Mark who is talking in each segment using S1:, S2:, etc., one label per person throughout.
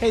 S1: Hey,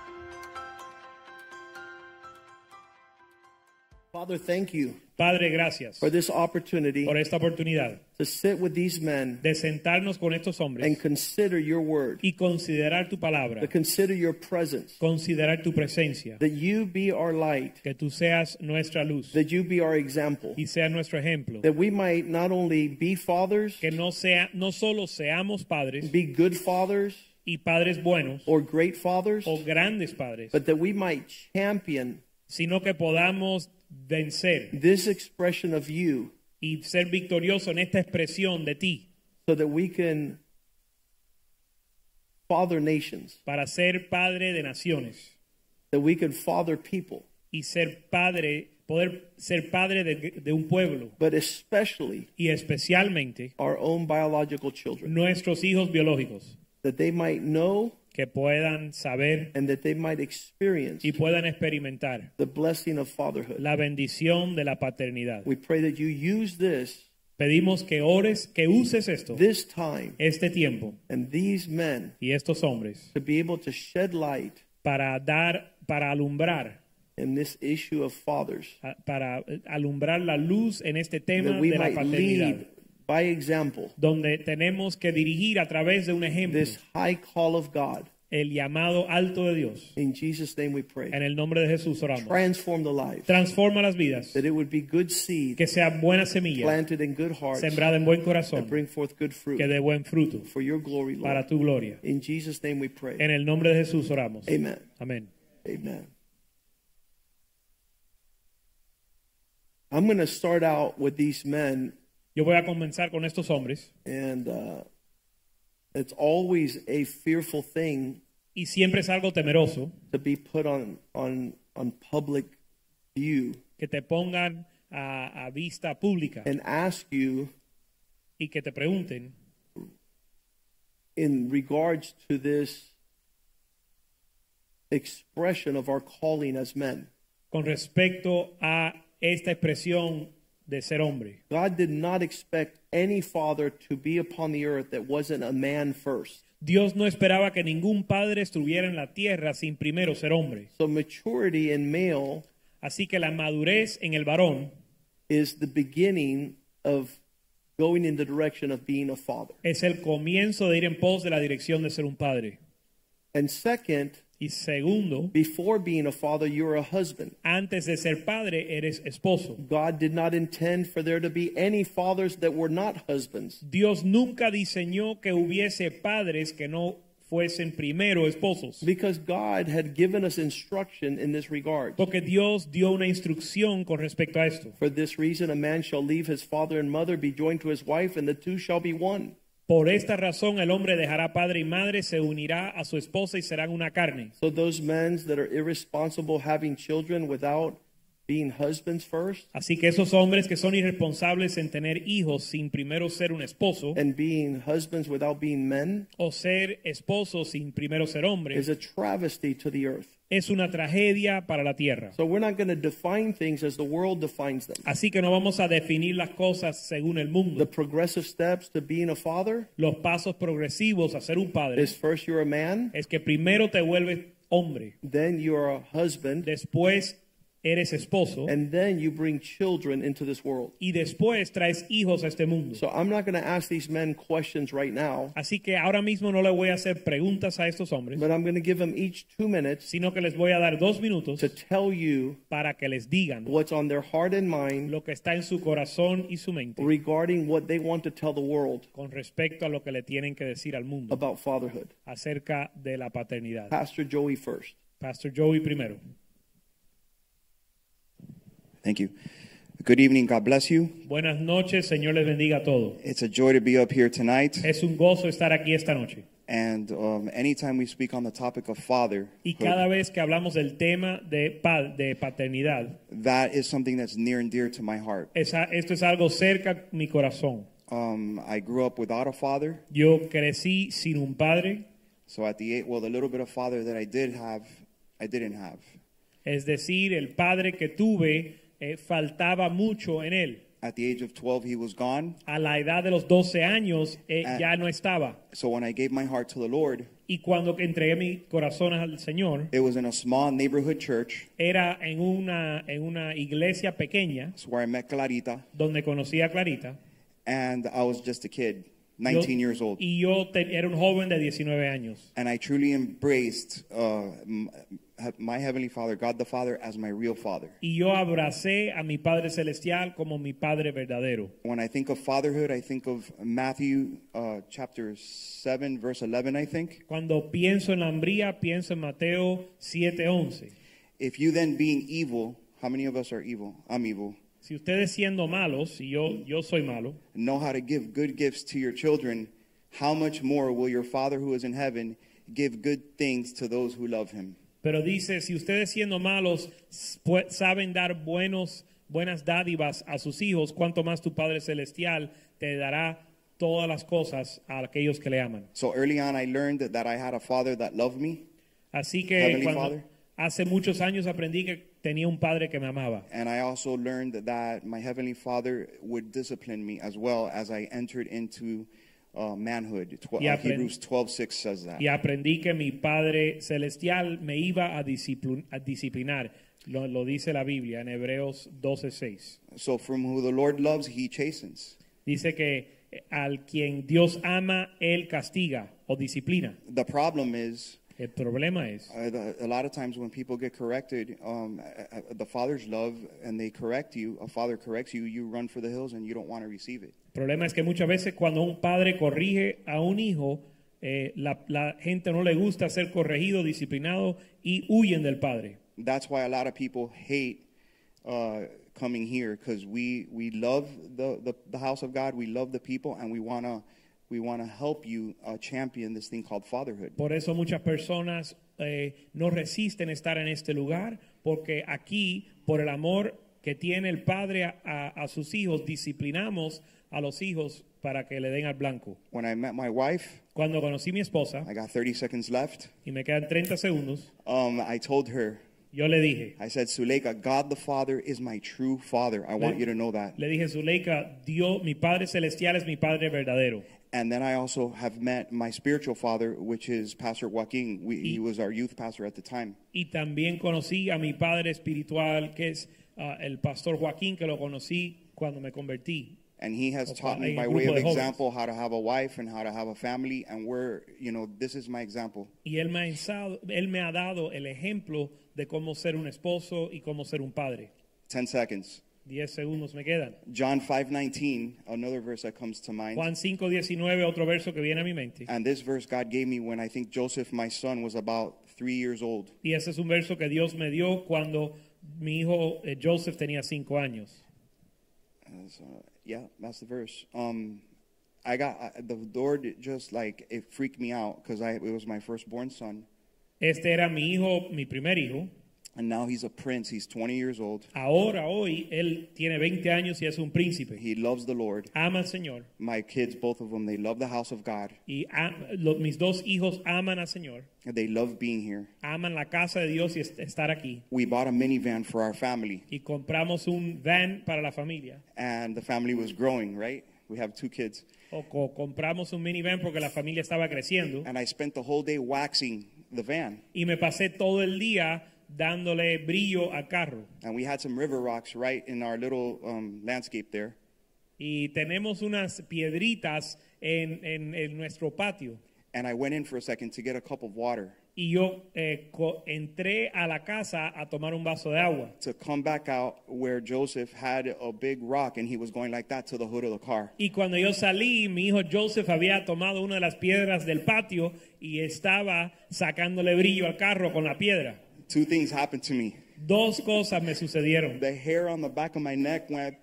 S2: Father, thank you
S3: Padre, gracias
S2: for this opportunity
S3: por esta oportunidad
S2: to sit with these men
S3: de sentarnos con estos
S2: and
S3: hombres
S2: consider your word,
S3: y considerar tu palabra,
S2: to consider your presence,
S3: considerar tu presencia,
S2: that you be our light,
S3: que tú seas nuestra luz
S2: that you be our example,
S3: y seas nuestro ejemplo,
S2: that we might not only be fathers,
S3: que no sea no solo seamos padres
S2: be good fathers
S3: y padres buenos
S2: or great fathers,
S3: o grandes padres,
S2: but that we might champion
S3: sino que podamos vencer
S2: this expression of you
S3: y ser victorioso en esta expresión de ti
S2: so that we can father nations,
S3: para ser padre de naciones
S2: that we can father people,
S3: y ser padre poder ser padre de, de un pueblo
S2: but especially
S3: y especialmente
S2: our own biological children,
S3: nuestros hijos biológicos
S2: that they might know
S3: que puedan saber
S2: and that they might experience
S3: y puedan experimentar
S2: the blessing of fatherhood.
S3: la bendición de la paternidad.
S2: We pray that you use this
S3: Pedimos que ores, que uses esto,
S2: this time
S3: este tiempo
S2: and these men
S3: y estos hombres
S2: to be able to shed light
S3: para dar, para alumbrar,
S2: in this issue of fathers
S3: a- para eh, alumbrar la luz en este tema
S2: that we
S3: de la
S2: might
S3: paternidad,
S2: lead by example
S3: donde tenemos que dirigir a través de un ejemplo
S2: this high call of God.
S3: el llamado alto de Dios.
S2: In Jesus name we
S3: En
S2: pray.
S3: el nombre de Jesús oramos.
S2: Transform the life
S3: Transforma las vidas,
S2: that it would be good seed
S3: que sean buenas semillas,
S2: planted in good hearts
S3: sembrada en buen
S2: that
S3: corazón,
S2: bring forth good fruit
S3: que dé buen fruto
S2: for your glory,
S3: para
S2: Lord.
S3: tu gloria.
S2: In Jesus name we pray.
S3: En el nombre de Jesús oramos.
S2: Amen.
S3: Amén.
S2: Amen. I'm going to start out with these men,
S3: Yo voy a comenzar con estos hombres
S2: and uh, it's always a fearful thing
S3: y siempre es algo temeroso
S2: to be put on on on public view
S3: que te pongan a, a vista pública
S2: and ask you
S3: y que te pregunten
S2: in regards to this expression of our calling as men.
S3: con respecto a esta expresión de ser hombre.
S2: God did not expect any father to be upon the earth that wasn't a man first.
S3: Dios no esperaba que ningún padre estuviera en la tierra sin primero ser hombre.
S2: So maturity in male
S3: Así que la madurez en el varón
S2: is the beginning of going in the direction of being a father.
S3: es el comienzo de ir en pos de la dirección de ser un padre.
S2: And second,
S3: Y segundo,
S2: before being a father, you're a husband.
S3: antes de ser padre eres esposo.
S2: God did not intend for there to be any fathers that were not husbands.
S3: Dios nunca diseñó que hubiese padres que no fuesen primero esposos,
S2: Because God had given us instruction in this regard.
S3: porque Dios dio una instrucción con respecto a esto.
S2: For this reason, a man shall leave his father and mother, be joined to his wife, and the two shall be one.
S3: Por esta razón el hombre dejará padre y madre, se unirá a su esposa y serán una carne.
S2: So those men that are irresponsible having children without being husbands first
S3: Así que esos hombres que son irresponsables en tener hijos sin primero ser un esposo,
S2: and being husbands without being men
S3: o ser esposo sin primero ser hombre,
S2: is a travesty to the earth.
S3: es una tragedia para la tierra.
S2: So we're not going to define things as the world defines them.
S3: Así que no vamos a definir las cosas según el
S2: The
S3: mundo.
S2: progressive steps to being a father
S3: Los pasos progresivos a ser un padre
S2: is first you're a man,
S3: es que primero te vuelves hombre,
S2: then you're a husband,
S3: después eres esposo
S2: and then you bring children into this world.
S3: y después traes hijos a este mundo.
S2: So I'm not going to ask these men questions right now,
S3: Así que ahora mismo no le voy a hacer preguntas a estos hombres,
S2: but I'm going to give them each two minutes
S3: sino que les voy a dar dos minutos
S2: to tell you
S3: para que les digan
S2: what's on their heart and mind
S3: lo que está en su corazón y su mente
S2: regarding what they want to tell the world
S3: con respecto a lo que le tienen que decir al mundo
S2: about fatherhood.
S3: acerca de la paternidad.
S2: Pastor Joey first.
S3: Pastor Joey primero.
S4: Thank you. Good evening. God bless you.
S3: Buenas noches, Señor les bendiga a todos.
S4: It's a joy to be up here tonight.
S3: Es un gozo estar aquí esta noche.
S4: And um, anytime we speak on the topic of father,
S3: Y cada vez que hablamos del tema de, pa- de paternidad,
S4: that is something that's near and dear to my heart.
S3: Esa- esto es algo cerca a mi corazón.
S4: Um, I grew up without a father,
S3: Yo crecí sin un padre,
S4: so at the eight, well, the little bit of father that I did have, I didn't have.
S3: es decir, el padre que tuve eh, faltaba mucho en él.
S4: At the age of 12, he was gone.
S3: A la edad de los 12 años eh,
S4: Ah.
S3: ya no estaba.
S4: So when I gave my heart to the Lord,
S3: Y cuando entregué mi corazón al Señor,
S4: it was in a small neighborhood church.
S3: era en una, en una iglesia pequeña
S4: That's where I met Clarita,
S3: donde conocí a Clarita.
S4: and I was just a kid,
S3: Yo-
S4: 19 years old.
S3: Y yo te- era un joven de 19 años.
S4: And I truly embraced uh, m- my Heavenly Father, God the Father, as my real Father.
S3: Y yo abracé a mi Padre Celestial como mi Padre verdadero.
S4: When I think of fatherhood, I think of Matthew uh, chapter 7, verse 11, I think.
S3: Cuando pienso en la hambría, pienso en Mateo 7:11.
S4: If you then being evil, how many of us are evil? I'm evil.
S3: Si ustedes siendo malos, y yo, yo soy malo,
S4: Know how to give good gifts to your children, how much more will your Father who is in heaven give good things to those who love him?
S3: pero dice, si ustedes siendo malos pu- saben dar buenos, buenas dádivas a sus hijos, cuanto más tu Padre Celestial te dará todas las cosas a aquellos que le aman.
S4: So early on, I learned that, that I had a father that loved me,
S3: Así que
S4: Heavenly
S3: cuando-
S4: Father.
S3: hace muchos años aprendí que tenía un padre que me amaba.
S4: and I also learned that my heavenly father would discipline me as well as I entered into uh, manhood. Tw-
S3: Y
S4: uh,
S3: aprend-
S4: Hebrews 12:6 says that.
S3: Y aprendí que mi Padre Celestial me iba a, disciplin- a disciplinar. Lo, lo dice la Biblia en Hebreos 12:6.
S4: So from who the Lord loves, he chastens.
S3: Dice que eh, al quien Dios ama, Él castiga o disciplina.
S4: The problem is,
S3: El problema es
S4: uh, the, a lot of times when people get corrected, um, uh, uh, the father's love and they correct you, a father corrects you, you run for the hills and you don't want to receive it.
S3: el problema es que muchas veces cuando un padre corrige a un hijo, eh, la, la gente no le gusta ser corregido, disciplinado y huyen del padre.
S4: That's why a lot of people hate uh, coming here because we, we love the, the, the house of God, we love the people, and we want to we wanna help you uh, champion this thing called fatherhood.
S3: Por eso muchas personas eh, no resisten estar en este lugar, porque aquí, por el amor que tiene el padre a, a- a sus hijos, disciplinamos a los hijos para que le den al blanco.
S4: When I met my wife,
S3: Cuando conocí a mi esposa,
S4: I got 30 seconds left.
S3: y me quedan 30 segundos,
S4: Um, I told her,
S3: yo le dije,
S4: I said, Suleika, God the Father is my true father. I want you to know that.
S3: le dije, Zuleika, Dios, mi Padre Celestial es mi Padre verdadero.
S4: And then I also have met my spiritual father, which is Pastor Joaquin. We, he was our youth pastor at the time.
S3: Y también conocí a mi Padre Espiritual, que es ah, el pastor Joaquín, que lo conocí cuando me convertí.
S4: and he has
S3: Of
S4: taught me
S3: having a
S4: by
S3: group
S4: way of
S3: of hobbies.
S4: example how to have a wife and how to have a family and we're you know this is my example
S3: Y él me, ha ensado- él me ha dado el ejemplo de cómo ser un esposo y cómo ser un padre.
S4: 10 seconds
S3: Diez segundos me quedan.
S4: john 5:19 another verse that comes to mind
S3: Juan 5, 19, otro verso que viene a mi mente.
S4: and this verse god gave me when i think joseph my son was about 3 years old
S3: Y ese es un verso que Dios me dio cuando mi hijo eh, Joseph tenía cinco años.
S4: And so, uh, yeah that's the verse um i got I, the lord just like it freaked me out cuz i it was my firstborn son
S3: Este era mi hijo, mi primer hijo.
S4: and now he's a prince he's 20 years old
S3: Ahora, hoy, él tiene 20 años y es un príncipe.
S4: he loves the lord
S3: Ama al Señor.
S4: my kids both of them they love the house of god
S3: Y a- lo- mis dos hijos aman al Señor.
S4: they love being here
S3: Aman la casa de Dios y est- estar aquí.
S4: we bought a minivan for our family
S3: Y compramos un van para la familia.
S4: and the family was growing right we have two kids
S3: O co- compramos un minivan porque la familia estaba creciendo
S4: and i spent the whole day waxing the van
S3: y me pasé todo el día dándole brillo al carro.
S4: and we had some river rocks right in our little um, landscape there
S3: Y tenemos unas piedritas en, en- en nuestro patio.
S4: and i went in for a second to get a cup of water
S3: Y yo eh, co- entré a la casa a tomar un vaso de agua.
S4: to come back out where joseph had a big rock and he was going like that to the hood of the car
S3: Y cuando yo salí, mi hijo Joseph había tomado una de las piedras del patio y estaba sacándole brillo al carro con la piedra.
S4: two things happened to me
S3: Dos cosas me sucedieron.
S4: the hair on the back of my neck went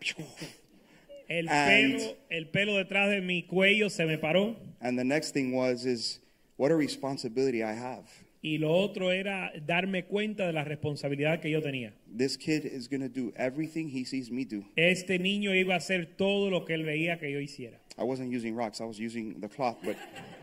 S3: El
S4: And-
S3: pelo, el pelo detrás de mi cuello se me paró.
S4: and the next thing was is what a responsibility i have
S3: Y lo otro era darme cuenta de la responsabilidad que yo tenía.
S4: This kid is going to do everything he sees me do.
S3: Este niño iba a hacer todo lo que él veía que yo hiciera.
S4: I wasn't using rocks, I was using the cloth, but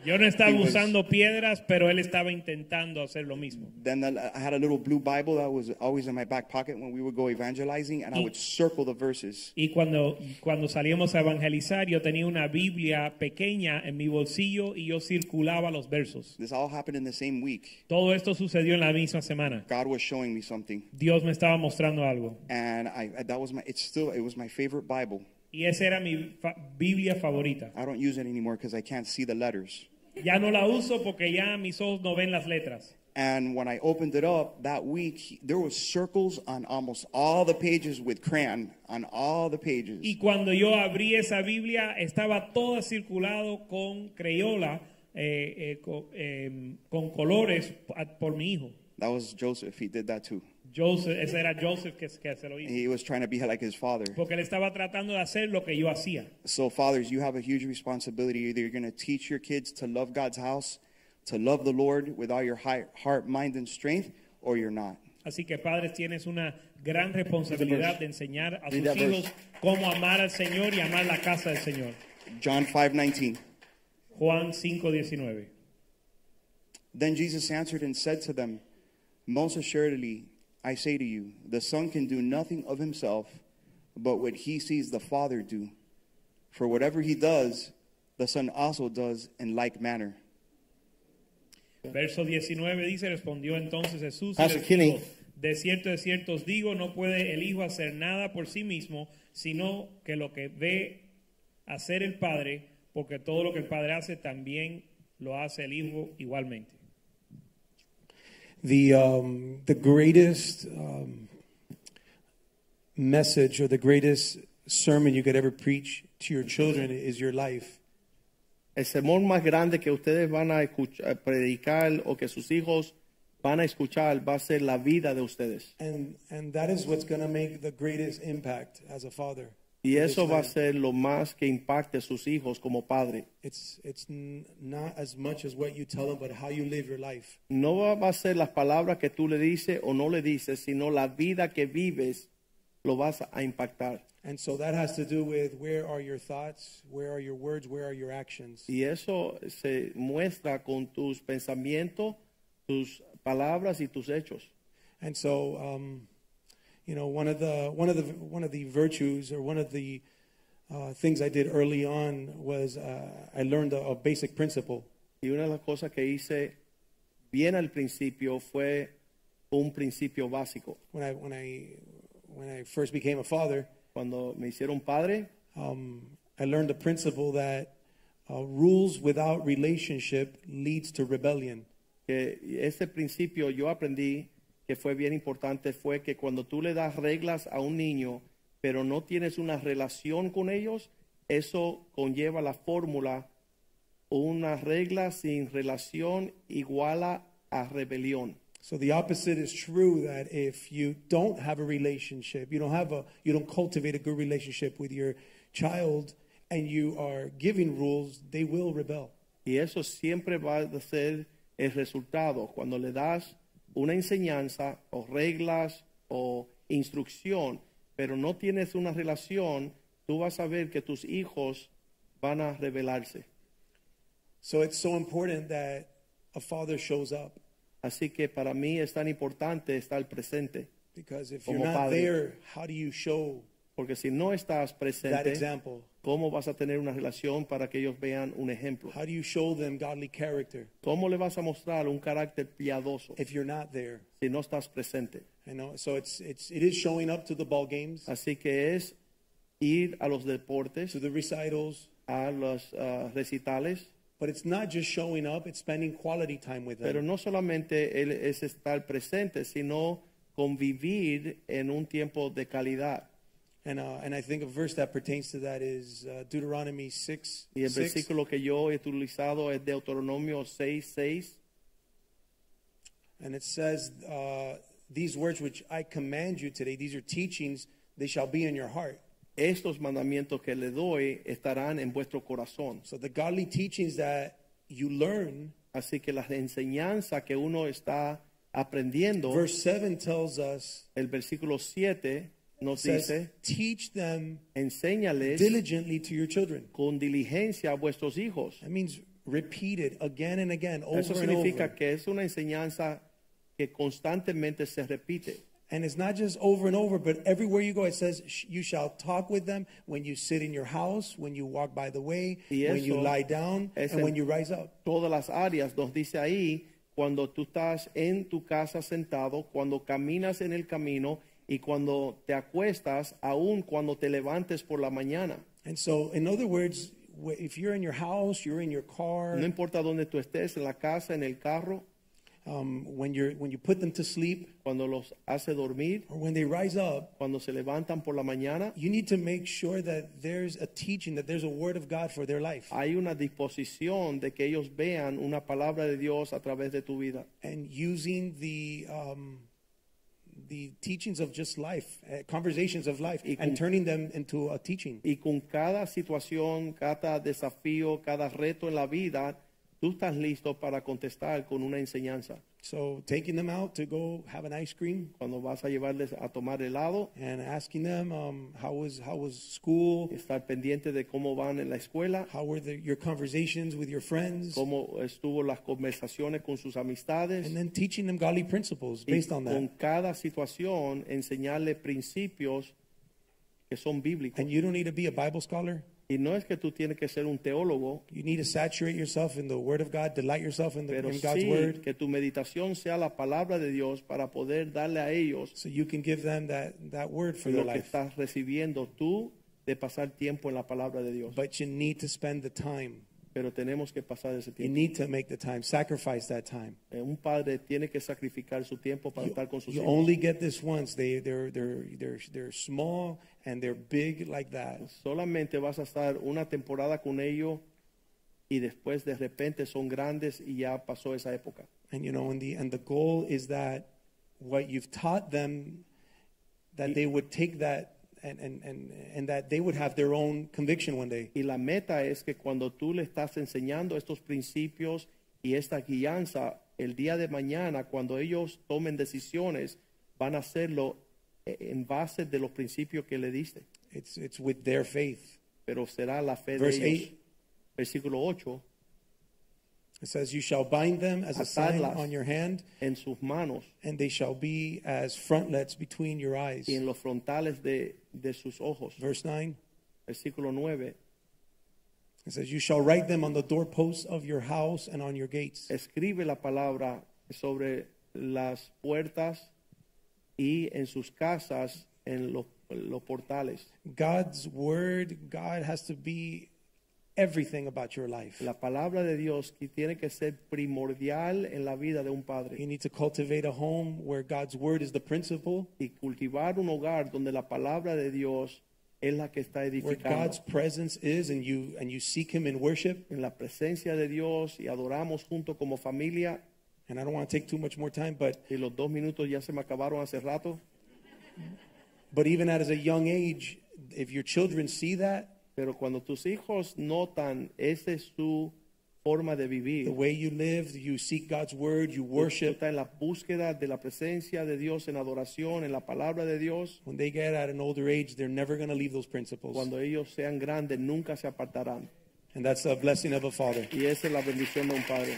S3: Yo no estaba
S4: He was-
S3: usando piedras, pero él estaba intentando hacer lo mismo.
S4: then I had a little blue Bible that was always in my back pocket when we would go evangelizing, and I would circle the verses.
S3: Y cuando, cuando salíamos a evangelizar, yo tenía una Biblia pequeña en mi bolsillo y yo circulaba los versos.
S4: This all happened in the same week.
S3: Todo esto sucedió en la misma semana.
S4: God was showing me something,
S3: Dios me estaba mostrando algo.
S4: and I that was my it's still it was my favorite Bible.
S3: Y esa era mi fa- Biblia favorita.
S4: I don't use it anymore because I can't see the letters.
S3: Ya no la uso porque ya mis ojos no ven las letras.
S4: And when I opened it up that week, he- there was circles on almost all the pages with crayon on all the pages.
S3: Y cuando yo abrí esa Biblia, estaba toda circulado con creyola, eh, eh, co- eh, con colores pa- por mi hijo.
S4: That was Joseph. He did that too.
S3: Joseph, ese era Joseph que, que se lo hizo.
S4: He was trying to be like his father.
S3: Porque él estaba tratando de hacer lo que yo hacía.
S4: So, fathers, you have a huge responsibility. Either you're going to teach your kids to love God's house, to love the Lord with all your hi- heart, mind, and strength, or you're not.
S3: Así que padres tienes una gran responsabilidad de enseñar a sus
S4: that verse.
S3: hijos cómo amar al Señor y amar la casa del Señor.
S4: John 5:19.
S3: Juan 5:19.
S4: Then Jesus answered and said to them, Most assuredly, I say to you, the Son can do nothing of himself but what he sees the Father do. For whatever he does, the Son also does in like manner.
S3: Verso 19 dice, respondió entonces Jesús. y
S2: Pastor
S3: les dijo,
S2: Kenny.
S3: de cierto, de cierto os digo, no puede el Hijo hacer nada por sí mismo, sino que lo que ve hacer el Padre, porque todo lo que el Padre hace también lo hace el Hijo igualmente.
S5: the um, the greatest um, message or the greatest sermon you could ever preach to your children is your life.
S2: El sermón más grande que ustedes van a escuchar, predicar o que sus hijos van a escuchar va a ser la vida de ustedes.
S5: And and that is what's going to make the greatest impact as a father.
S2: Y
S5: for this
S2: eso va a
S5: land.
S2: ser lo más que impacte a sus hijos como padre.
S5: It's it's n- not as much as what you tell them, but how you live your life.
S2: No va va a ser las palabras que tú le dices o no le dices, sino la vida que vives lo vas a impactar.
S5: And so that has to do with where are your thoughts, where are your words, where are your actions.
S2: Y eso se muestra con tus pensamientos, tus palabras y tus hechos.
S5: And so, um, you know, one of the one of the one of the virtues or one of the uh, things I did early on was uh, I learned a, a basic principle,
S2: Y una de las cosas que hice bien al principio fue un principio básico.
S5: when I when I when I first became a father.
S2: Cuando me hicieron padre,
S5: Um, I learned the principle that uh, rules without relationship leads to rebellion.
S2: que ese principio yo aprendí que fue bien importante, fue que cuando tú le das reglas a un niño, pero no tienes una relación con ellos, eso conlleva la fórmula, una regla sin relación iguala a rebelión.
S5: So the opposite is true that if you don't have a relationship, you don't have a you don't cultivate a good relationship with your child and you are giving rules, they will rebel.
S2: Y eso siempre va a ser el resultado cuando le das una enseñanza o reglas o instrucción, pero no tienes una relación, tú vas a ver que tus hijos van a rebelarse.
S5: So it's so important that a father shows up
S2: Así que para mí es tan importante estar presente,
S5: because if you're
S2: Como
S5: not
S2: padre.
S5: there, how do you show
S2: porque si no estás
S5: that
S2: presente,
S5: example?
S2: ¿cómo vas a tener una relación para que ellos vean un ejemplo?
S5: How do you show them godly character
S2: ¿Cómo le vas a mostrar un carácter piadoso
S5: if you're not there?
S2: si no estás presente?
S5: You know, so it's it's it is showing up to the ball games,
S2: Así que es ir a los deportes,
S5: to the recitals,
S2: a los ah, recitales,
S5: but it's not just showing up, it's spending quality time with them.
S2: pero no solamente el- es estar presente, sino convivir en un tiempo de calidad.
S5: And, uh, and I think a verse that pertains to that is uh, Deuteronomy 6.
S2: Y el
S5: 6.
S2: versículo que yo he utilizado es Deuteronomio 6, 6.
S5: And it says, uh, These words which I command you today, these are teachings, they shall be in your heart.
S2: Estos mandamientos que le doy estarán en vuestro corazón.
S5: So the godly teachings that you learn
S2: Así que las enseñanzas que uno está aprendiendo.
S5: Verse 7 tells us,
S2: el versículo 7 nos
S5: says,
S2: dice,
S5: teach them
S2: enséñales
S5: diligently to your children.
S2: con diligencia a vuestros hijos.
S5: That means repeat it again and again,
S2: Eso
S5: over and
S2: significa
S5: over.
S2: que es una enseñanza que constantemente se repite.
S5: And it's not just over and over, but everywhere you go, it says, "Sh- You shall talk with them when you sit in your house, when you walk by the way,
S2: Y
S5: when you
S2: eso
S5: lie down,
S2: es
S5: and
S2: en-
S5: when you rise up.
S2: Todas las áreas nos dice ahí cuando tú estás en tu casa sentado, cuando caminas en el camino y cuando te acuestas, aún cuando te levantes por la mañana.
S5: And so, in other words, wh- if you're in your house, you're in your car,
S2: No importa dónde tú estés, en la casa, en el carro,
S5: um, when, you're, when you put them to sleep,
S2: cuando los hace dormir,
S5: or when they rise up,
S2: cuando se levantan por la mañana,
S5: you need to make sure that there's a teaching, that there's a word of God for their life.
S2: hay una disposición de que ellos vean una palabra de Dios a través de tu vida.
S5: and using the um, the teachings of just life, uh, conversations of life,
S2: Y
S5: and
S2: con-
S5: turning them into a teaching.
S2: Y con cada situación, cada desafío, cada reto en la vida, tú estás listo para contestar con una enseñanza.
S5: So taking them out to go have an ice cream
S2: Cuando vas a llevarles a tomar helado,
S5: and asking them um, how was how was school,
S2: estar pendiente de cómo van en la escuela,
S5: how were the, your conversations with your friends,
S2: cómo estuvo las conversaciones con sus amistades.
S5: and then teaching them godly principles
S2: Y
S5: based on
S2: con
S5: that.
S2: cada situación, enseñarle principios que son bíblicos.
S5: And you don't need to be a Bible scholar.
S2: Y no es que tú tienes que ser un teólogo,
S5: You need to saturate yourself in the Word of God, delight yourself in, the,
S2: pero
S5: in God's
S2: sí
S5: Word,
S2: que tu meditación sea la palabra de Dios para poder darle a ellos
S5: so you can give them that that word for their
S2: lo que
S5: life.
S2: estás recibiendo tú de pasar tiempo en la palabra de Dios.
S5: But you need to spend the time
S2: Pero tenemos que pasar ese
S5: You
S2: tiempo.
S5: need to make the time, sacrifice that time.
S2: Eh, Un padre tiene que sacrificar su tiempo para estar con sus
S5: You
S2: hijos.
S5: only get this once. They, they're, they're, they're, they're small and they're big like that.
S2: Solamente vas a estar una temporada con ellos y después de repente son grandes y ya pasó esa época.
S5: And you know, and the, and the goal is that what you've taught them, that they would take that and, and, and, and that they would have their own conviction one day.
S2: Y la meta es que cuando tú le estás enseñando estos principios y esta guianza, el día de mañana, cuando ellos tomen decisiones, van a hacerlo eh, en base de los principios que le diste.
S5: It's, it's with their faith.
S2: Pero será la fe
S5: Verse
S2: de ellos.
S5: eight.
S2: Versículo 8.
S5: It says, You shall bind them as a sign
S2: Atarlas.
S5: on your hand,
S2: En sus manos
S5: and they shall be as frontlets between your eyes.
S2: y en los frontales de, de sus ojos.
S5: Verse 9.
S2: Versículo 9.
S5: It says, You shall write them on the doorposts of your house and on your gates.
S2: Escribe la palabra sobre las puertas y en sus casas, en los- los portales.
S5: God's word, God has to be everything about your life.
S2: La palabra de Dios que tiene que ser primordial en la vida de un
S5: You
S2: padre
S5: need to cultivate a home where God's word is the principle,
S2: y cultivar un hogar donde la palabra de Dios es la que está
S5: where
S2: edificando
S5: God's presence is and you and you seek him in worship.
S2: en la presencia de Dios y adoramos junto como familia
S5: And I don't want to take too much more time, but
S2: y los dos minutos ya se me acabaron hace rato
S5: but even at as a young age, if your children see that,
S2: pero cuando tus hijos notan esa es su forma de
S5: the
S2: vivir
S5: way you live, you seek God's word, you
S2: Tú
S5: worship.
S2: estás en la búsqueda de la presencia de Dios en adoración en la palabra de Dios
S5: When they get at an older age, they're never going to leave those principles.
S2: cuando ellos sean grandes nunca se apartarán
S5: And that's the blessing of a father.
S2: Y esa es la bendición de un padre.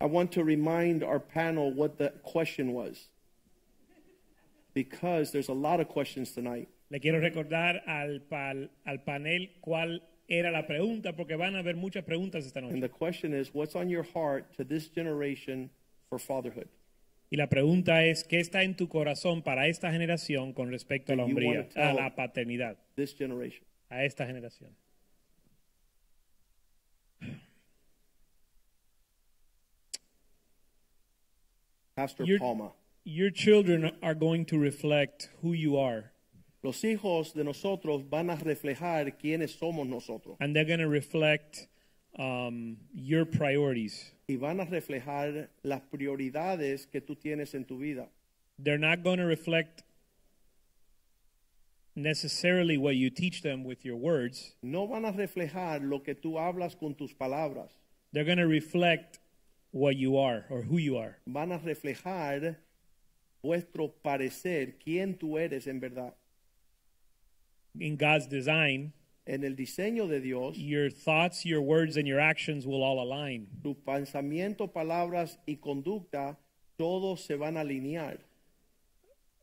S2: I want to remind our panel what the question was. Because there's a lot of questions tonight.
S3: Le quiero recordar al, pal- al panel cuál era la pregunta, porque van a haber muchas preguntas esta
S2: And
S3: noche.
S2: the question is what's on your heart to this generation for fatherhood?
S3: Y la pregunta es, ¿qué está en tu corazón para esta generación con respecto a la
S2: You wanna
S3: hombría,
S2: tell-
S3: a la paternidad,
S2: This generation.
S3: a esta generación?
S2: Pastor
S3: Your-
S2: Palma.
S3: Your children are going to reflect who you are,
S2: Los hijos de nosotros van a reflejar quiénes somos nosotros.
S3: and they're going to reflect um, your priorities.
S2: Y van a reflejar las prioridades que tú tienes en tu vida.
S3: They're not going to reflect necessarily what you teach them with your words.
S2: No van a reflejar lo que tú hablas con tus palabras.
S3: They're going to reflect what you are or who you are.
S2: van a reflejar vuestro parecer, quién tú eres en verdad.
S3: In God's design,
S2: En el diseño de Dios,
S3: your thoughts, your words, and your actions will all align.
S2: tus pensamientos, palabras y conducta, todos se van a alinear.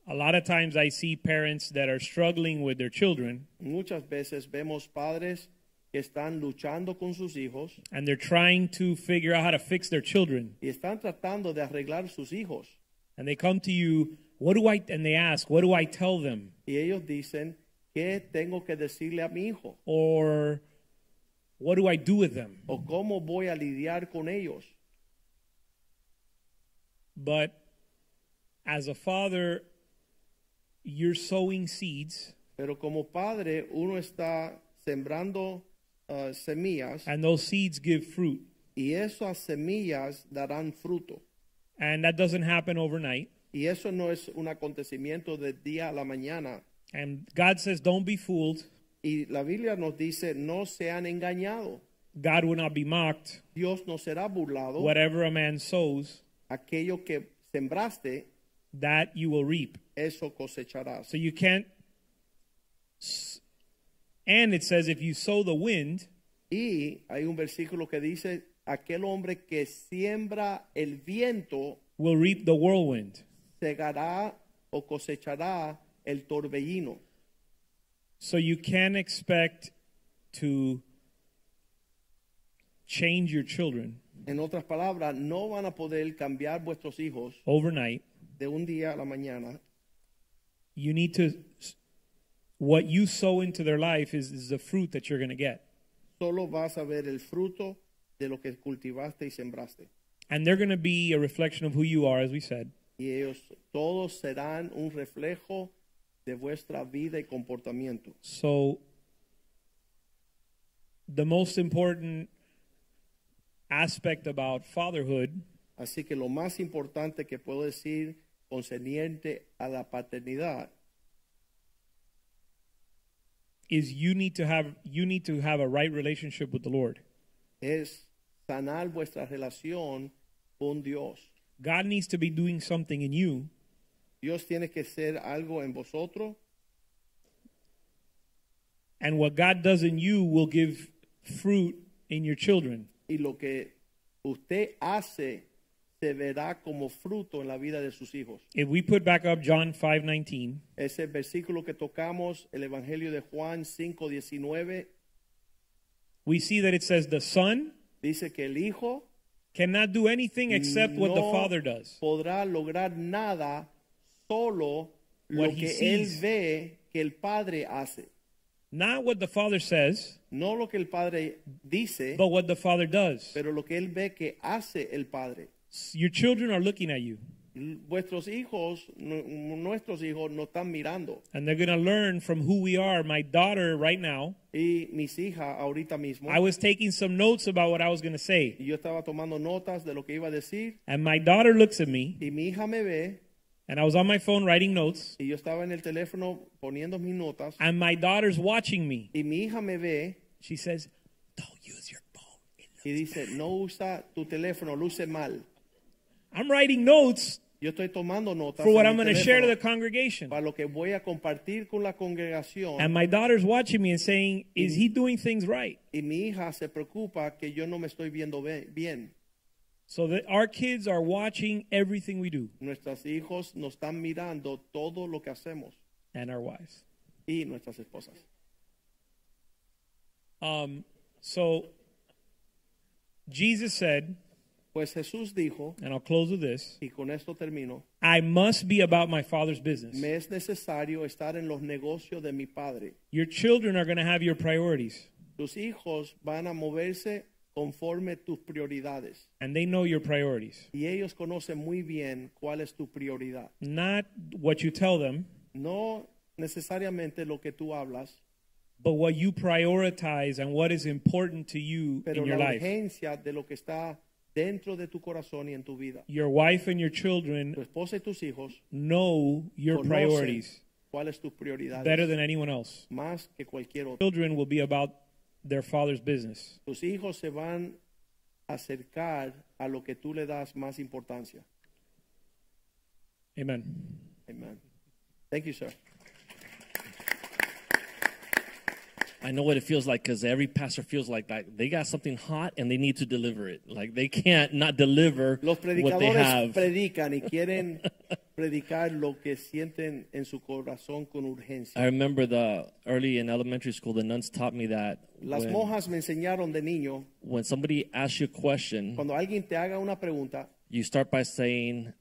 S3: A lot of times I see parents that are struggling with their children
S2: Muchas veces vemos padres que están luchando con sus hijos
S3: and they're trying to figure out how to fix their children.
S2: y están tratando de arreglar sus hijos.
S3: And they come to you, what do I, and they ask, what do I tell them?
S2: Y ellos dicen, ¿qué tengo que decirle a mi hijo?
S3: Or what do I do with them?
S2: ¿O cómo voy a lidiar con ellos?
S3: But as a father, you're sowing seeds,
S2: Pero como padre, uno está sembrando uh, semillas
S3: and those seeds give fruit.
S2: y esas semillas darán fruto.
S3: And that doesn't happen overnight.
S2: Y eso no es un acontecimiento de día a la mañana.
S3: And God says, don't be fooled.
S2: Y la Biblia nos dice, no sean engañados.
S3: God will not be mocked.
S2: Dios no será burlado.
S3: Whatever a man sows,
S2: Aquello que sembraste,
S3: that you will reap.
S2: eso cosecharás.
S3: So you can't. s- And it says, if you sow the wind,
S2: Y hay un versículo que dice, aquel hombre que siembra el viento,
S3: will reap the whirlwind.
S2: segará o cosechará el torbellino.
S3: So you can expect to change your children
S2: En otras palabras, no van a poder cambiar vuestros hijos
S3: overnight.
S2: de un día a la mañana.
S3: You need to. What you sow into their life is, is the fruit that you're going to get.
S2: Solo vas a ver el fruto de lo que cultivaste y sembraste.
S3: And they're going to be a reflection of who you are, as we said.
S2: Y ellos todos serán un reflejo de vuestra vida y comportamiento.
S3: So, the most important aspect about fatherhood
S2: Así que lo más importante que puedo decir concerniente a la paternidad
S3: is you need to have you need to have a right relationship with the Lord.
S2: es sanar vuestra relación con Dios.
S3: God needs to be doing something in you
S2: Dios tiene que ser algo en vosotros
S3: and what God does in you will give fruit in your children.
S2: y lo que usted hace se verá como fruto en la vida de sus hijos.
S3: If we put back up John 5:19,
S2: Ese versículo que tocamos, el Evangelio de Juan 5:19,
S3: we see that it says the son
S2: dice que el hijo
S3: cannot do anything except what the
S2: no
S3: father does.
S2: podrá lograr nada solo lo
S3: What he
S2: que
S3: sees.
S2: él ve que el padre hace,
S3: Not what the father says,
S2: no lo que el padre dice,
S3: but what the father does.
S2: pero lo que él ve que hace el padre.
S3: Your children are looking at you
S2: Vuestros hijos, nu- nuestros hijos nos están mirando
S3: and they're going to learn from who we are. My daughter right now,
S2: y mis hijas ahorita mismo.
S3: I was taking some notes about what I was going to say.
S2: y yo estaba tomando notas de lo que iba a decir
S3: And my daughter looks at me,
S2: y mi hija me ve
S3: and I was on my phone writing notes,
S2: y yo estaba en el teléfono poniendo mis notas
S3: and my daughter's watching me.
S2: y mi hija me ve
S3: She says, Don't use your phone. It looks
S2: y dice, no usa tu teléfono, luce mal.
S3: bad." I'm writing notes
S2: Yo estoy tomando notas
S3: for what
S2: en
S3: I'm
S2: mi
S3: going to share to the
S2: teléfono
S3: congregation.
S2: para lo que voy a compartir con la congregación
S3: And my daughter's watching me and saying, Is he doing things right?
S2: y mi hija se preocupa que yo no me estoy viendo be- bien.
S3: So that our kids are watching everything we do
S2: Nuestros hijos nos están mirando todo lo que hacemos
S3: and our wives.
S2: y nuestras esposas.
S3: Um, so Jesus said,
S2: Pues Jesús dijo,
S3: and I'll close with this
S2: y con esto termino,
S3: I must be about my father's business.
S2: me es necesario estar en los negocios de mi padre.
S3: Your children are going to have your priorities.
S2: Tus hijos van a moverse conforme tus prioridades.
S3: and they know your priorities,
S2: Y ellos conocen muy bien cuál es tu prioridad.
S3: not what you tell them,
S2: No necesariamente lo que tú hablas,
S3: but what you prioritize and what is important to you
S2: pero
S3: in your
S2: la
S3: life.
S2: urgencia de lo que está dentro de tu corazón y en tu vida.
S3: Your wife and your
S2: Tu
S3: children
S2: esposa y tus hijos
S3: know your
S2: conocen
S3: priorities
S2: cuáles tus prioridades
S3: better than anyone else.
S2: más que cualquier otro.
S3: Children will be about their father's business.
S2: Tus hijos se van a acercar a lo que tú le das más importancia.
S3: Amen.
S2: Amen. Thank you, sir.
S6: I know what it feels like because every pastor feels like that. They got something hot and they need to deliver it. Like they can't not deliver
S2: Los
S6: what they
S2: predicadores
S6: have.
S2: predican y quieren predicar lo que sienten en su corazón con
S6: I
S2: urgencia.
S6: remember the early in elementary school, the nuns taught me that
S3: Ah,
S2: Las
S6: when,
S2: monjas me enseñaron de niño,
S6: when somebody asks you a question,
S2: cuando alguien te haga una pregunta,
S6: you start by saying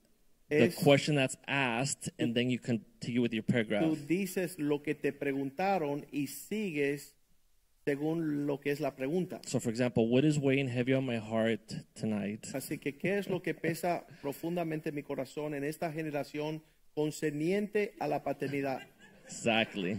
S6: the
S2: es,
S6: question that's asked, and then you continue with your paragraph.
S2: tú dices lo que te preguntaron y sigues según lo que es la pregunta.
S6: So, for example, what is weighing heavy on my heart tonight?
S2: Así que, ¿qué es lo que pesa profundamente en mi corazón en esta generación concerniente a la paternidad?
S6: Exactly.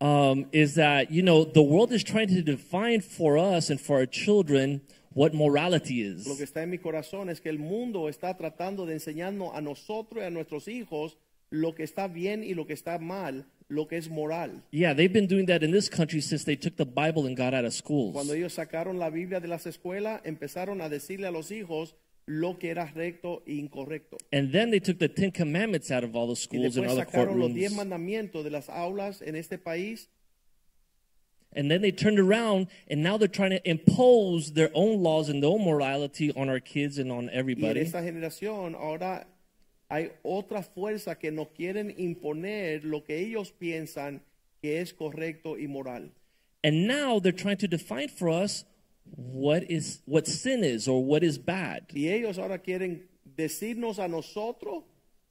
S6: Um, is that, you know, the world is trying to define for us and for our children what morality
S2: Lo que
S6: is.
S2: está en mi corazón es que el mundo está tratando de enseñarnos a nosotros y a nuestros hijos lo que está bien y lo que está mal, lo que es moral.
S6: Yeah, they've been doing that in this country since they took the Bible and got out of schools.
S2: Cuando ellos sacaron la Biblia de las escuelas, empezaron a decirle a los hijos lo que era recto e incorrecto.
S6: And then they took the Ten Commandments out of all the
S2: Y
S6: schools and
S2: después
S6: all the
S2: sacaron los diez
S6: courtrooms.
S2: mandamientos de las aulas en este país
S6: And then they turned around and now they're trying to impose their own laws and their own morality on our kids and on
S2: y en
S6: everybody.
S2: esta generación ahora hay otra fuerza que nos quieren imponer lo que ellos piensan que es correcto y moral.
S6: And now they're trying to define for us what is what sin is or what is bad.
S2: Y ellos ahora quieren decirnos a nosotros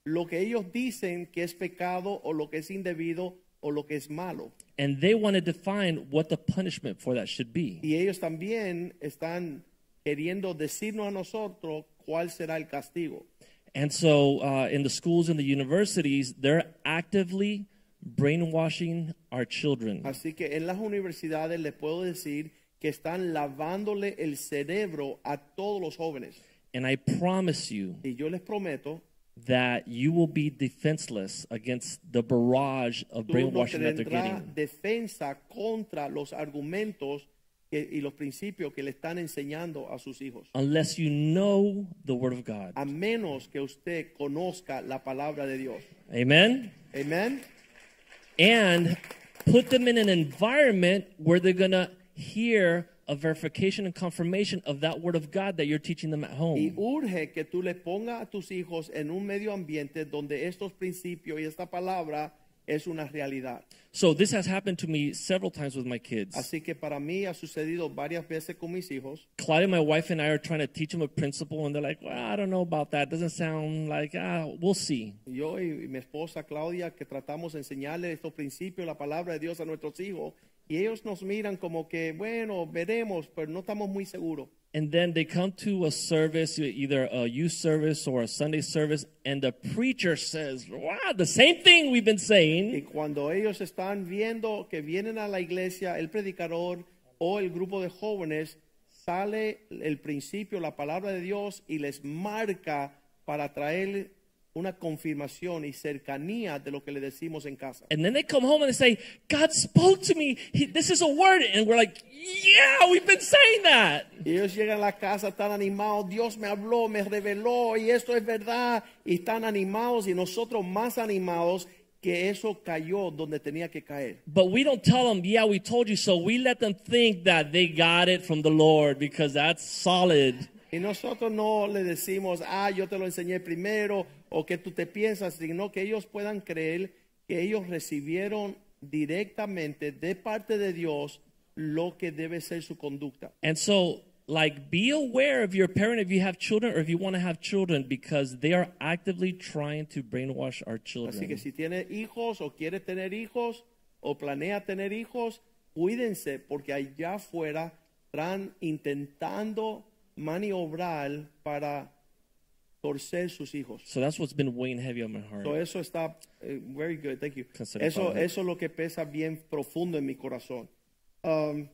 S2: lo que ellos dicen que es pecado o lo que es indebido o lo que es malo.
S6: and they want to define what the punishment for that should be.
S2: Y ellos también están queriendo decirnos a nosotros cuál será el castigo.
S6: And so, uh, in the schools and the universities, they're actively brainwashing our children.
S2: Así que en las universidades les puedo decir que están lavándole el cerebro a todos los jóvenes.
S6: And I promise you
S2: Y yo les prometo,
S6: that you will be defenseless against the barrage of
S2: tú no
S6: brainwashing that they're
S2: tendrás
S6: getting.
S2: defensa contra los argumentos que- y los principios que le están enseñando a sus hijos.
S6: Unless you know the Word of God.
S2: a menos que usted conozca la palabra de Dios.
S6: Amen?
S2: Amén.
S6: And put them in an environment where they're going to hear a verification and confirmation of that Word of God that you're teaching them at home.
S2: Y urge que tú le pongas a tus hijos en un medio ambiente donde estos principios y esta palabra es una realidad.
S6: So this has happened to me several times with my kids.
S2: Así que para mí ha sucedido varias veces con mis hijos.
S6: Claudia, my wife, and I are trying to teach them a principle, and they're like, "Well, I don't know about that. Doesn't sound like ah, we'll see."
S2: Yo y y mi esposa Claudia que tratamos de enseñarles estos principios, la palabra de Dios a nuestros hijos. Y ellos nos miran como que, bueno, veremos, pero no estamos muy seguros.
S6: And then they come to a service, either a youth service or a Sunday service, and the preacher says, "Wow, the same thing we've been
S2: Y
S6: saying."
S2: cuando ellos están viendo que vienen a la iglesia, el predicador o el grupo de jóvenes, sale el principio, la palabra de Dios y les marca para traer una confirmación y cercanía de lo que le decimos en casa.
S6: And then they come home and they say, "God spoke to me. He, this is a word." And we're like, "Yeah, we've been saying that."
S2: Y ellos llegan a la casa tan animados, Dios me habló, me reveló y esto es verdad. Y están animados y nosotros más animados que eso cayó donde tenía que caer.
S6: But we don't tell them, yeah, we told you so. We let them think that they got it from the Lord because that's solid.
S2: Y nosotros no le decimos, ah, yo te lo enseñé primero o que tú te piensas, sino que ellos puedan creer que ellos recibieron directamente de parte de Dios lo que debe ser su conducta.
S6: And so, like, be aware of your parent if you have children or if you want to have children because they are actively trying to brainwash our
S2: Así
S6: children.
S2: que si tiene hijos o quiere tener hijos o planea tener hijos, cuídense porque allá afuera están intentando maniobrar para torcer sus hijos.
S6: So that's what's been weighing heavy on my
S2: So,
S6: heart.
S2: eso está eh, very good, thank you.
S6: Consider
S2: Eso,
S6: Father.
S2: eso es lo que pesa bien profundo en mi corazón. Um,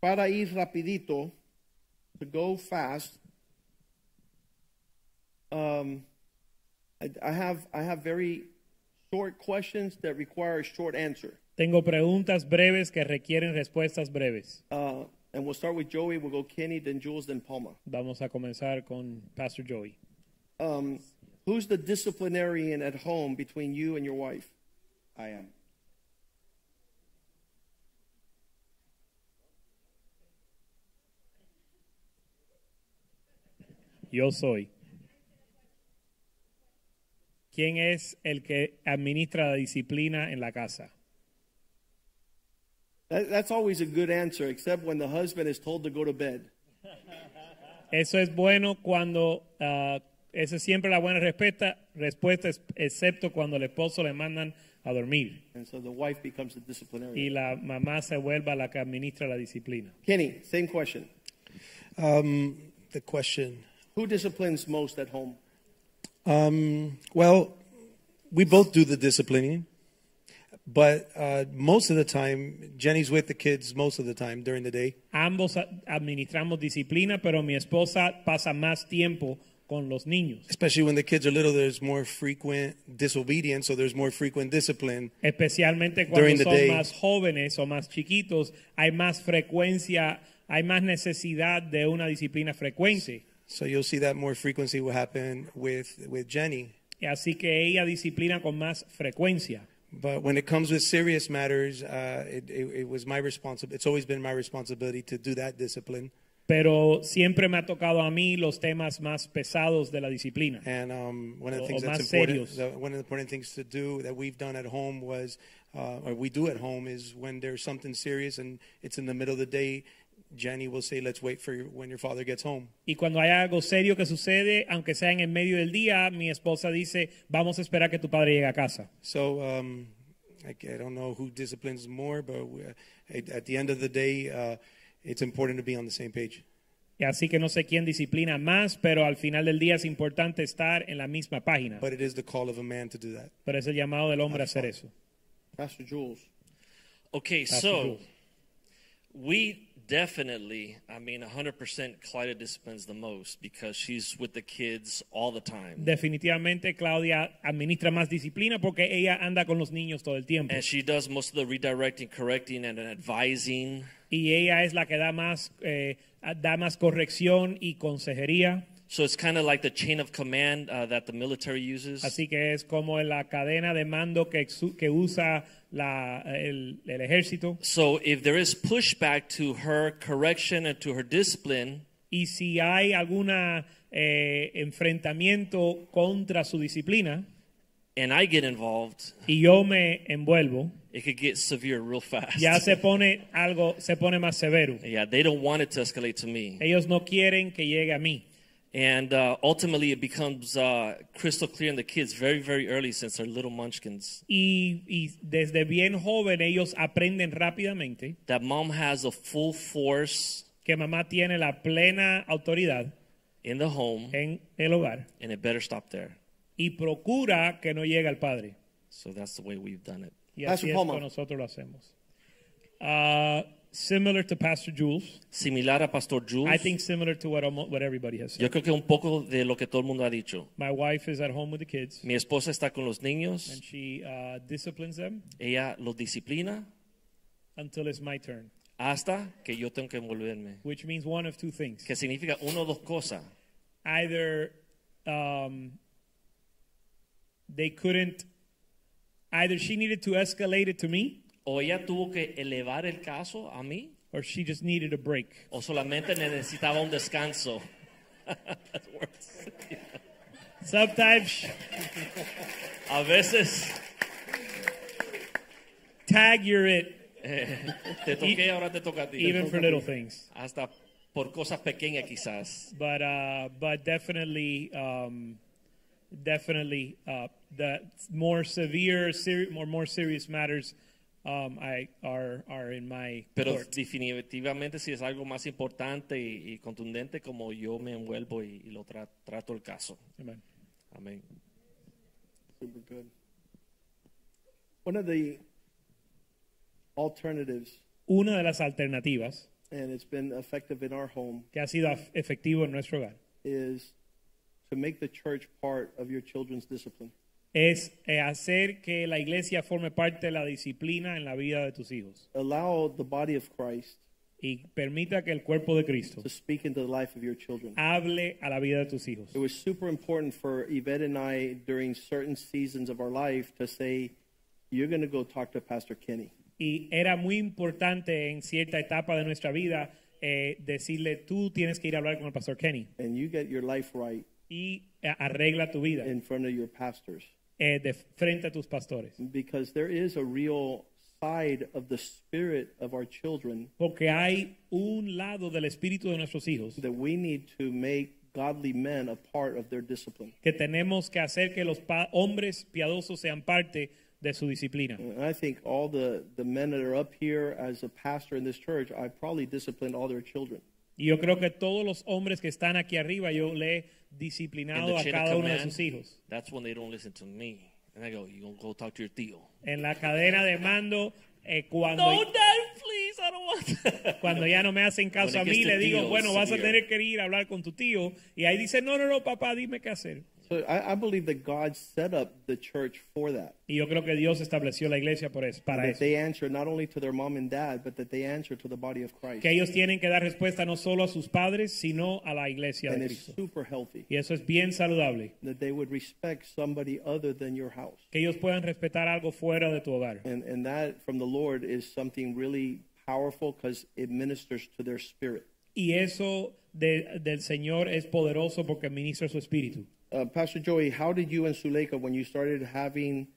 S2: para ir rapidito, to go fast, um, I, I have I have very short questions that require a short answer.
S3: Tengo preguntas breves que requieren respuestas breves.
S2: Uh, And we'll start with Joey, we'll go Kenny, then Jules, then Palma.
S3: Vamos a comenzar con Pastor Joey.
S2: Um, who's the disciplinarian at home between you and your wife?
S4: I am.
S3: Yo soy. ¿Quién es el que administra la disciplina en la casa?
S2: That, that's always a good answer, except when the husband is told to go to bed.
S3: Eso es bueno cuando, ah, esa es siempre la buena respuesta, respuesta es- excepto cuando el esposo le mandan a dormir
S2: And so the wife becomes the
S3: y
S2: disciplinarian.
S3: la mamá se vuelva la que administra la disciplina.
S2: Kenny, same question.
S5: Um, the question.
S2: Who disciplines most at home?
S5: Um, well, we both do the disciplining, but uh, most of the time, Jenny's with the kids most of the time during the day.
S3: Ambos a- administramos disciplina, pero mi esposa pasa más tiempo con los niños,
S5: Especially when the kids are little, there's more frequent disobedience, so there's more frequent discipline.
S3: especialmente cuando
S5: During the
S3: son
S5: day.
S3: más jóvenes o más chiquitos, hay más frecuencia, hay más necesidad de una disciplina frecuente.
S5: So you'll see that more frequency will happen with with Jenny.
S3: Así que ella disciplina con más frecuencia.
S5: But when it comes with serious matters, uh, it, it, it was my responsibility. It's always been my responsibility to do that discipline.
S3: Pero siempre me ha tocado a mí los temas más pesados de la disciplina.
S5: And um, one of the
S3: O-
S5: things
S3: o
S5: that's
S3: más
S5: important,
S3: serios.
S5: that one of the important things to do that we've done at home was, uh, or we do at home, is when there's something serious and it's in the middle of the day, Jenny will say, "Let's wait for your, when your father gets home."
S3: Y cuando hay algo serio que sucede, aunque sea en el medio del día, mi esposa dice, vamos a esperar que tu padre llegue a casa.
S5: So um, I, I don't know who disciplines more, but we, uh, at, at the end of the day, uh, it's important to be on the same page.
S3: Y así que no sé quién disciplina más, pero al final del día es importante estar en la misma página.
S5: But it is the call of a man to do that.
S3: Pero es el llamado del hombre a hacer eso.
S2: Pastor Jules.
S6: Okay,
S3: Pastor
S6: so
S3: Jules.
S6: we definitely, I mean, 100% Clyda disciplines the most because she's with the kids all the time.
S3: Definitivamente Claudia administra más disciplina porque ella anda con los niños todo el tiempo.
S6: And she does most of the redirecting, correcting, and advising.
S3: Y ella es la que da más, eh, da más corrección y consejería.
S6: So it's kind of like the chain of command uh, that the military uses.
S3: Así que es como la cadena de mando que, exu- que usa la- el, el ejército.
S6: So if there is pushback to her correction and to her discipline,
S3: Y si hay algún enfrentamiento contra su disciplina
S6: and I get involved,
S3: y yo me envuelvo,
S6: it could get severe real fast.
S3: ya se pone algo, se pone más severo.
S6: Yeah, they don't want it to escalate to me.
S3: Ellos no quieren que llegue a mí.
S6: And uh, ultimately, it becomes uh, crystal clear in the kids very, very early since they're little munchkins
S3: Y, y desde bien joven ellos aprenden rápidamente
S6: that mom has a full force
S3: que mamá tiene la plena autoridad
S6: in the home,
S3: en el hogar
S6: and it better stop there.
S3: y procura que no llegue al padre.
S6: So that's the way we've done it.
S3: Y
S2: Pastor
S3: así es
S2: Palmer.
S3: como nosotros lo hacemos. Uh, similar to Pastor Jules.
S6: Similar a Pastor Jules,
S3: I think similar to what, almo- what everybody has said.
S6: yo creo que un poco de lo que todo el mundo ha dicho.
S3: My wife is at home with the kids
S6: Mi esposa está con los
S3: and
S6: niños,
S3: she uh, disciplines them
S6: ella los disciplina
S3: until it's my turn,
S6: hasta que yo tengo que envolverme.
S3: which means one of two things.
S6: Que significa uno o dos cosas.
S3: Either um, they couldn't, either she needed to escalate it to me
S6: O ella tuvo que elevar el caso a mí,
S3: or she just needed a break.
S6: o solamente necesitaba un descanso. That works.
S3: Sometimes
S6: A veces
S3: tag you're it,
S6: te toqué, ahora te toca a ti.
S3: even for little things.
S6: Hasta por cosas pequeñas quizás.
S3: but uh, but definitely um, definitely uh, the more severe seri- more more serious matters um, I are are in my
S6: Pero
S3: court.
S6: definitivamente si es algo más importante y, y contundente como yo me envuelvo y, y lo tra- trato el caso.
S3: Amen.
S6: Amén.
S2: Super good. One of the alternatives,
S3: Una de las alternativas
S2: and it's been effective in our home,
S3: que ha sido af- efectivo en nuestro hogar
S2: is to make the church part of your children's discipline.
S3: es eh, hacer que la iglesia forme parte de la disciplina en la vida de tus hijos
S2: Allow the body of Christ
S3: y permita que el cuerpo de Cristo
S2: to speak into the life of your children.
S3: hable a la vida de tus hijos.
S2: It was super important for Yvette and I during certain seasons of our life to say, You're going to go talk to Pastor Kenny.
S3: Y era muy importante en cierta etapa de nuestra vida eh, decirle, tú tienes que ir a hablar con el pastor Kenny
S2: And you get your life right
S3: y eh, arregla tu vida
S2: in front of your pastors.
S3: eh, de frente a tus pastores.
S2: Because there is a real side of the spirit of our children
S3: Porque hay un lado del espíritu de nuestros hijos
S2: that we need to make godly men a part of their discipline.
S3: que tenemos que hacer que los pa- hombres piadosos sean parte de su disciplina.
S2: And I think all the, the men that are up here as a pastor in this church, I probably disciplined all their children.
S3: Y yo creo que todos los hombres que están aquí arriba, yo le he
S6: In
S3: disciplinado
S6: the
S3: a
S6: chain of
S3: cada uno de
S6: command,
S3: sus hijos.
S6: That's when they don't listen to me. And I go, you gonna go talk to your tío.
S3: En la cadena de mando, eh, cuando,
S6: No, Dad, please, I don't want that.
S3: cuando ya no me hacen caso a
S6: When it
S3: mí,
S6: gets to
S3: le digo,
S6: tíos,
S3: bueno, vas a
S6: severe.
S3: tener que ir a hablar con tu tío. Y ahí dice, no, no, no, papá, dime qué hacer.
S2: So I, I believe that God set up the church for that.
S3: Y yo creo que Dios estableció la iglesia por eso, para
S2: That
S3: eso.
S2: they answer not only to their mom and dad, but that they answer to the body of Christ.
S3: Que ellos tienen que dar respuesta no solo a sus padres, sino a la iglesia
S2: And
S3: de
S2: it's
S3: Cristo.
S2: super healthy
S3: Y eso es bien saludable.
S2: that they would respect somebody other than your house.
S3: Que ellos puedan respetar algo fuera de tu hogar.
S2: And, and that from the Lord is something really powerful because it ministers to their spirit.
S3: Y eso de- del Señor es poderoso porque ministra su espíritu.
S2: Uh, Pastor Joey, how did you and Suleika, when you started having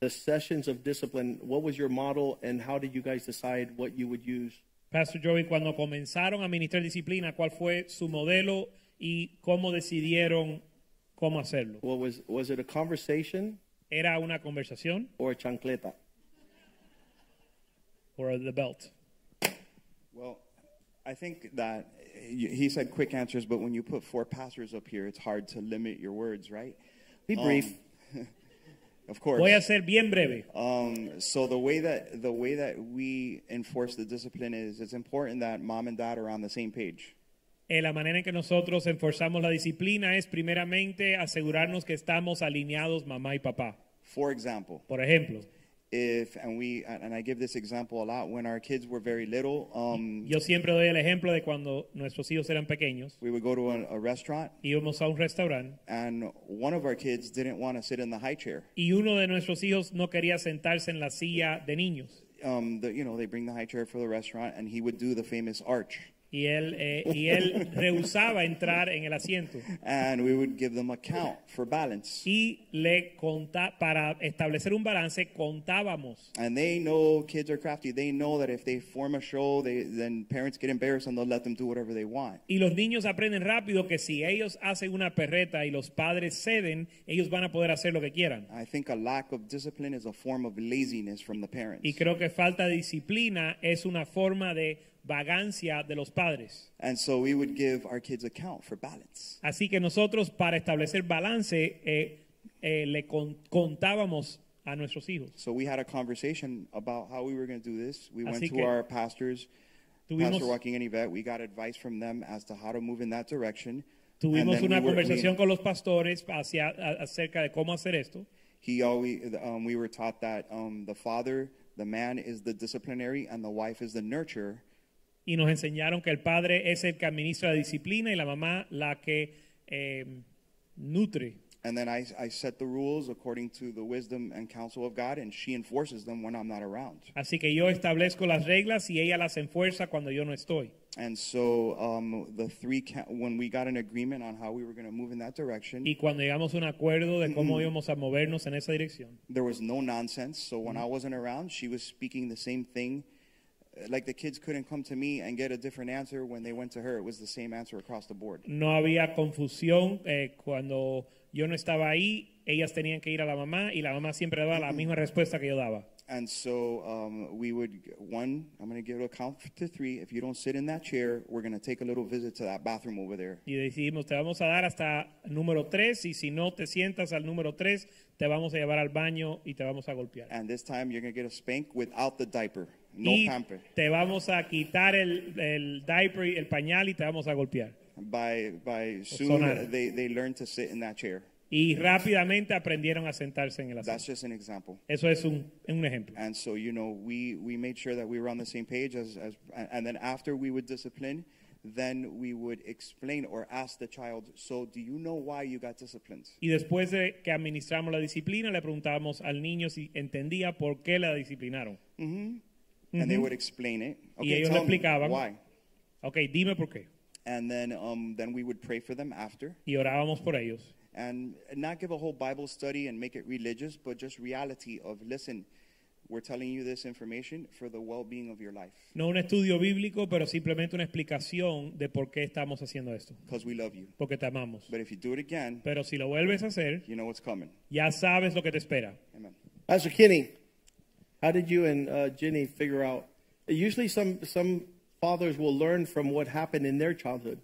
S2: the sessions of discipline, what was your model and how did you guys decide what you would use?
S3: Pastor Joey, cuando comenzaron a ministrar disciplina, ¿cuál fue su modelo y cómo decidieron cómo hacerlo?
S2: What was, was it a conversation
S3: ¿Era una conversación
S2: or a chancleta?
S3: o the belt?
S4: Well, I think that you- he said quick answers, but when you put four pastors up here, it's hard to limit your words, right? Um,
S2: Be brief.
S4: of course.
S3: Voy a ser bien breve.
S4: Um, so the way that the way that we enforce the discipline is it's important that mom and dad are on the same page.
S3: Eh, la manera en que nosotros enforzamos la disciplina es primeramente asegurarnos que estamos alineados mamá y papá.
S4: For example,
S3: Por ejemplo,
S4: if and we and and I give this example a lot when our kids were very little, um,
S3: yo siempre doy el ejemplo de cuando nuestros hijos eran pequeños,
S4: we would go to a, a restaurant
S3: íbamos a un restaurante
S4: and one of our kids didn't want to sit in the high chair.
S3: y uno de nuestros hijos no quería sentarse en la silla de niños.
S4: Um, the, you know, they bring the high chair for the restaurant, and he would do the famous arch,
S3: Y él, eh, y él rehusaba entrar en el asiento.
S4: and we would give them a count for balance.
S3: Y le conta, para establecer un balance contábamos.
S4: And they know kids are crafty. They know that if they form a show, they then parents get embarrassed and they'll let them do whatever they want.
S3: Y los niños aprenden rápido que si ellos hacen una perreta y los padres ceden, ellos van a poder hacer lo que quieran.
S4: I think a lack of discipline is a form of laziness from the parents.
S3: Y creo que falta de disciplina es una forma de vagancia de los padres.
S4: And so we would give our kids a count for balance.
S3: Así que nosotros para establecer balance eh, eh, le con- contábamos a nuestros hijos.
S4: So we had a conversation about how we were going to do this. We went
S3: Así
S4: to
S3: que
S4: our pastors,
S3: tuvimos-
S4: Pastor Joaquin and Yvette. We got advice from them as to how to move in that direction. And
S3: Tuvimos
S4: then
S3: una
S4: we were- we-
S3: conversación con los pastores hacia, a- acerca de cómo hacer esto.
S4: he always, um, we were taught that um, the father, the man is the disciplinary and the wife is the nurturer.
S3: Y nos enseñaron que el padre es el que administra la disciplina y la mamá la que eh, nutre.
S4: And then I, I set the rules according to the wisdom and counsel of God, and she enforces them when I'm not around.
S3: Así que yo establezco las reglas y ella las enfuerza cuando yo no estoy.
S4: And so um, the three, ca- when we got an agreement on how we were going to move in that direction,
S3: Y cuando llegamos a un acuerdo de cómo íbamos a movernos en esa dirección,
S4: there was no nonsense. So when I wasn't around, she was speaking the same thing. Uh, Like the kids couldn't come to me and get a different answer when they went to her. It was the same answer across the board.
S3: no había confusión. eh, cuando yo no estaba ahí, ellas tenían que ir a la mamá y la mamá siempre daba la misma respuesta que yo daba.
S4: And so um, we would one. I'm going to give a count to three. If you don't sit in that chair, we're going to take a little visit to that bathroom over there.
S3: Y decidimos, te vamos a dar hasta número 3 y si no te sientas al número 3, te vamos a llevar al baño y te vamos a golpear.
S4: And this time you're going to get a spank without the diaper, no
S3: y
S4: pamper,
S3: te vamos a quitar el, el diaper, y el pañal y te vamos a golpear.
S4: by by
S3: sonar.
S4: soon they they learn to sit in that chair.
S3: y rápidamente aprendieron a sentarse en el
S4: That's
S3: asiento.
S4: just an example.
S3: Eso es un, un ejemplo.
S4: And so, you know, we, we made sure that we were on the same page as, as and and then after we would discipline, then we would explain or ask the child, so do you know why you got disciplined?
S3: Y después de que administramos la disciplina, le preguntábamos al niño si entendía por qué la disciplinaron.
S4: And they would explain it.
S3: Mm-hmm. Y ellos le
S4: tell me
S3: explicaban.
S4: why.
S3: Ok, dime por qué.
S4: And then um, then we would pray for them after
S3: Y orábamos por ellos.
S4: and not give a whole Bible study and make it religious, but just reality of listen, we're telling you this information for the well-being of your life
S3: No un estudio bíblico, pero simplemente una explicación de por qué estamos haciendo esto.
S4: because we love you.
S3: Porque te amamos.
S4: But if you do it again,
S3: Pero si lo vuelves a hacer,
S4: you know what's coming.
S3: ya sabes lo que te espera.
S4: Amen.
S2: Pastor Kenny, how did you and uh, Jenny figure out? Usually, some some fathers will learn from what happened in their childhood.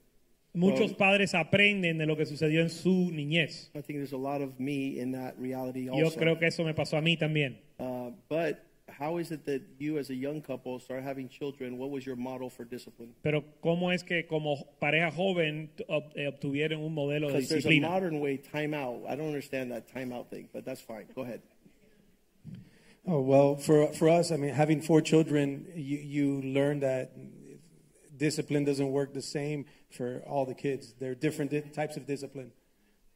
S3: Muchos padres aprenden de lo que sucedió en su niñez.
S2: I think there's a lot of me in that reality
S3: Yo
S2: also.
S3: creo que eso me pasó a mí también.
S2: uh, but how is it that you, as a young couple, start having children? What was your model for discipline?
S3: Pero ¿cómo es que como pareja joven t- ob- eh, obtuvieron un modelo de
S2: Because
S5: Pues,
S2: there's a
S3: disciplina?
S2: modern way timeout. I don't understand that timeout thing, but that's fine. Go ahead.
S5: Oh well, for for us, I mean, having four children, you you learn that discipline doesn't work the same for all the kids. There are different di- types of discipline.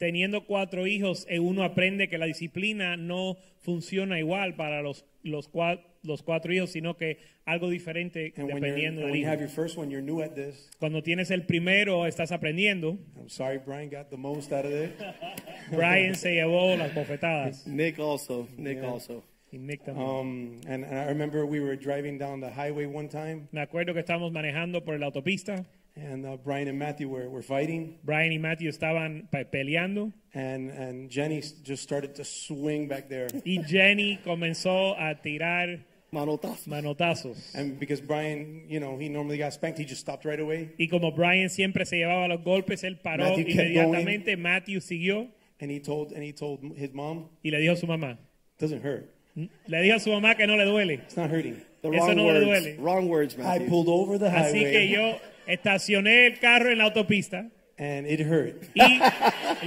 S3: Teniendo cuatro hijos, eh, uno aprende que la disciplina no funciona igual para los, los, cua- los cuatro hijos, sino que algo diferente
S5: And when, you're,
S3: dependiendo
S5: and
S3: del
S5: when you
S3: hijo.
S5: have your first one, you're new at this.
S3: Cuando tienes el primero, estás aprendiendo.
S5: I'm sorry, Brian got the most out of it.
S3: Brian se llevó las bofetadas.
S2: Nick also. Nick also.
S3: Y Nick también.
S5: Um, and, and I remember we were driving down the highway one time,
S3: Me acuerdo que estábamos manejando por la autopista.
S5: and uh, Brian and Matthew were, were fighting,
S3: Brian y Matthew estaban pe- peleando.
S5: and, and Jenny s- just started to swing back there.
S3: Y Jenny comenzó a tirar
S2: Manotas.
S3: manotazos.
S5: And because Brian, you know, he normally got spanked, he just stopped right away,
S3: Y como Brian siempre se llevaba los golpes, él paró
S5: Matthew kept
S3: inmediatamente. Matthew siguió
S5: and he told, and he told m- his mom,
S3: y le dijo a su mamá.
S5: doesn't hurt.
S3: Le dijo a su mamá que no le duele.
S5: It's not hurting.
S2: The
S3: Eso
S2: wrong
S3: no
S2: words.
S3: le duele.
S2: Wrong words,
S5: I
S2: Matthew.
S5: pulled over the
S3: Así que
S5: highway,
S3: yo estacioné el carro en la autopista
S5: and it hurt.
S3: y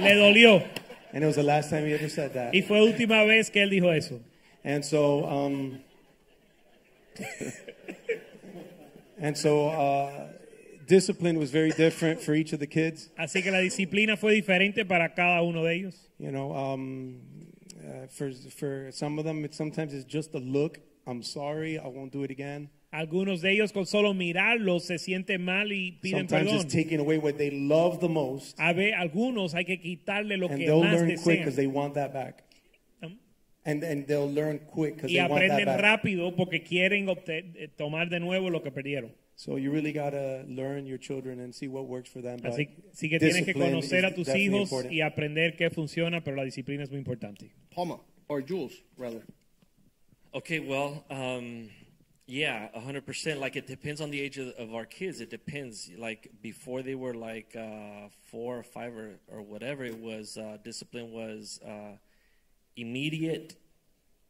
S3: le dolió.
S5: And it was the last time he ever said that.
S3: Y fue última vez que él dijo eso.
S5: And so, um, and so, uh, discipline was very different for each of the kids.
S3: Así que la disciplina fue diferente para cada uno de ellos.
S5: You know, um, uh, for for some of them, it, sometimes it's just a look. I'm sorry, I won't do it again.
S3: Algunos de ellos con solo mirarlos se sienten mal y piden
S5: Sometimes
S3: perdón.
S5: it's taking away what they love the most,
S3: A ver, algunos hay que quitarle lo
S5: and
S3: que
S5: they'll
S3: más
S5: learn quick
S3: desean.
S5: because they want that back.
S3: Um.
S5: And and they'll learn quick because
S3: y
S5: they want that
S3: aprenden
S5: back.
S3: rápido porque quieren obte- eh, tomar de nuevo lo que perdieron.
S5: So you really gotta learn your children and see what works for them.
S3: Así,
S5: but
S3: así que tienes que
S5: discipline
S3: conocer
S5: is
S3: a tus
S5: definitely
S3: hijos
S5: important.
S3: y aprender qué funciona, pero la disciplina es muy importante.
S2: Palma or Jules, rather.
S6: Okay, well, um, yeah, 100%. Like, it depends on the age of, of our kids. It depends. Like, before they were like uh, four or five or, or whatever, it was uh, discipline was uh, immediate,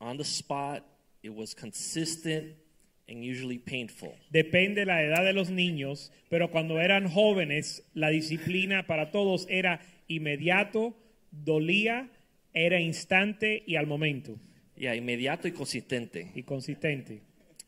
S6: on the spot, it was consistent, and usually painful.
S3: Depende la edad de los niños, pero cuando eran jóvenes, la disciplina para todos era inmediato, dolía, era instante y al momento,
S6: Yeah, inmediato y consistente.
S3: y consistente.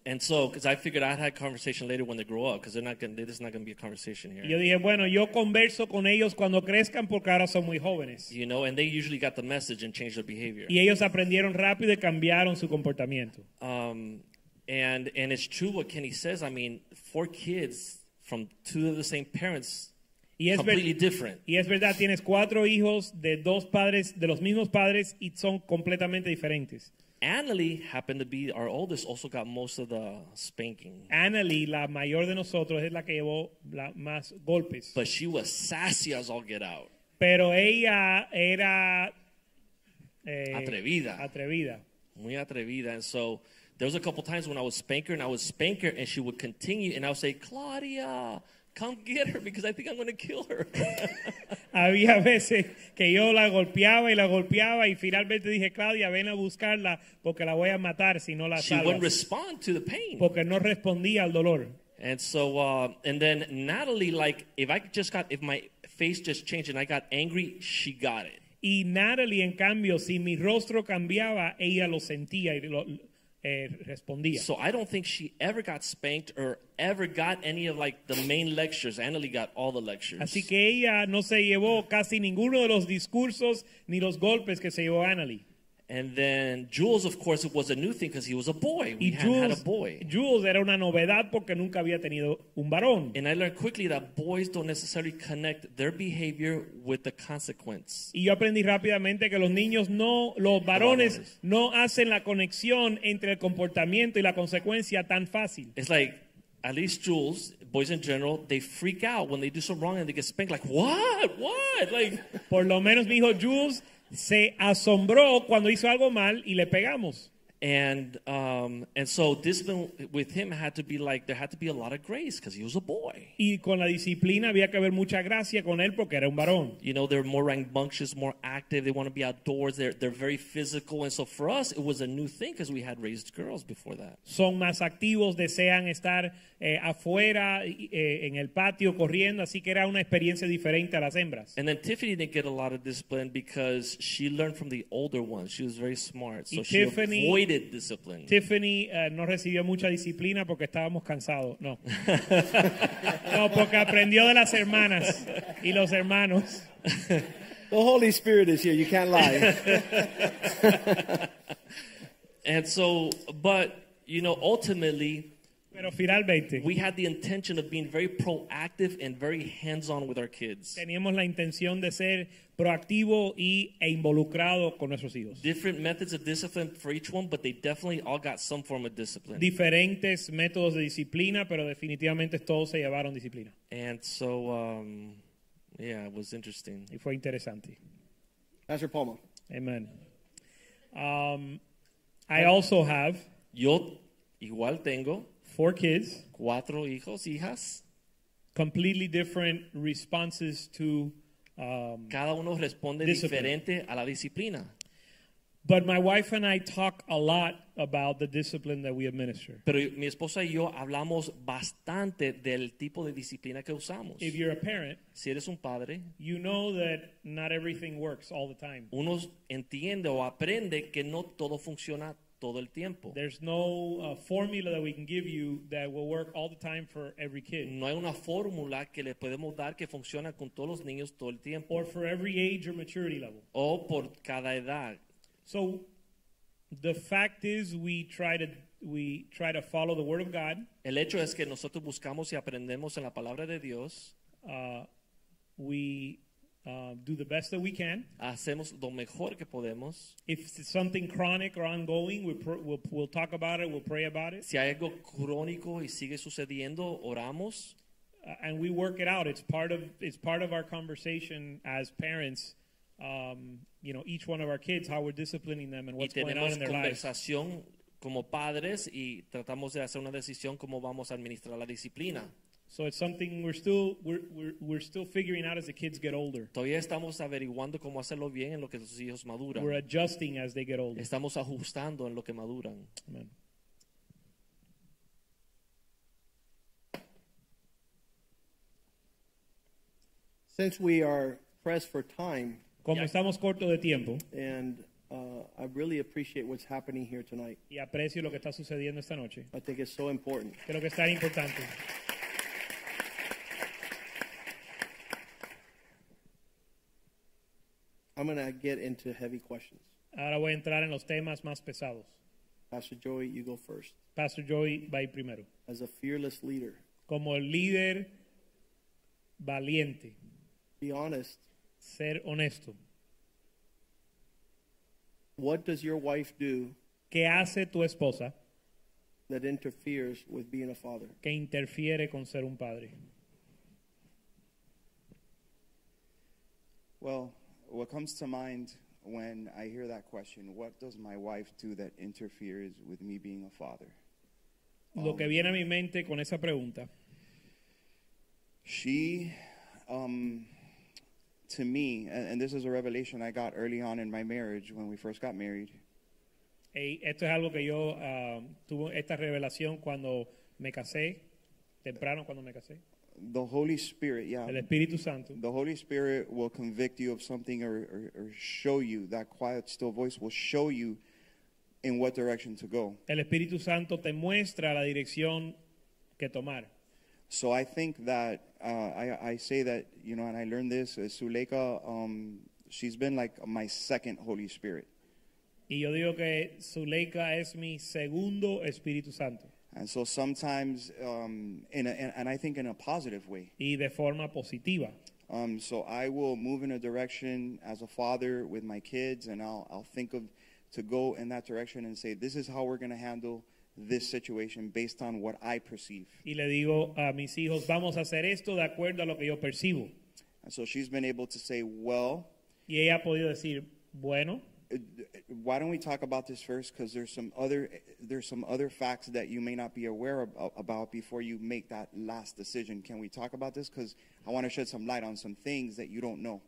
S6: And so, because I figured I'd have a conversation later when they grow up, because they're not going. to This is not going to be a conversation here.
S3: Y yo dije, bueno, yo converso con ellos cuando crezcan porque ahora son muy jóvenes.
S6: You know, and they usually got the message and changed their behavior.
S3: Y ellos aprendieron rápido y cambiaron su comportamiento.
S6: Um, and and it's true what Kenny says. I mean, four kids from two of the same parents,
S3: Y es, ver-
S6: completely different.
S3: y es verdad, tienes cuatro hijos de dos padres, de los mismos padres, y son completamente diferentes.
S6: Annalie happened to be our oldest, also got most of the spanking,
S3: Annalie, la mayor de nosotros, es la que llevó la- más golpes.
S6: but she was sassy as all get out.
S3: Pero ella era... eh,
S6: Atrevida.
S3: Atrevida.
S6: Muy atrevida. And so there was a couple times when I would spank her and I would spank her and she would continue and I would say, Claudia, come get her because I think I'm going to kill her.
S3: Había veces que yo la golpeaba y la golpeaba y finalmente dije, Claudia, ven a buscarla porque la voy a matar si no la
S6: she wouldn't
S3: salvas.
S6: respond to the pain.
S3: Porque no respondía al dolor.
S6: And so, uh, and then Natalie, like, if I just got, if my face just changed and I got angry, she got it.
S3: Y Natalie, en cambio, si mi rostro cambiaba, ella lo sentía y lo, eh, respondía.
S6: So I don't think she ever got spanked or ever got any of like the main lectures. Annalie got all the lectures.
S3: Así que ella no se llevó casi ninguno de los discursos ni los golpes que se llevó Annalie.
S6: And then Jules, of course, it was a new thing because he was a boy.
S3: Y
S6: We hadn't had
S3: Jules,
S6: a boy.
S3: Jules era una novedad porque nunca había tenido un varón.
S6: And I learned quickly that boys don't necessarily connect their behavior with the consequence.
S3: Y yo aprendí rápidamente que los niños no, los varones
S6: varones.
S3: no hacen la conexión entre el comportamiento y la consecuencia tan fácil.
S6: It's like, at least Jules, boys in general, they freak out when they do something wrong and they get spanked. Like, what? What? Like,
S3: Por lo menos mi hijo Jules se asombró cuando hizo algo mal y le pegamos.
S6: and um, and so discipline with him had to be like there had to be a lot of grace because he was a boy.
S3: Y con la disciplina había que haber mucha gracia con él porque era un varón.
S6: You know, they're more rambunctious, more active. They want to be outdoors. They're they're very physical, and so for us, it was a new thing because we had raised girls before that.
S3: Son más activos, desean estar eh, afuera, y, eh, en el patio, corriendo. Así que era una experiencia diferente a las hembras.
S6: And then Tiffany didn't get a lot of discipline because she learned from the older ones. She was very smart, so
S3: Y
S6: she
S3: Tiffany-
S6: avoided discipline.
S3: Tiffany eh, no recibió mucha disciplina porque estábamos cansados. No. no, porque aprendió de las hermanas y los hermanos.
S2: The Holy Spirit is here. You can't lie.
S6: and so, but you know, ultimately,
S3: Pero finalmente
S6: we had the intention of being very proactive and very hands-on with our kids.
S3: teníamos la intención de ser proactivo y, e involucrado con nuestros hijos.
S6: Different methods of discipline for each one, but they definitely all got some form of discipline.
S3: Diferentes métodos de disciplina, pero definitivamente todos se llevaron disciplina.
S6: And so, um, yeah, it was interesting.
S3: Y fue interesante.
S2: Pastor Palmer.
S3: Amen. Um, I also have
S6: Yo igual tengo
S3: four kids,
S6: cuatro hijos, hijas.
S3: completely different responses to um,
S6: Cada uno responde
S3: Discipline.
S6: diferente a la disciplina.
S3: But my wife and I talk a lot about the discipline that we administer.
S6: Pero mi esposa y yo hablamos bastante del tipo de disciplina que usamos.
S3: If you're a parent,
S6: Si eres un padre,
S3: you know that not everything works all the time.
S6: uno entiende o aprende que no todo funciona todo el tiempo.
S3: There's no uh, formula that we can give you that will work all the time for every kid
S6: No hay una fórmula que le podemos dar que funciona con todos los niños todo el tiempo
S3: or for every age or maturity level.
S6: o por cada edad.
S3: So the fact is we try to we try to follow the word of God.
S6: El hecho es que nosotros buscamos y aprendemos en la palabra de Dios,
S3: Uh, we uh, do the best that we can.
S6: hacemos lo mejor que podemos
S3: If it's something chronic or ongoing, we pr- we'll, we'll talk about it. We'll pray about it.
S6: Si hay algo crónico y sigue sucediendo, oramos
S3: uh, and we work it out. It's part of it's part of our conversation as parents. Um, you know, each one of our kids, how we're disciplining them and
S6: y
S3: what's going on
S6: tenemos
S3: in their lives.
S6: conversación como padres y tratamos de hacer una decisión cómo vamos a administrar la disciplina.
S3: So it's something we're still we're, we're we're still figuring out as the kids get older.
S6: Todavía estamos averiguando cómo hacerlo bien en lo que sus hijos maduran.
S3: We're adjusting as they get older.
S6: Estamos ajustando en lo que maduran.
S3: Amen.
S2: Since we are pressed for time,
S3: Como estamos corto de tiempo
S2: and uh, I really appreciate what's happening here tonight,
S3: y aprecio lo que está sucediendo esta noche,
S2: I think it's so important.
S3: creo que está importante.
S2: I'm going to get into heavy questions.
S3: Ahora voy a entrar en los temas más pesados.
S2: Pastor Joey, you go first.
S3: Pastor Joey va a ir primero.
S2: As a fearless leader,
S3: Como el líder valiente,
S2: be honest.
S3: ser honesto.
S2: What does your wife do
S3: ¿Qué hace tu esposa
S2: that interferes with being a father?
S3: que interfiere con ser un padre?
S4: Well, what comes to mind when I hear that question, what does my wife do that interferes with me being a father?
S3: Lo que viene a mi mente con esa pregunta,
S4: She, um, to me, and, and this is a revelation I got early on in my marriage when we first got married,
S3: y esto es algo que yo ah, tuve esta revelación cuando me casé, temprano cuando me casé,
S4: the Holy Spirit, yeah,
S3: el Espíritu Santo,
S4: the Holy Spirit will convict you of something or, or, or show you that quiet, still voice will show you in what direction to go.
S3: el Espíritu Santo te muestra la dirección que tomar.
S4: So I think that uh, I, I say that you know, and I learned this. Uh, Suleika, um, she's been like my second Holy Spirit,
S3: Y yo digo que Zuleika es mi segundo Espíritu Santo.
S4: and so sometimes, um, in a, and, and I think in a positive way.
S3: Y de forma positiva.
S4: Um, so I will move in a direction as a father with my kids, and I'll I'll think of to go in that direction and say, this is how we're going to handle this situation based on what I perceive.
S3: Y le digo a mis hijos, vamos a hacer esto de acuerdo a lo que yo percibo.
S4: And so she's been able to say, well,
S3: Y ella ha podido decir, bueno,
S4: uh, why don't we talk about this first? Because there's some other there's some other facts that you may not be aware ab- about before you make that last decision. Can we talk about this? Because I want to shed some light on some things that you don't know.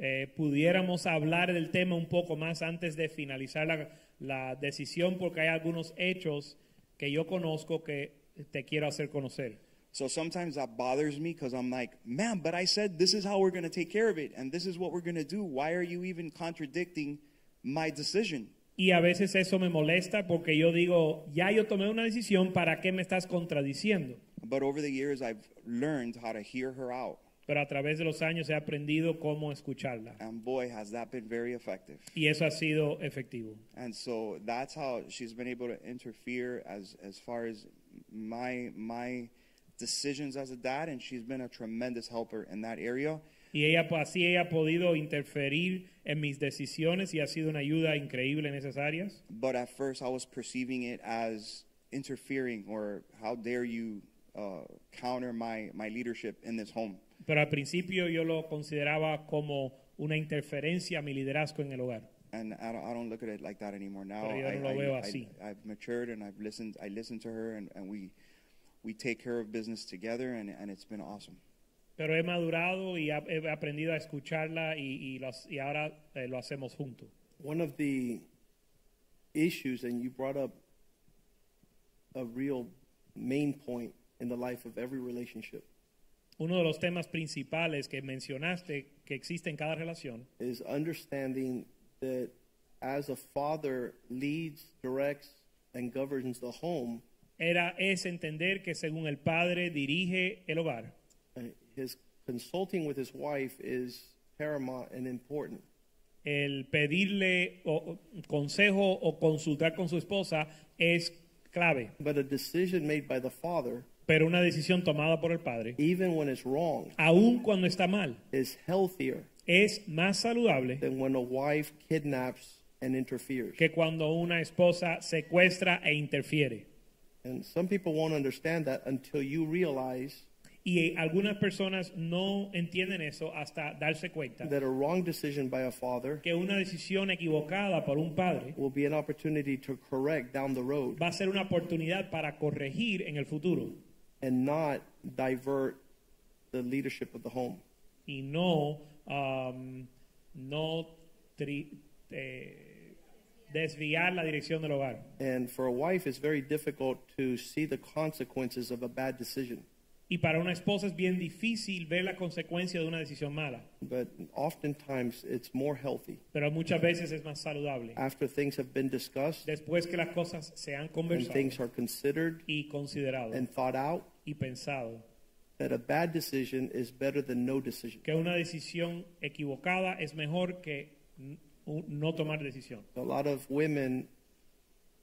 S3: eh, pudiéramos hablar del tema un poco más antes de finalizar la, la decisión porque hay algunos hechos que yo conozco que te quiero hacer conocer.
S4: So sometimes that bothers me because I'm like, ma'am, but I said this is how we're going to take care of it, and this is what we're going to do. Why are you even contradicting my decision?
S3: Y a veces eso me molesta porque yo digo, ya yo tomé una decisión, ¿para qué me estás contradiciendo?
S4: But over the years, I've learned how to hear her out,
S3: Pero a través de los años he aprendido cómo escucharla.
S4: and boy, has that been very effective.
S3: Y eso ha sido efectivo.
S4: And so that's how she's been able to interfere as as far as my my decisions as a dad, and she's been a tremendous helper in that area.
S3: Y ella, pues, así ella ha podido interferir en mis decisiones y ha sido una ayuda increíble en esas áreas.
S4: But at first, I was perceiving it as interfering, or how dare you uh, counter my my leadership in this home.
S3: Pero al principio yo lo consideraba como una interferencia a mi liderazgo en el hogar.
S4: And I don't, I don't look at it like that anymore now.
S3: Pero yo no lo
S4: I,
S3: veo
S4: I,
S3: así.
S4: I, have matured and I've listened. I listen to her, and, and we we take care of business together, and, and it's been awesome.
S3: Pero he madurado y ha- he aprendido a escucharla y, y los- y ahora eh, lo hacemos juntos.
S2: One of the issues, and you brought up a real main point in the life of every relationship,
S3: Uno de los temas principales que mencionaste que existe en cada relación
S2: is understanding that as a father leads, directs, and governs the home,
S3: era, es entender que según el padre dirige el hogar,
S2: uh, his consulting with his wife is paramount and important.
S3: el pedirle o- o consejo o consultar con su esposa es clave,
S2: But a decision made by the father,
S3: pero una decisión tomada por el padre,
S2: even when it's wrong,
S3: aun cuando está mal,
S2: is healthier
S3: es más saludable
S2: than when a wife kidnaps and interferes.
S3: que cuando una esposa secuestra e interfiere.
S2: And some people won't understand that until you realize
S3: Y eh, algunas personas no entienden eso hasta darse cuenta
S2: that a wrong decision by a father
S3: que una decisión equivocada por un padre
S2: will be an opportunity to correct down the road
S3: va a ser una oportunidad para corregir en el futuro
S2: and not divert the leadership of the home.
S3: y no, um, no tri- eh, desviar la dirección del hogar.
S2: And for a wife, it's very difficult to see the consequences of a bad decision.
S3: Y para una esposa es bien difícil ver la consecuencia de una decisión mala,
S2: But oftentimes, it's more healthy
S3: pero muchas veces es más saludable.
S2: after things have been discussed
S3: Después que las cosas se han
S2: and
S3: conversado
S2: things are considered
S3: y considerado
S2: and thought out
S3: y pensado,
S2: that a bad decision is better than no decision.
S3: que una decisión equivocada es mejor que n- u- no tomar decisión.
S2: A lot of women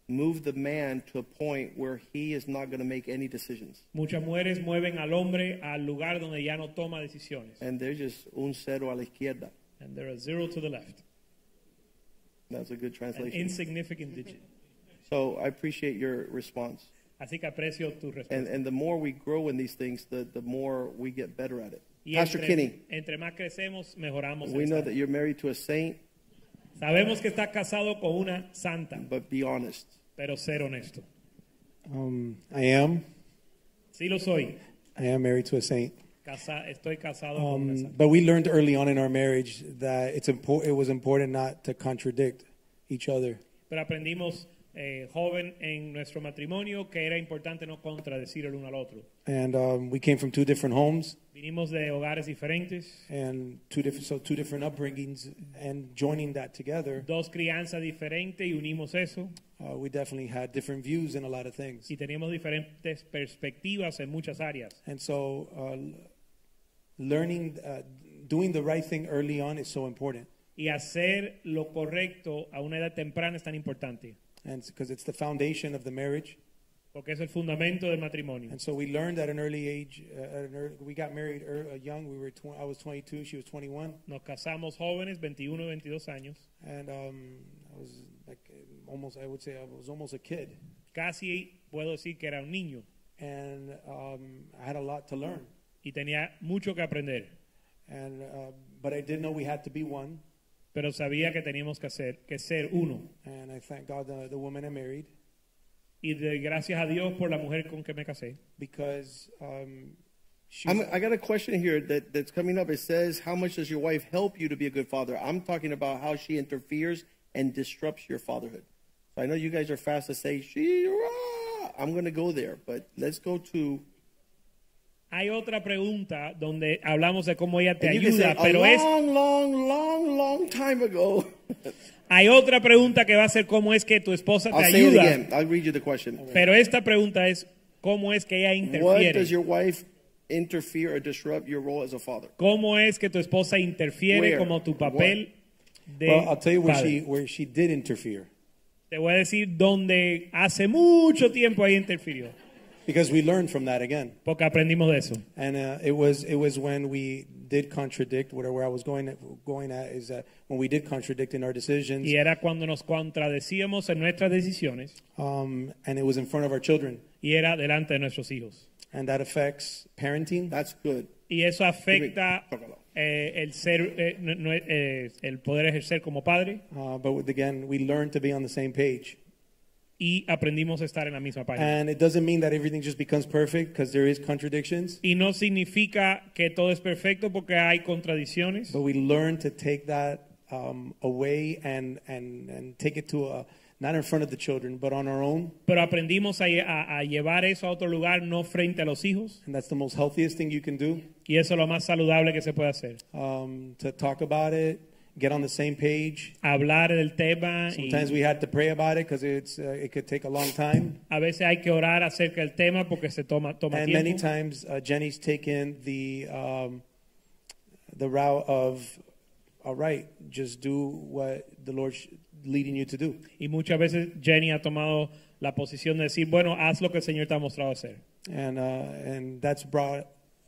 S2: move the man to a point where he is not going to make any decisions.
S3: Muchas mujeres mueven al hombre al lugar donde ya no toma decisiones.
S2: And they're just un cero a la izquierda.
S3: And there are zero to the left.
S2: That's a good
S3: An
S2: translation.
S3: insignificant digit.
S2: So I appreciate your response.
S3: Así que aprecio tu
S2: And,
S3: respuesta.
S2: and the more we grow in these things, the, the more we get better at it.
S3: y
S2: Pastor
S3: entre,
S2: Kinney,
S3: entre más crecemos, mejoramos. en
S2: we know
S3: esta-
S2: that you're married to a saint,
S3: Sabemos que estás casado con una santa,
S2: but be honest.
S3: pero ser honesto.
S5: Um, I am.
S3: Sí lo soy.
S5: I am married to a saint.
S3: Casa- estoy casado con una
S5: Um,
S3: santa.
S5: but we learned early on in our marriage that it's impor- it was important not to contradict each other.
S3: Pero aprendimos eh, joven en nuestro matrimonio que era importante no contradecir el uno al otro.
S5: And um, we came from two different homes
S3: Vinimos de hogares diferentes,
S5: and two different, so two different upbringings, and joining that together,
S3: dos crianzas diferentes y unimos eso
S5: uh, we definitely had different views in a lot of things.
S3: y teníamos diferentes perspectivas en muchas áreas.
S5: And so, uh, l- learning, uh, doing the right thing early on is so important,
S3: Y hacer lo correcto a una edad temprana es tan importante,
S5: and because it's the foundation of the marriage.
S3: porque es el fundamento del matrimonio.
S5: And so we learned at an early age. Uh, at an early, we got married ear uh, young. We were tw- I was 22. She was 21,
S3: Nos casamos jóvenes, 21 y 22 años,
S5: and um, I was like uh, almost. I would say I was almost a kid,
S3: casi puedo decir que era un niño
S5: and um, I had a lot to learn.
S3: y tenía mucho que aprender,
S5: And uh, but I did know we had to be one,
S3: pero sabía que teníamos que, hacer, que ser uno.
S5: and I thank God the, the woman I married
S3: Y doy gracias a Dios por la mujer con que me casé.
S5: because um, she.
S2: I'm, I got a question here that, that's coming up. It says, How much does your wife help you to be a good father? I'm talking about how she interferes and disrupts your fatherhood. So I know you guys are fast to say, she, rah." I'm going to go there, but let's go to.
S3: Hay otra pregunta donde hablamos de cómo ella te
S2: and you can
S3: ayuda,
S2: say,
S3: pero
S2: a
S3: es
S2: long, long, long, long time ago.
S3: hay otra pregunta que va a ser cómo es que tu esposa te
S2: I'll say it
S3: ayuda,
S2: again. I'll read you the question.
S3: pero esta pregunta es cómo es que ella
S2: What
S3: interfiere.
S2: does your wife interfere or disrupt your role as a father?
S3: ¿Cómo es que tu esposa interfiere
S2: Where?
S3: como tu papel de
S5: well, I'll tell you where
S3: padre?
S5: she where she did interfere
S3: Te voy a decir donde hace mucho tiempo ella interfirió,
S5: because we learned from that again.
S3: porque aprendimos de eso.
S5: And uh, it was it was when we did contradict where, where I was going at, going at is that when we did contradict in our decisions,
S3: Y era cuando nos contradecíamos en nuestras decisiones
S5: um, and it was in front of our children,
S3: y era delante de nuestros hijos.
S5: and that affects parenting.
S2: That's good.
S3: Y eso afecta
S2: Give me- tócalo.
S3: eh, el ser, eh, no- no- eh, el poder ejercer como padre
S5: Uh, but with, again, we learn to be on the same page,
S3: y aprendimos a estar en la misma página.
S5: and it doesn't mean that everything just becomes perfect because there is contradictions.
S3: Y no significa que todo es perfecto porque hay contradicciones,
S5: But we learn to take that um, away and and and take it to a not in front of the children, but on our own,
S3: pero aprendimos a, a- a llevar eso a otro lugar, no frente a los hijos.
S5: and that's the most healthiest thing you can do.
S3: Y eso es lo más saludable que se puede hacer.
S5: um, to talk about it, get on the same page.
S3: Hablar del tema y
S5: Sometimes we had to pray about it because it's uh, it could take a long time.
S3: a veces hay que orar acerca del tema porque se toma, toma
S5: And many
S3: tiempo.
S5: times uh, Jenny's taken the um, the route of all right, just do what the Lord's leading you to do.
S3: Y muchas veces Jenny ha tomado la posición de decir, bueno, haz lo que el Señor te ha mostrado hacer.
S5: And uh, and that's brought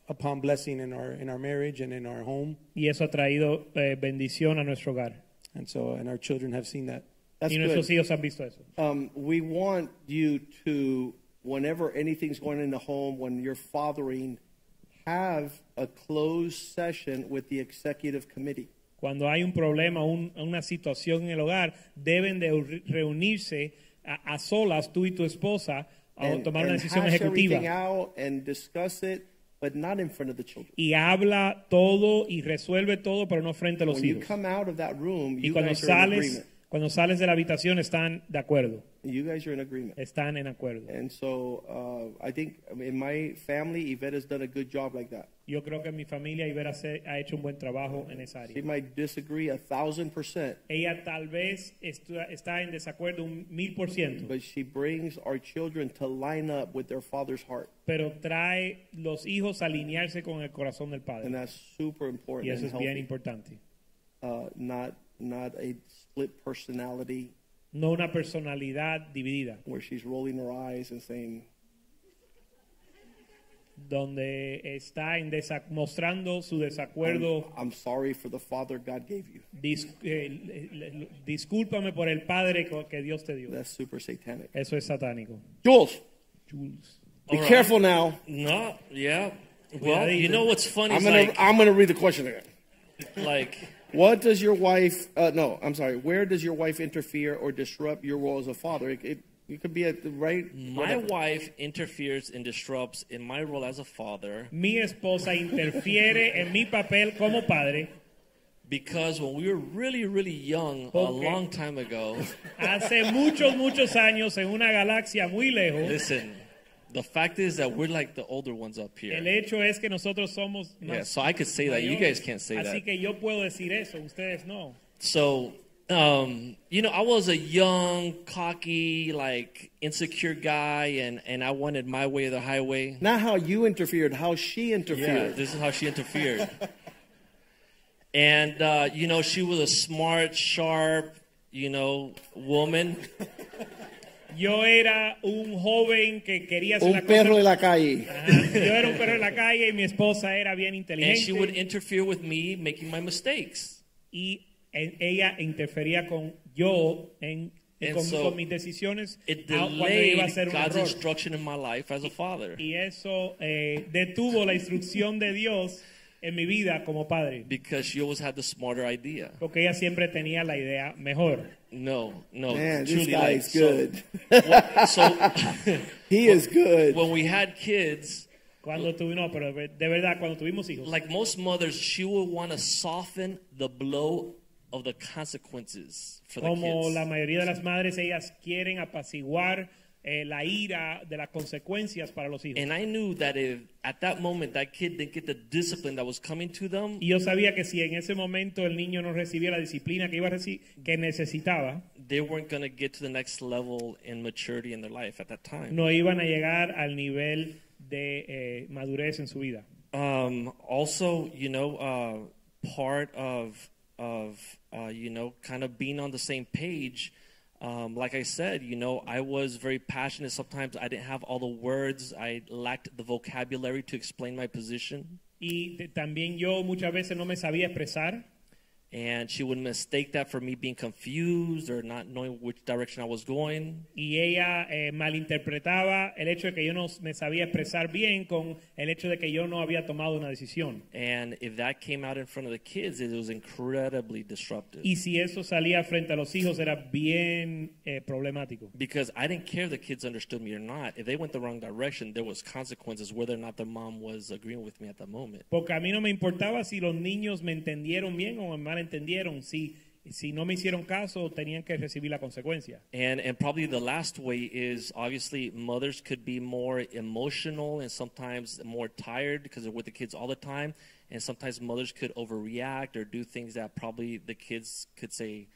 S5: upon blessing in our in our marriage and in our home.
S3: Y eso ha traído eh, bendición a nuestro hogar.
S5: And so and our children have seen that.
S2: That's
S3: y
S2: good.
S3: nuestros hijos han visto eso.
S2: um, we want you to, whenever anything's going in the home, when you're fathering, have a closed session with the executive committee.
S3: Cuando hay un problema, un- una situación en el hogar, deben de re- reunirse a, a solas tú y tu esposa a
S2: And,
S3: tomar una
S2: and
S3: decisión
S2: hash everything
S3: ejecutiva.
S2: out and discuss it, but not in front of the children.
S3: Y habla todo y resuelve todo, pero no frente a los
S2: When you
S3: hijos.
S2: come out of that room,
S3: Y
S2: you
S3: cuando
S2: guys are in
S3: sales,
S2: agreement.
S3: cuando sales de la habitación están de acuerdo,
S2: You guys are in agreement.
S3: están en acuerdo.
S2: And so uh, I think in my family, Yvette has done a good job like that.
S3: Yo creo que mi familia Ibera se- ha hecho un buen trabajo en esa
S2: She
S3: área.
S2: might disagree a thousand percent,
S3: Ella tal vez estu- está en desacuerdo un mil por ciento,
S2: but she brings our children to line up with their father's heart.
S3: pero trae los hijos a alinearse con el corazón del
S2: And
S3: padre.
S2: that's super important
S3: Y eso
S2: and
S3: es bien
S2: healthy.
S3: importante.
S2: Uh, not not a split personality
S3: No una personalidad dividida,
S2: where she's rolling her eyes and saying,
S3: donde está en desa- mostrando su
S2: I'm,
S3: desacuerdo.
S2: I'm sorry for the father God gave you.
S3: dis- eh, le- le- discúlpame por el padre co- que Dios te dio.
S2: That's super satanic.
S3: Eso es satánico.
S2: Jules,
S3: Jules.
S2: be
S6: All right.
S2: careful now.
S6: No, yeah. Well,
S3: Cuidadito.
S6: you know what's funny?
S2: I'm
S6: is
S2: gonna
S6: like,
S2: I'm gonna read the question again.
S6: like
S2: What does your wife? Uh, no, I'm sorry. Where does your wife interfere or disrupt your role as a father? It, it, it could be at the right.
S6: my wife interferes and disrupts in my role as a father
S3: Mi esposa interfiere en mi papel como padre
S6: Because when we were really, really young, a
S3: Okay.
S6: long time ago,
S3: Hace muchos, muchos años, en una galaxia muy lejos,
S6: listen, the fact is that we're like the older ones up
S3: el
S6: here.
S3: hecho es que nosotros somos
S6: Yeah,
S3: más
S6: so I could say that. You
S3: mayores.
S6: guys can't say
S3: Así
S6: that.
S3: que yo puedo decir eso, ustedes no.
S6: So, um, you know, I was a young, cocky, like insecure guy, and, and I wanted my way or the highway.
S2: Not how you interfered, how she
S6: Yeah,
S2: interfered.
S6: this is how she interfered. and uh, you know, she was a smart, sharp, you know, woman.
S3: Yo era un joven que quería hacer
S2: Un
S3: la
S2: perro de
S3: cosa.
S2: la calle.
S3: Yo era un perro en la calle y mi esposa era bien
S6: and she would
S3: inteligente
S6: interfere with me making my mistakes.
S3: y en- ella interfería con yo en
S6: And
S3: con,
S6: so
S3: con mis decisiones
S6: It
S3: a- cuando iba a
S6: delayed
S3: hacer un
S6: God's
S3: error.
S6: instruction in my life as a father
S3: Y eso eh, detuvo la instrucción de Dios en mi vida como padre,
S6: because she always had the smarter idea.
S3: porque ella siempre tenía la idea mejor.
S6: No, no,
S2: Man,
S6: truly,
S2: this guy
S6: like,
S2: is good.
S6: So, so
S2: He is good.
S6: when we had kids,
S3: Cuando tuvimos, no, pero de de verdad, cuando tuvimos hijos,
S6: like most mothers, she would want to soften the blow of the consequences for the
S3: como
S6: kids.
S3: la mayoría de las madres, ellas quieren apaciguar eh, la ira de las consecuencias para los hijos.
S6: And I knew that if at that moment that kid didn't get the discipline that was coming to them,
S3: Y yo sabía que si en ese momento el niño no recibía la disciplina que iba a reci- que necesitaba,
S6: they weren't going to get to the next level in maturity in their life at that time.
S3: no iban a llegar al nivel de eh, madurez en su vida.
S6: um, also, you know, uh, part of of uh, you know, kind of being on the same page. Um, like I said, you know, I was very passionate. Sometimes I didn't have all the words. I lacked the vocabulary to explain my position,
S3: Y te- también yo muchas veces no me sabía expresar
S6: and she would mistake that for me being confused or not knowing which direction I was going.
S3: y ella eh, malinterpretaba el hecho de que yo no me sabía expresar bien con el hecho de que yo no había tomado una decisión.
S6: And if that came out in front of the kids, it was incredibly disruptive
S3: Y si eso salía frente a los hijos era bien eh, problemático.
S6: because I didn't care if the kids understood me or not. If they went the wrong direction, there was consequences whether or not their mom was agreeing with me at the moment.
S3: Porque a mí no me importaba si los niños me entendieron bien o me malentendieron. Si, si no me hicieron caso, tenían que recibir la consecuencia.
S6: And and probably the last way is obviously mothers could be more emotional and sometimes more tired because they're with the kids all the time, and sometimes mothers could overreact or do things that probably the kids could say,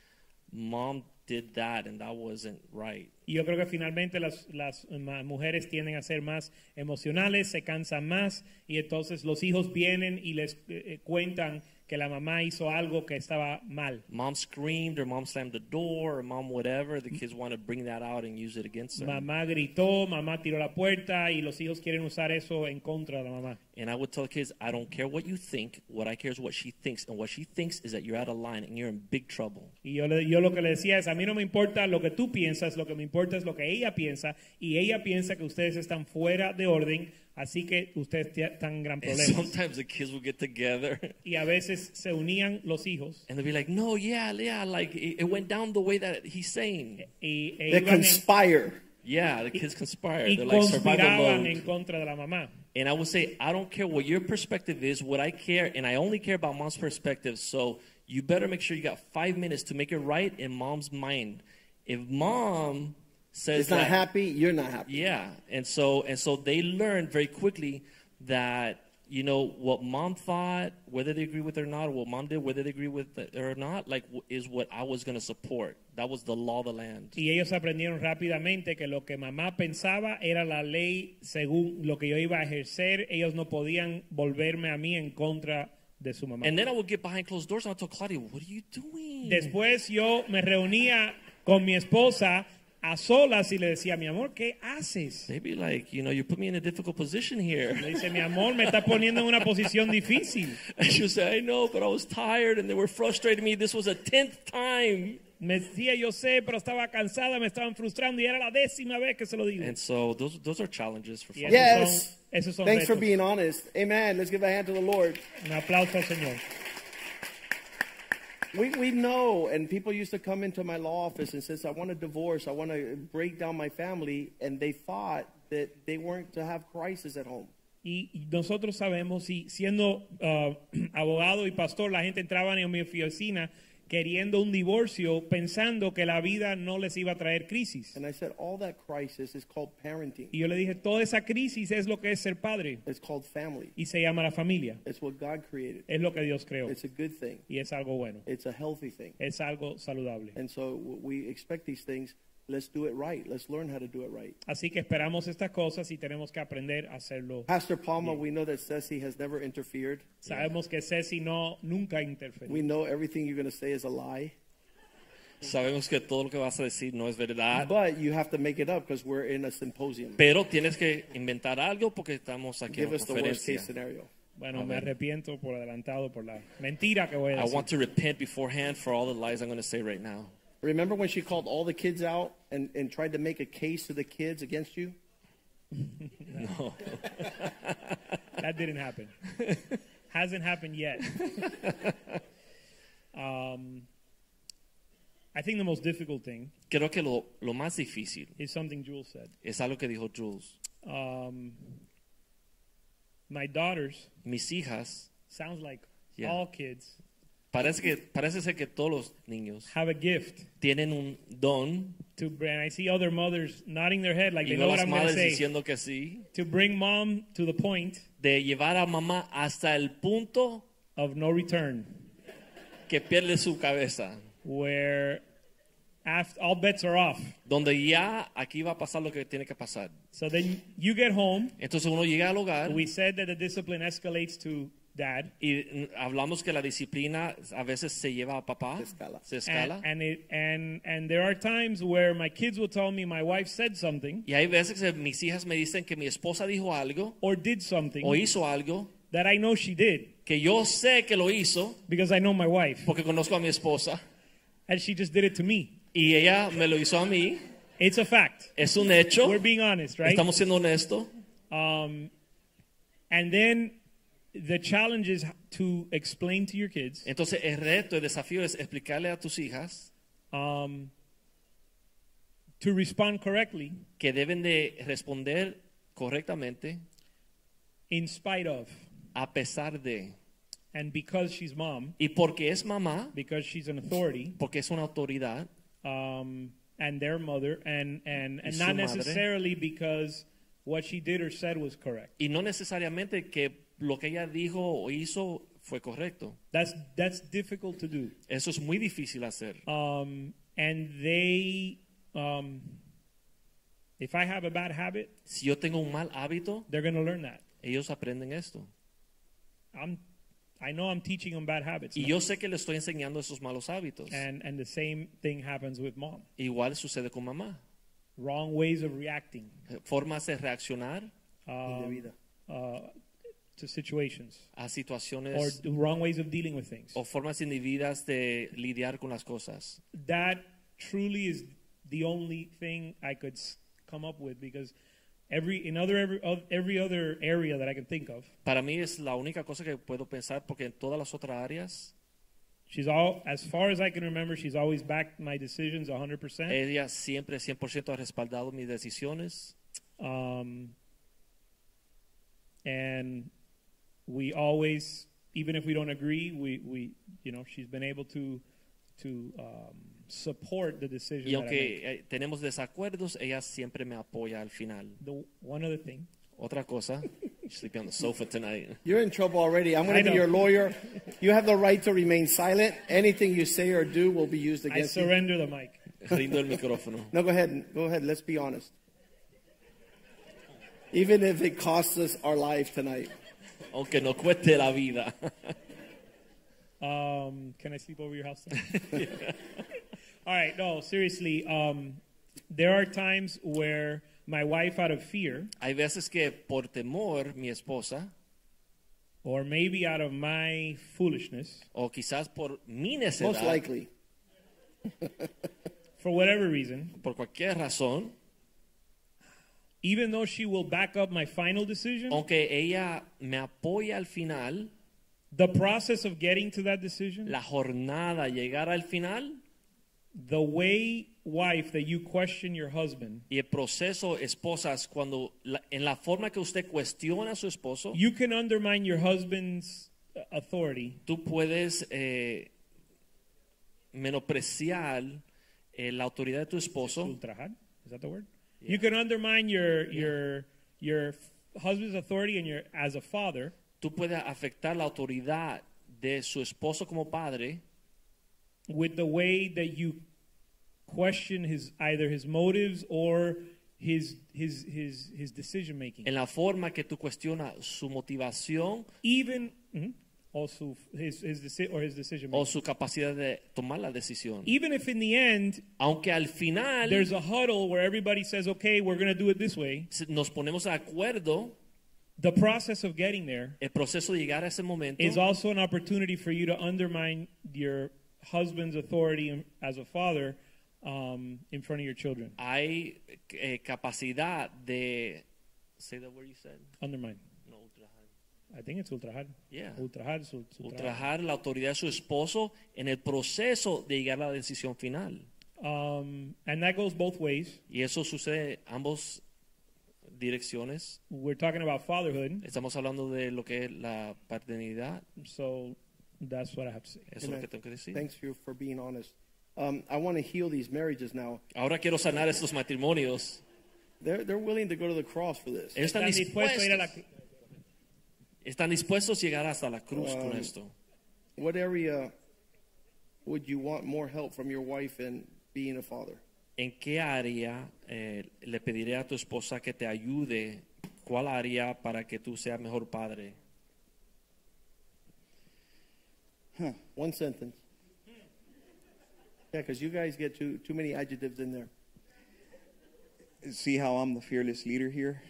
S6: "Mom did that and that wasn't right."
S3: Y yo creo que finalmente las, las ma- mujeres tienden a ser más emocionales, se cansan más y entonces los hijos vienen y les eh, eh, cuentan que la mamá hizo algo que estaba mal.
S6: mom screamed or mom slammed the door or mom whatever the kids want to bring that out and use it against them
S3: Mamá gritó, mamá tiró la puerta y los hijos quieren usar eso en contra de la mamá.
S6: and i would tell the kids i don't care what you think what i care is what she thinks and what she thinks is that you're out of line and you're in big trouble
S3: Y yo, le- yo lo que le decía es, a mí no me importa lo que tú piensas, lo que me importa es lo que ella piensa y ella piensa que ustedes están fuera de orden, así que ustedes tie- están en gran
S6: and
S3: problema.
S6: sometimes the kids would get together
S3: Y a veces se unían los hijos
S6: and they'd be like no yeah yeah like it, it went down the way that he's saying
S3: y e
S2: They
S3: iban en-
S2: conspire.
S6: yeah the kids conspire
S3: y
S6: they're like survival
S3: conspiraban en
S6: mode
S3: contra de la mamá.
S6: and i would say i don't care what your perspective is what i care and i only care about mom's perspective so you better make sure you got five minutes to make it right in mom's mind if mom says
S2: It's not
S6: that-
S2: happy, you're not happy.
S6: yeah and so and so they learned very quickly that you know what mom thought whether they agree with it or not or what mom did whether they agree with it or not like w- is what i was going to support that was the law of the land
S3: Y ellos aprendieron rápidamente que lo que mamá pensaba era la ley según lo que yo iba a ejercer. Ellos no podían volverme a mí en contra de su mamá.
S6: and then i would get behind closed doors and i'd tell claudia what are you doing
S3: Después yo me reunía con mi esposa a solas y le decía, mi amor, ¿qué haces?
S6: they'd be like you know you put me in a difficult position here
S3: Le dice, mi amor, me estás poniendo en una posición difícil.
S6: And she would say, I know, but I was tired and they were frustrating me. This was a 10th time.
S3: Me decía, yo sé, pero estaba cansada, me estaban frustrando y era la décima vez que se lo digo.
S6: And so those, those are challenges for
S3: Y
S6: fathers.
S3: esos
S2: Yeah.
S3: son-
S2: Yes.
S3: esos son
S2: Thanks for
S3: retos.
S2: being honest. Amen. Let's give a hand to the Lord.
S3: Un aplauso al Señor.
S2: We, we know, and people used to come into my law office and says, I want a divorce. I want to break down my family. And they thought that they weren't to have crisis at home.
S3: Y nosotros sabemos, y siendo ah, abogado y pastor, la gente entraba en mi oficina queriendo un divorcio, pensando que la vida no les iba a traer crisis.
S2: And I said, all that crisis is called parenting.
S3: Y yo le dije, toda esa crisis es lo que es ser padre
S2: It's called family.
S3: y se llama la familia.
S2: It's what God created.
S3: Es lo que Dios creó
S2: It's a good thing.
S3: y es algo bueno,
S2: It's a healthy thing.
S3: es algo saludable.
S2: And so w- we expect these things. Let's do it right. Let's learn how to do it right.
S3: Así que esperamos estas cosas y tenemos que aprender a hacerlo.
S2: Pastor Palma, we know that Ceci has never interfered.
S3: Sabemos que Ceci no nunca interferió.
S2: We know everything you're going to say is a lie,
S6: Sabemos que todo lo que vas a decir no es verdad,
S2: but you have to make it up because we're in a symposium.
S6: pero tienes que inventar algo porque estamos aquí
S2: Give
S6: en una
S2: us the worst
S6: conferencia.
S2: case scenario.
S3: Bueno, me arrepiento por adelantado por la mentira que voy a
S6: I
S3: decir.
S6: want to repent beforehand for all the lies I'm going to say right now.
S2: Remember when she called all the kids out and, and tried to make a case to the kids against you?
S3: That didn't happen. Hasn't happened yet. um, I think the most difficult thing
S6: Creo que lo, lo más difícil
S3: is something Jules said.
S6: es algo que dijo Jules.
S3: Um, my daughters
S6: Mis hijas,
S3: sounds like
S6: Yeah.
S3: all kids
S6: parece, que, parece ser que todos los niños
S3: have a gift
S6: tienen un don.
S3: to bring. I see other mothers nodding their head like
S6: Y
S3: they
S6: veo
S3: know what
S6: las
S3: I'm going to
S6: madres
S3: say.
S6: diciendo que sí.
S3: To bring mom to the point
S6: De llevar a mamá hasta el punto
S3: of no return,
S6: que pierde su cabeza.
S3: where after, all bets are off.
S6: Donde ya aquí va a pasar lo que tiene que pasar.
S3: So then you get home.
S6: Entonces uno llega al hogar
S3: We said that the discipline escalates to dad.
S6: y mm, hablamos que la disciplina a veces se lleva a papá. Se
S2: escala.
S6: escala.
S3: And, and, it, and, and there are times where my kids will tell me my wife said something
S6: y hay veces que mis hijas me dicen que mi esposa dijo algo
S3: or did something
S6: o hizo algo
S3: that I know she did
S6: que yo sé que lo hizo
S3: because I know my wife.
S6: porque conozco a mi esposa
S3: And she just did it to me.
S6: y ella me lo hizo a mí.
S3: It's a fact.
S6: Es un hecho.
S3: We're being honest, right?
S6: Estamos siendo honestos.
S3: And then the challenge is to explain to your kids
S6: Entonces el reto, el desafío es explicarle a tus hijas
S3: um, to respond correctly
S6: que deben de responder correctamente
S3: in spite of
S6: a pesar de.
S3: and because she's mom,
S6: Y porque es mamá,
S3: because she's an authority,
S6: porque es una autoridad,
S3: um, and their mother, and and, and
S6: su
S3: not
S6: madre.
S3: necessarily because what she did or said was correct.
S6: y no necesariamente que lo que ella dijo o hizo fue correcto.
S3: That's that's difficult to do,
S6: Eso es muy difícil hacer.
S3: um, and they. Um, if I have a bad habit,
S6: Si yo tengo un mal hábito,
S3: they're going to learn that.
S6: ellos aprenden esto.
S3: I'm, I know I'm teaching them bad habits,
S6: Y
S3: now.
S6: yo sé que le estoy enseñando esos malos hábitos.
S3: and and the same thing happens with mom.
S6: Igual sucede con mamá.
S3: Wrong ways of reacting
S6: Formas de reaccionar
S3: Um,
S2: Indebida.
S3: uh, to situations,
S6: a
S3: or
S6: situaciones
S3: the wrong ways of dealing with things.
S6: o formas indebidas de lidiar con las cosas.
S3: that truly is the only thing I could s- come up with because every in other every, of- every other area that I can think of,
S6: Para mí es la única cosa que puedo pensar porque en todas las otras áreas
S3: she's all as far as I can remember, she's always backed my decisions 100%.
S6: ella siempre 100% ha respaldado mis decisiones
S3: Um, and we always, even if we don't agree, we, we you know she's been able to to um, support the decision.
S6: y
S3: that I make.
S6: aunque eh, tenemos desacuerdos, ella siempre me apoya al final.
S3: The one other thing.
S6: Otra cosa, sleeping on the sofa tonight.
S2: You're in trouble already. I'm
S3: I
S2: going to
S3: know.
S2: be your lawyer. You have the right to remain silent. Anything you say or do will be used
S3: I
S2: against you.
S3: surrender the mic.
S6: Rindo el micrófono.
S2: No, go ahead. Go ahead. Let's be honest. Even if it costs us our life tonight.
S6: Aunque no cueste la vida.
S3: Um, can I sleep over your house? tonight? All right, no, seriously. Um, there are times where my wife, out of fear,
S6: Hay veces que por temor mi esposa,
S3: or maybe out of my foolishness,
S6: o quizás por mi
S2: Most
S6: necesidad,
S2: likely.
S3: for whatever reason,
S6: por cualquier razón,
S3: even though she will back up my final decision,
S6: aunque ella me apoya al final,
S3: the process of getting to that decision,
S6: la jornada, llegar al final,
S3: the way wife that you question your husband,
S6: Y el proceso, esposas, cuando la- en la forma que usted cuestiona a su esposo,
S3: you can undermine your husband's uh, authority
S6: tú puedes eh, menospreciar eh, la autoridad de tu esposo.
S3: ultrajar. Is that the word? You can undermine your your your f- husband's authority and your as a father,
S6: Tú puedes afectar la autoridad de su esposo como padre
S3: with the way that you question his either his motives or his his his his decision making.
S6: en la forma que tú cuestionas su motivación
S3: Even mhm, also his his deci- or his decision
S6: o
S3: making.
S6: su capacidad de tomar la decisión.
S3: Even if in the end
S6: Aunque al final
S3: there's a huddle where everybody says, "Okay, we're going to do it this way,"
S6: se- nos ponemos de acuerdo,
S3: the process of getting there
S6: el proceso de llegar a ese momento
S3: is also an opportunity for you to undermine your husband's authority in- as a father um, in front of your children.
S6: hay eh, capacidad de... Say that word you said.
S3: Undermine.
S6: No, ultrajar.
S3: I think it's ultrajar.
S6: Yeah.
S3: Ultrajar. su- su-
S6: ultrajar la autoridad de su esposo en el proceso de llegar a la decisión final.
S3: Um, and that goes both ways.
S6: Y eso sucede en ambas direcciones.
S3: We're talking about fatherhood,
S6: Estamos hablando de lo que es la paternidad.
S3: so that's what I have to say.
S6: Eso es lo que tengo que decir.
S2: Thanks you for being honest. Um, I want to heal these marriages now.
S6: Ahora quiero sanar estos matrimonios.
S2: They're, they're willing to go to the cross for this.
S6: Ellos están
S3: Están dispuestos a ir a la-
S6: dispuestos. Están dispuestos a llegar hasta la cruz con esto.
S2: What area would you want more help from your wife in being a father?
S6: ¿En qué área eh, le pediré a tu esposa que te ayude? ¿Cuál área para que tú seas mejor padre?
S2: One sentence. Yeah, because you guys get too, too many adjectives in there.
S4: See how I'm the fearless leader here?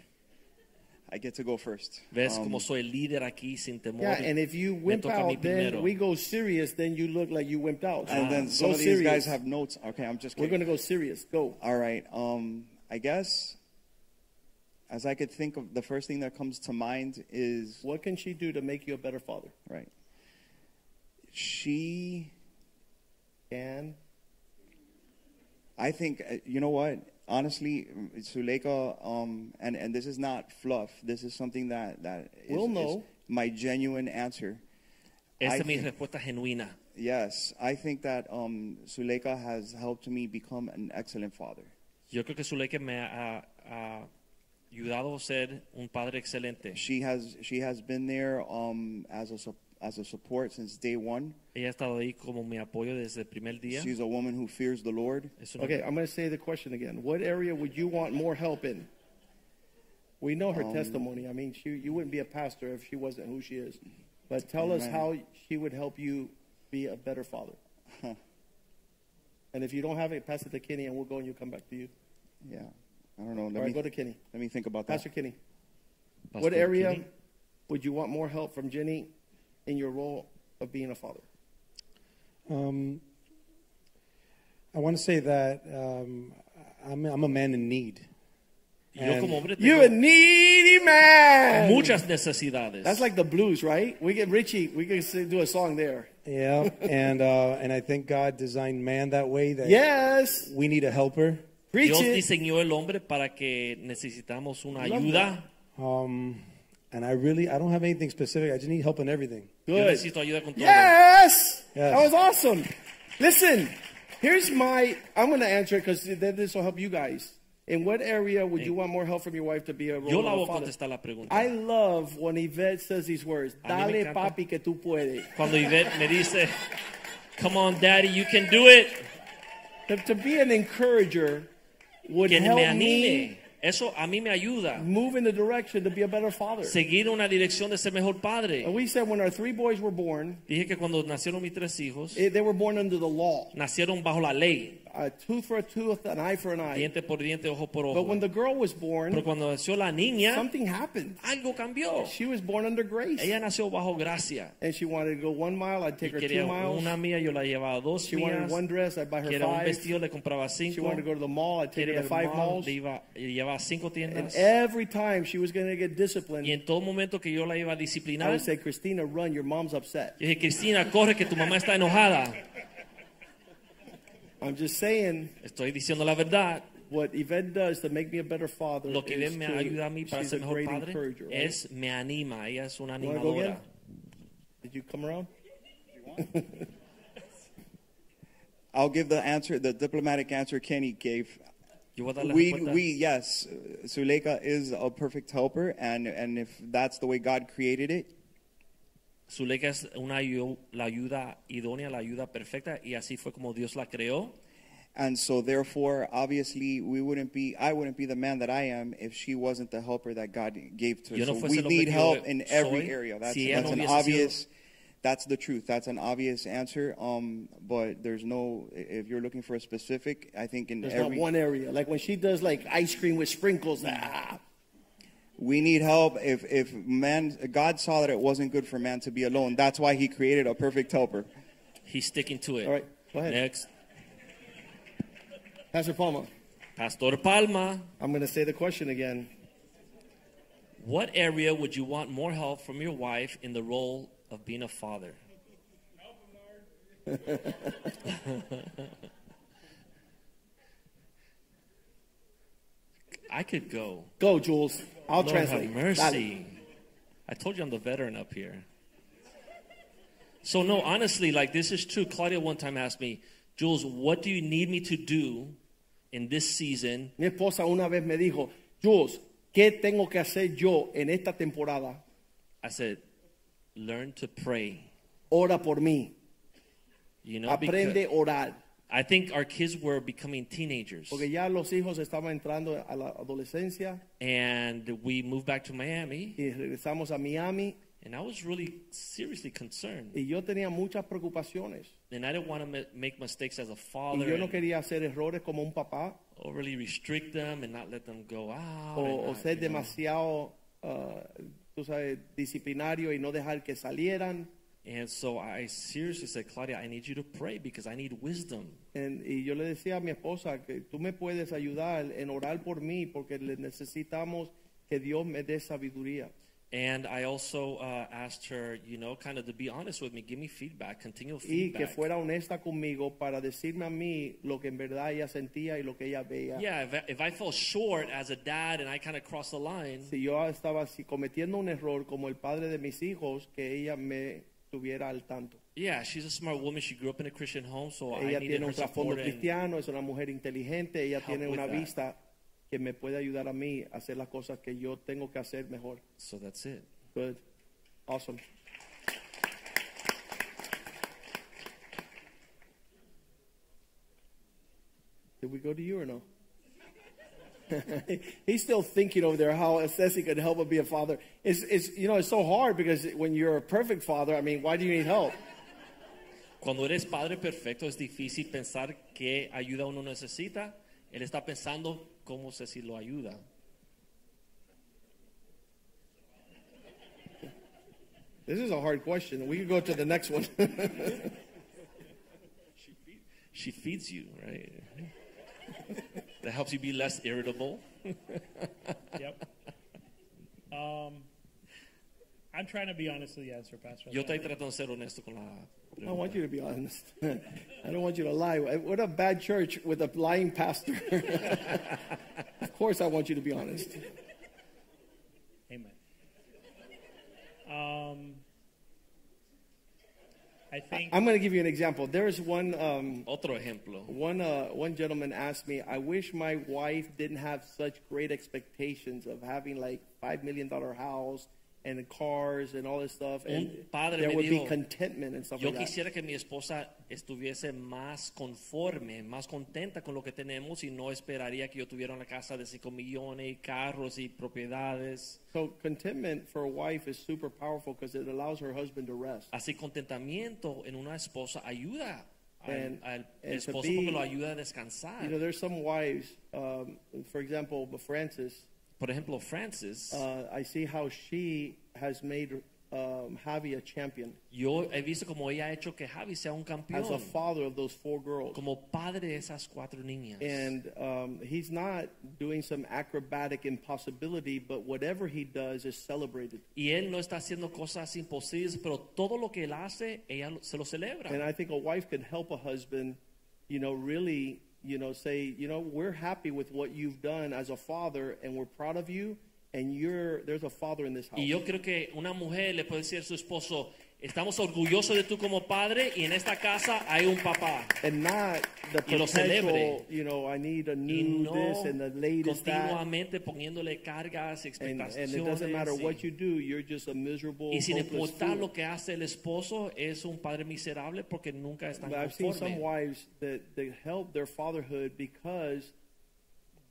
S4: I get to go first.
S6: ¿Ves
S4: Um,
S6: cómo soy el líder aquí sin temor?
S2: Yeah, and if you
S6: Me
S2: wimp
S6: toca a mí
S2: out, then
S6: primero.
S2: we go serious, then you look like you wimped out.
S4: and then
S2: Go
S4: some of these
S2: Ah, serious.
S4: guys have notes. Okay, I'm just
S2: We're going
S4: kidding.
S2: to go serious. Go.
S4: All right. Um, I guess as I could think of the first thing that comes to mind is
S2: What can she do to make you a better father?
S4: right. She,
S2: Can
S4: I think, uh, you know what? Honestly, Suleika, um, and and this is not fluff. This is something that that is,
S2: We'll
S4: is
S2: know.
S4: my genuine answer.
S6: Esa
S4: I
S6: es mi
S4: think-
S6: respuesta genuina.
S4: Yes, I think that um, Suleika has helped me become an excellent father.
S6: Yo creo que Zuleika me ha, ha ayudado a ser un padre excelente.
S4: She has she has been there um, as a sup- as a support since day one.
S6: Ella ha estado ahí como mi apoyo desde el primer día.
S4: She's a woman who fears the Lord.
S6: Es una-
S2: Okay, I'm going to say the question again. What area would you want more help in? We know her testimony. I mean, she, you wouldn't be a pastor if she wasn't who she is. But tell us
S4: Amen.
S2: how she would help you be a better father. and if you don't have it, pass it to Kenny, and we'll go and you'll come back to you.
S4: Yeah, I don't know. Let
S2: All right,
S4: me
S2: go to Kenny.
S4: Let me think about that.
S2: Pastor Kenny,
S6: Pastor
S2: what area
S6: Kenny.
S2: would you want more help from Jenny in your role of being a father?
S5: Um, I want to say that um, I'm, I'm a man in need.
S6: Yo como hombre
S2: You're a
S6: tengo
S2: needy man.
S6: muchas necesidades.
S2: That's like the blues, right? We get Richie. We can sing- do a song there.
S5: Yeah, and uh, and I think God designed man that way. That
S2: Yes.
S5: we need a helper.
S2: Preach
S6: Dios
S2: it.
S6: diseñó el hombre para que necesitamos una
S2: Love
S6: ayuda.
S5: Um, and I really I don't have anything specific. I just need help in everything.
S6: Yo
S2: Good.
S6: necesito ayuda con todo.
S2: Yes!
S5: Yes.
S2: That was awesome. Listen, here's my. I'm going to answer because then this will help you guys. In what area would you want more help from your wife to be a role
S6: Yo la
S2: model
S6: voy a
S2: father?
S6: contestar la pregunta.
S2: I love when Yvette says these words.
S6: A mí me
S2: Dale
S6: encanta.
S2: papi que tú puedes.
S6: Cuando Ivette me dice, come on daddy, you can do it.
S2: To, to be an encourager would
S6: Que
S2: help
S6: me
S2: me
S6: anime. Eso a mí me ayuda.
S2: move in the direction to be a better father.
S6: Seguir una dirección de ser mejor padre.
S2: And we said when our three boys were born,
S6: Dije que cuando nacieron mis tres hijos,
S2: eh, they were born under the law.
S6: nacieron bajo la ley,
S2: A tooth for a tooth, an eye for an eye.
S6: diente por diente, ojo por
S2: eh, But when
S6: ojo.
S2: the girl was
S6: Pero
S2: born,
S6: cuando nació la niña,
S2: something happened.
S6: algo cambió.
S2: She was born under grace.
S6: Ella nació bajo gracia.
S2: And she wanted to go one mile, I'd
S6: Y
S2: take her two
S6: quería
S2: miles.
S6: una mía, yo la llevaba a dos
S2: She wanted
S6: millas.
S2: one dress, I'd buy her
S6: Quería un
S2: five.
S6: vestido, le compraba
S2: She
S6: cinco.
S2: wanted to go to the mall, I'd take her
S6: Quería
S2: to
S6: el
S2: five
S6: mall,
S2: malls.
S6: le iba, le llevaba a cinco
S2: And
S6: tiendas.
S2: every time she was going to get disciplined,
S6: Y en todo momento que yo la iba
S2: I
S6: a disciplinar,
S2: would say, Christina, run, your mom's upset.
S6: yo dije, Cristina, corre que tu mamá está enojada.
S2: I'm just saying
S6: Estoy diciendo la verdad.
S2: what Yvette does to make me a better father.
S6: Lo que
S2: is
S6: Ivette me
S2: to-
S6: ayuda a mí para
S2: she's
S6: ser
S2: a
S6: mejor
S2: great
S6: padre
S2: encourager, right?
S6: es me anima. Ella es una
S2: Wanna go
S6: animadora.
S2: again? Did you come around?
S4: I'll give the answer, the diplomatic answer Kenny gave.
S6: Yo voy a dar la
S4: We,
S6: respuesta.
S4: we, yes, uh, Zuleika is a perfect helper, and, and if that's the way God created it,
S6: Zuleika es una, ayu- la ayuda idónea, la ayuda perfecta, y así fue como Dios la creó.
S4: and so therefore, obviously, we wouldn't be, I wouldn't be the man that I am if she wasn't the helper that God gave to her.
S6: Yo no
S4: so
S6: fuese
S4: we
S6: el
S4: need
S6: hombre
S4: help
S6: que yo
S4: in
S6: soy
S4: every area. That's,
S6: si ella
S4: that's
S6: no
S4: an
S6: hubiese
S4: obvious, that's the truth. That's an obvious answer, um, but there's no, i- if you're looking for a specific, I think in
S2: There's
S4: every.
S2: not one area. Like when she does like ice cream with sprinkles. Ah,
S4: We need help. If if man, God saw that it wasn't good for man to be alone. That's why He created a perfect helper.
S6: He's sticking to it.
S2: All right, go ahead.
S6: Next,
S2: Pastor Palma,
S6: Pastor Palma.
S2: I'm going to say the question again.
S6: What area would you want more help from your wife in the role of being a father? I could go.
S2: Go, Jules. I'll
S6: Lord
S2: translate.
S6: have mercy. I told you I'm the veteran up here. So no, honestly, like this is true. Claudia one time asked me, Jules, what do you need me to do in this season?
S2: Mi esposa una vez me dijo, Jules, ¿qué tengo que hacer yo en esta temporada?
S6: I said, learn to pray.
S2: Ora por mí.
S6: You know, because-
S2: Aprende a orar.
S6: I think our kids were becoming teenagers,
S2: Porque ya los hijos estaban entrando a la adolescencia
S6: and we moved back to Miami.
S2: y regresamos a Miami
S6: And I was really seriously concerned,
S2: y yo tenía muchas preocupaciones.
S6: and I didn't want to ma- make mistakes as a
S2: Y
S6: father,
S2: yo no
S6: and
S2: quería hacer errores como un papá
S6: overly restrict them, and not let them go out,
S2: o,
S6: and
S2: o
S6: not,
S2: ser
S6: you know.
S2: demasiado, ah, tú sabes, disciplinario y no dejar que salieran.
S6: And so I seriously said, Claudia, I need you to pray because I need wisdom.
S2: En- y yo le decía a mi esposa que tú me puedes ayudar en orar por mí porque le- necesitamos que Dios me dé sabiduría.
S6: And I also uh, asked her, you know, kind of to be honest with me, give me feedback, continual
S2: Y que
S6: feedback.
S2: fuera honesta conmigo para decirme a mí lo que en verdad ella sentía y lo que ella veía.
S6: yeah, if I, if I fell short as a dad and I kind of crossed the line,
S2: Si yo estaba así cometiendo un error como el padre de mis hijos, que ella me tuviera al tanto.
S6: Yeah, she's a smart woman. She grew up in a Christian home, so Oh, I
S2: ella
S6: needed
S2: tiene
S6: her
S2: un trasfondo
S6: support. And,
S2: cristiano, es una mujer inteligente, ella
S6: Help
S2: tiene
S6: with
S2: una
S6: that.
S2: vista que me puede ayudar a mí a hacer las cosas que yo tengo que hacer mejor.
S6: so that's it.
S2: Good. Awesome. Did we go to you or no? He's still thinking over there how Assessi could help him be a father. It's, it's, you know, it's so hard because when you're a perfect father, I mean, why do you need help?
S6: Cuando eres padre perfecto es difícil pensar qué ayuda uno necesita. Él está pensando cómo sé si lo ayuda.
S2: This is a hard question. We could go to the next one.
S6: She feeds you, right? that helps you be less irritable.
S7: Yep. Um, I'm trying to be honest with the answer, Pastor.
S6: Yo estoy tratando de ser honesto con la.
S2: I want you to be honest. I don't want you to lie. What a bad church with a lying pastor. of course, I want you to be honest.
S7: Amen. Um, I think
S2: I'm going to give you an example. There is one, um,
S6: Otro ejemplo.
S2: one, uh, one gentleman asked me, I wish my wife didn't have such great expectations of having like $5 million house and cars and all this stuff. And
S6: Un padre
S2: there
S6: me
S2: would be
S6: dijo,
S2: contentment and stuff
S6: Yo
S2: like that.
S6: quisiera que mi esposa estuviese más conforme, más contenta con lo que tenemos y no esperaría que yo tuviera una casa de 5 millones y carros y propiedades.
S2: So contentment for a wife is super powerful because it allows her husband to rest.
S6: Así contentamiento en una esposa ayuda al,
S2: And-
S6: al
S2: and to
S6: esposo
S2: be-
S6: porque lo ayuda a
S2: You know,
S6: descansar.
S2: there's some wives, um, for example, but Frances,
S6: Por ejemplo, Francis,
S2: uh, I see how she has made um, Javi a champion
S6: yo he visto como ella ha hecho que Javi sea un campeón
S2: as a father of those four girls.
S6: como padre de esas cuatro niñas.
S2: And um, he's not doing some acrobatic impossibility, but whatever he does is celebrated.
S6: y él no está haciendo cosas imposibles, pero todo lo que él hace, ella lo- se lo celebra.
S2: And I think a wife can help a husband you know, really, you know, say, you know, we're happy with what you've done as a father and we're proud of you and you're there's a father in this house.
S6: Y yo creo que una mujer le puede decir a su esposo, estamos orgullosos de tú como padre y en esta casa hay un papá.
S2: and not the
S6: Y lo
S2: perpetual,
S6: celebre.
S2: you know, I need a
S6: Y
S2: new
S6: no
S2: this and the latest that.
S6: continuamente poniéndole cargas,
S2: And,
S6: expectaciones.
S2: and it doesn't matter what
S6: y-
S2: you do, you're just a miserable,
S6: y sin
S2: hopeless
S6: importar
S2: fool.
S6: lo que hace el esposo, es un padre miserable porque nunca están
S2: But I've seen some
S6: conformes.
S2: wives that they help their fatherhood because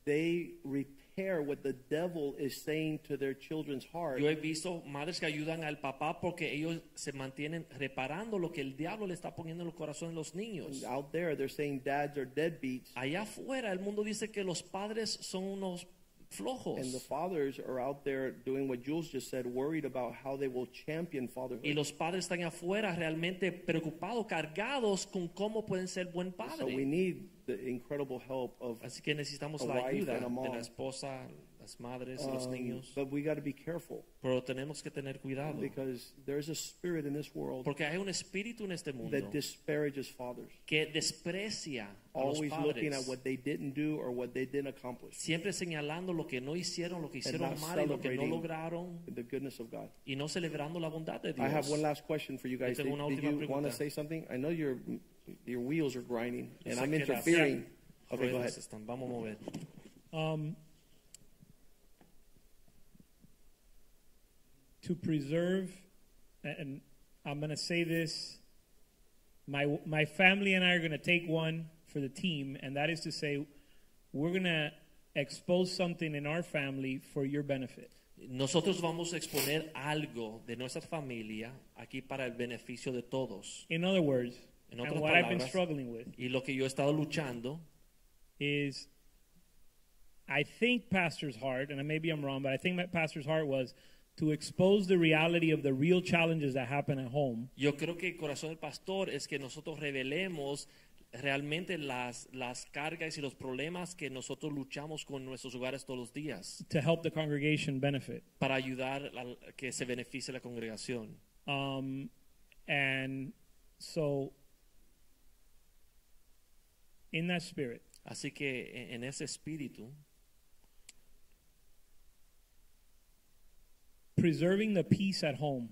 S2: they repair what the devil is saying to their children's heart.
S6: Yo he visto madres que ayudan al papá porque ellos se mantienen reparando lo que el diablo le está poniendo en el corazón de los niños.
S2: Out there, they're saying dads are deadbeats,
S6: Allá afuera el mundo dice que los padres son unos
S2: and the
S6: flojos
S2: fathers are out there doing what Jules just said, worried about how they will champion
S6: y
S2: fatherhood.
S6: los padres están afuera realmente preocupados, cargados con cómo pueden ser
S2: So
S6: buen
S2: we
S6: padre.
S2: need the incredible help of,
S6: Así que necesitamos
S2: a
S6: la
S2: wife
S6: ayuda
S2: and a mom.
S6: de la esposa, las madres, los
S2: um,
S6: niños,
S2: but we got to be careful
S6: pero tenemos que tener cuidado
S2: because there's a spirit in this world
S6: porque hay un espíritu en este mundo
S2: that disparages fathers,
S6: que desprecia a los
S2: always looking at
S6: padres.
S2: what they didn't do or what they didn't accomplish.
S6: siempre señalando lo que no hicieron, lo que hicieron
S2: not
S6: mal y lo que no
S2: celebrating.
S6: lograron
S2: the goodness of God.
S6: y no celebrando la bondad de Dios.
S2: I have one last question for you guys.
S6: Yo
S2: Did,
S6: tengo una
S2: did
S6: última
S2: you want to
S6: pregunta.
S2: say something? I know your your wheels are grinding,
S6: Yo
S2: and
S6: sé
S2: I'm
S6: que las
S2: interfering. Okay,
S6: ruedas
S2: go ahead.
S6: están- Vamos a mover.
S3: Um, to preserve, and I'm going to say this. My my family and I are going to take one for the team, and that is to say, we're going to expose something in our family for your benefit.
S6: Nosotros vamos a exponer algo de nuestra familia aquí para el beneficio de todos.
S3: In other words,
S6: En
S3: and
S6: otras
S3: what I've been
S6: palabras-
S3: struggling with
S6: Y lo que yo he estado luchando,
S3: is I think Pastor's heart, and maybe I'm wrong, but I think that Pastor's heart was to expose the reality of the real challenges that happen at home
S6: yo creo que el corazón del pastor es que nosotros revelemos realmente las, las cargas y los problemas que nosotros luchamos con nuestros hogares todos los días
S3: to help the congregation benefit.
S6: para ayudar a que se beneficie la congregación.
S3: Um, and so, in that spirit,
S6: Así que en- en ese espíritu,
S3: preserving the peace at home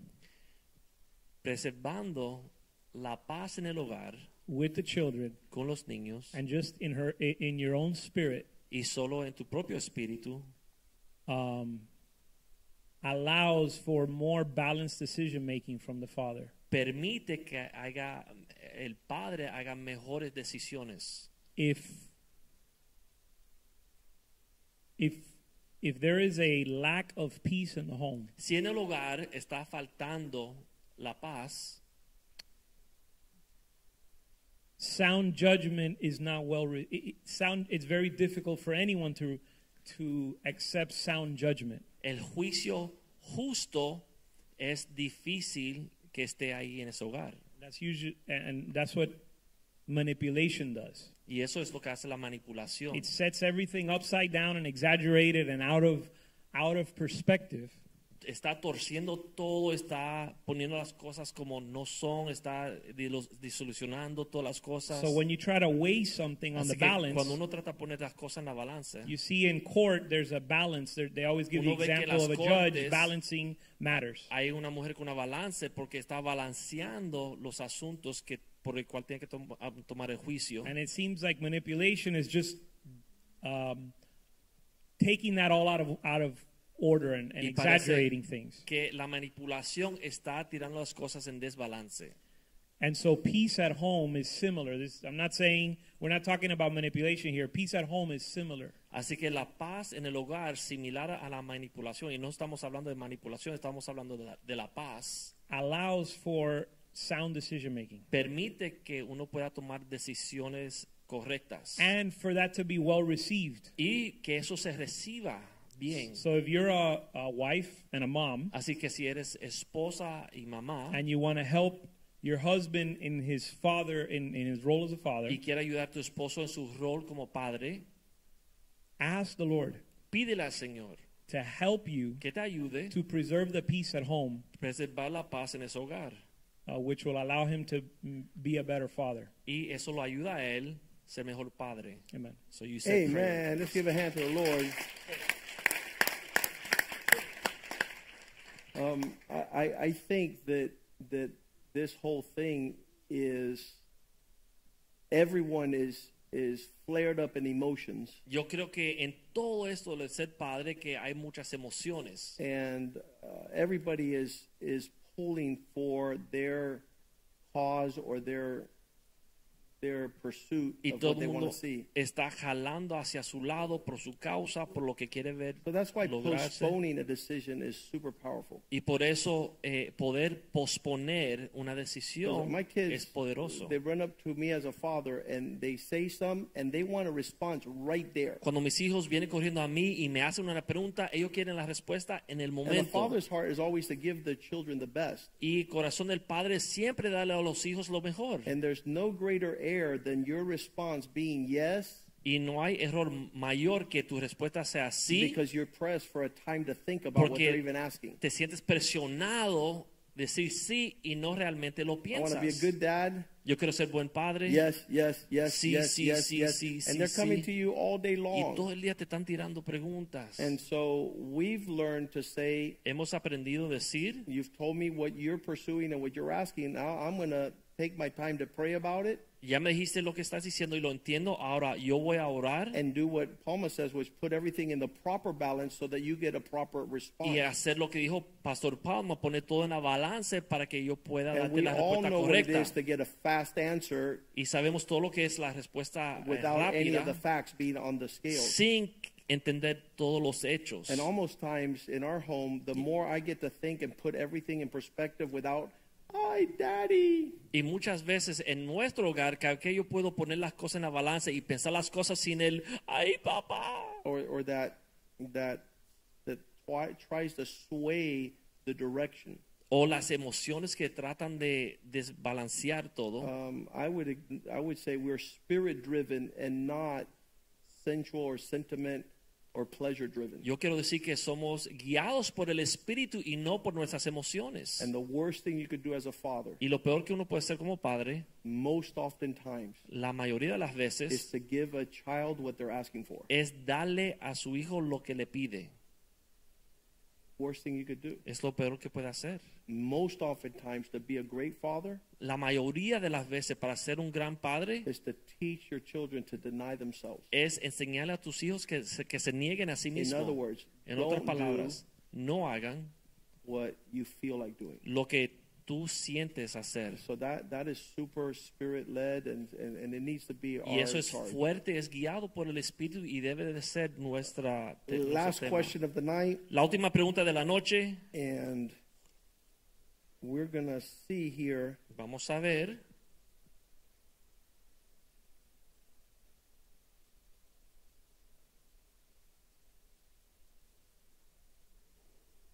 S6: preservando la paz en el hogar
S3: with the children,
S6: con los niños
S3: and just in her i- in your own spirit,
S6: y solo en tu propio espíritu
S3: um, allows for more balanced decision making from the father.
S6: permite que haga el padre haga mejores decisiones.
S3: if if if there is a lack of peace in the home,
S6: Si en el hogar está faltando la paz,
S3: sound judgment is not well. Re- it, it- sound it's very difficult for anyone to to accept sound judgment.
S6: el juicio justo es difícil que esté ahí en ese hogar.
S3: That's usually and that's what manipulation does.
S6: Y eso es lo que hace la manipulación.
S3: It sets everything upside down and exaggerated and out of out of perspective.
S6: está torciendo todo, está poniendo las cosas como no son, está dilo- disolucionando todas las cosas.
S3: So when you try to weigh something on
S6: Así
S3: the
S6: que
S3: balance,
S6: cuando uno trata de poner las cosas en la balanza,
S3: You see, in court, there's a balance. There, they always give the
S6: Uno ve que
S3: example of a
S6: las
S3: judge
S6: cortes-
S3: balancing matters.
S6: hay una mujer con una balance porque está balanceando los asuntos que por el cual tiene que tom- a- tomar el juicio.
S3: And it seems like manipulation is just um, taking that all out of out of order and, and
S6: Y parece-
S3: exaggerating things.
S6: Que la manipulación está tirando las cosas en desbalance.
S3: And so, peace at home is similar. This, I'm not saying we're not talking about manipulation here. Peace at home is similar.
S6: Así que la paz en el hogar, similar a la manipulación, y no estamos hablando de manipulación, estamos hablando de la- de la paz.
S3: Allows for sound decision making
S6: permite que uno pueda tomar decisiones correctas
S3: and for that to be well received.
S6: y que eso se reciba bien.
S3: So, if you're a, a wife and a mom,
S6: Así que si eres esposa y mamá
S3: and you want to help your husband in his father in, in his role as a father
S6: y quiere ayudar a tu esposo en su rol como padre,
S3: ask the lord
S6: pídele al Señor
S3: to help you
S6: que te ayude
S3: to preserve the peace at home
S6: a preservar la paz en ese hogar
S3: uh, which will allow him to mm, be a better father
S6: y eso lo ayuda a él ser mejor padre.
S7: Amen.
S6: So you said prayer.
S2: Amen. Let's give a hand to the Lord. Um, I, I- I think that that this whole thing is everyone is is flared up in emotions,
S6: Yo creo que en todo esto del ser padre que hay muchas emociones.
S2: and uh, everybody is is pulling for their cause or their their pursuit
S6: Y
S2: of
S6: todo
S2: what
S6: el
S2: they want
S6: mundo
S2: to see.
S6: está jalando hacia su lado por su causa, por lo que quiere ver
S2: So that's why
S6: lograrse.
S2: postponing a decision is super powerful.
S6: Y por eso eh, poder posponer una
S2: So
S6: decisión
S2: my kids,
S6: es poderoso.
S2: They run up to me as a father and they say some, and they want a response right there.
S6: Cuando mis hijos vienen corriendo a mí y me hacen una pregunta, ellos quieren la respuesta en el
S2: And the
S6: momento.
S2: father's heart is always to give the children the best.
S6: Y corazón del padre siempre darle a los hijos lo mejor.
S2: And there's no greater error than your response being yes,
S6: Y no hay error mayor que tu respuesta sea sí,
S2: because you're pressed for a time to think about what they're even
S6: porque
S2: asking.
S6: te sientes presionado decir sí y no realmente lo
S2: I want to
S6: piensas.
S2: be a good dad.
S6: Yo quiero ser buen padre.
S2: Yes, yes, yes,
S6: Sí,
S2: yes,
S6: sí,
S2: yes,
S6: sí,
S2: yes.
S6: sí, sí,
S2: and they're coming
S6: sí.
S2: to you all day
S6: Y todo
S2: long.
S6: el día te están tirando preguntas.
S2: And so we've learned to say,
S6: Hemos aprendido a decir,
S2: You've told me what you're pursuing and what you're asking. Now I'm going to take my time to pray about it.
S6: ya me dijiste lo que estás diciendo y lo entiendo, ahora yo voy a orar
S2: and do what Palma says, which put everything in the proper balance so that you get a proper response.
S6: y hacer lo que dijo Pastor Palma, poner todo en la balance para que yo pueda
S2: and
S6: darte
S2: we
S6: la
S2: all
S6: respuesta
S2: know what it
S6: correcta.
S2: is to get a fast answer
S6: Y sabemos todo lo que es la respuesta eh,
S2: without any of the
S6: rápida
S2: facts being on the scale.
S6: sin entender todos los hechos.
S2: And almost times in our home, the more I get to think and put everything in perspective without, hi, daddy.
S6: Y muchas veces en nuestro hogar, cada que yo puedo poner las cosas en la balanza y pensar las cosas sin el, ay papá,
S2: Or, or that, that, that twi- tries to sway the direction.
S6: o las emociones que tratan de desbalancear todo.
S2: Um, I would ag- I would say we're spirit driven and not sensual or sentiment or pleasure driven.
S6: Yo quiero decir que somos guiados por el espíritu y no por nuestras emociones.
S2: And the worst thing you could do as a father,
S6: Y lo peor que uno puede hacer como padre,
S2: most oftentimes,
S6: la mayoría de las
S2: is
S6: veces,
S2: to give a child what they're asking for.
S6: es darle a su hijo lo que le pide.
S2: Worst thing you could do.
S6: Es lo peor que puede hacer.
S2: Most oftentimes, to be a great father
S6: La mayoría de las veces para ser un gran padre
S2: is to teach your children to deny themselves.
S6: es enseñarle a tus hijos que se, que se nieguen a sí
S2: In
S6: mismos.
S2: other words,
S6: en otras
S2: don't
S6: palabras, no hagan
S2: do what you feel like doing.
S6: lo que tú sientes hacer.
S2: So that that is super spirit led, and, and and it needs to be
S6: Y
S2: our
S6: eso es
S2: charge.
S6: fuerte, es guiado por el espíritu y debe de ser nuestra... te- nuestro
S2: Last
S6: tema.
S2: question of the night.
S6: La última pregunta de la noche.
S2: And we're going to see here
S6: Vamos a ver.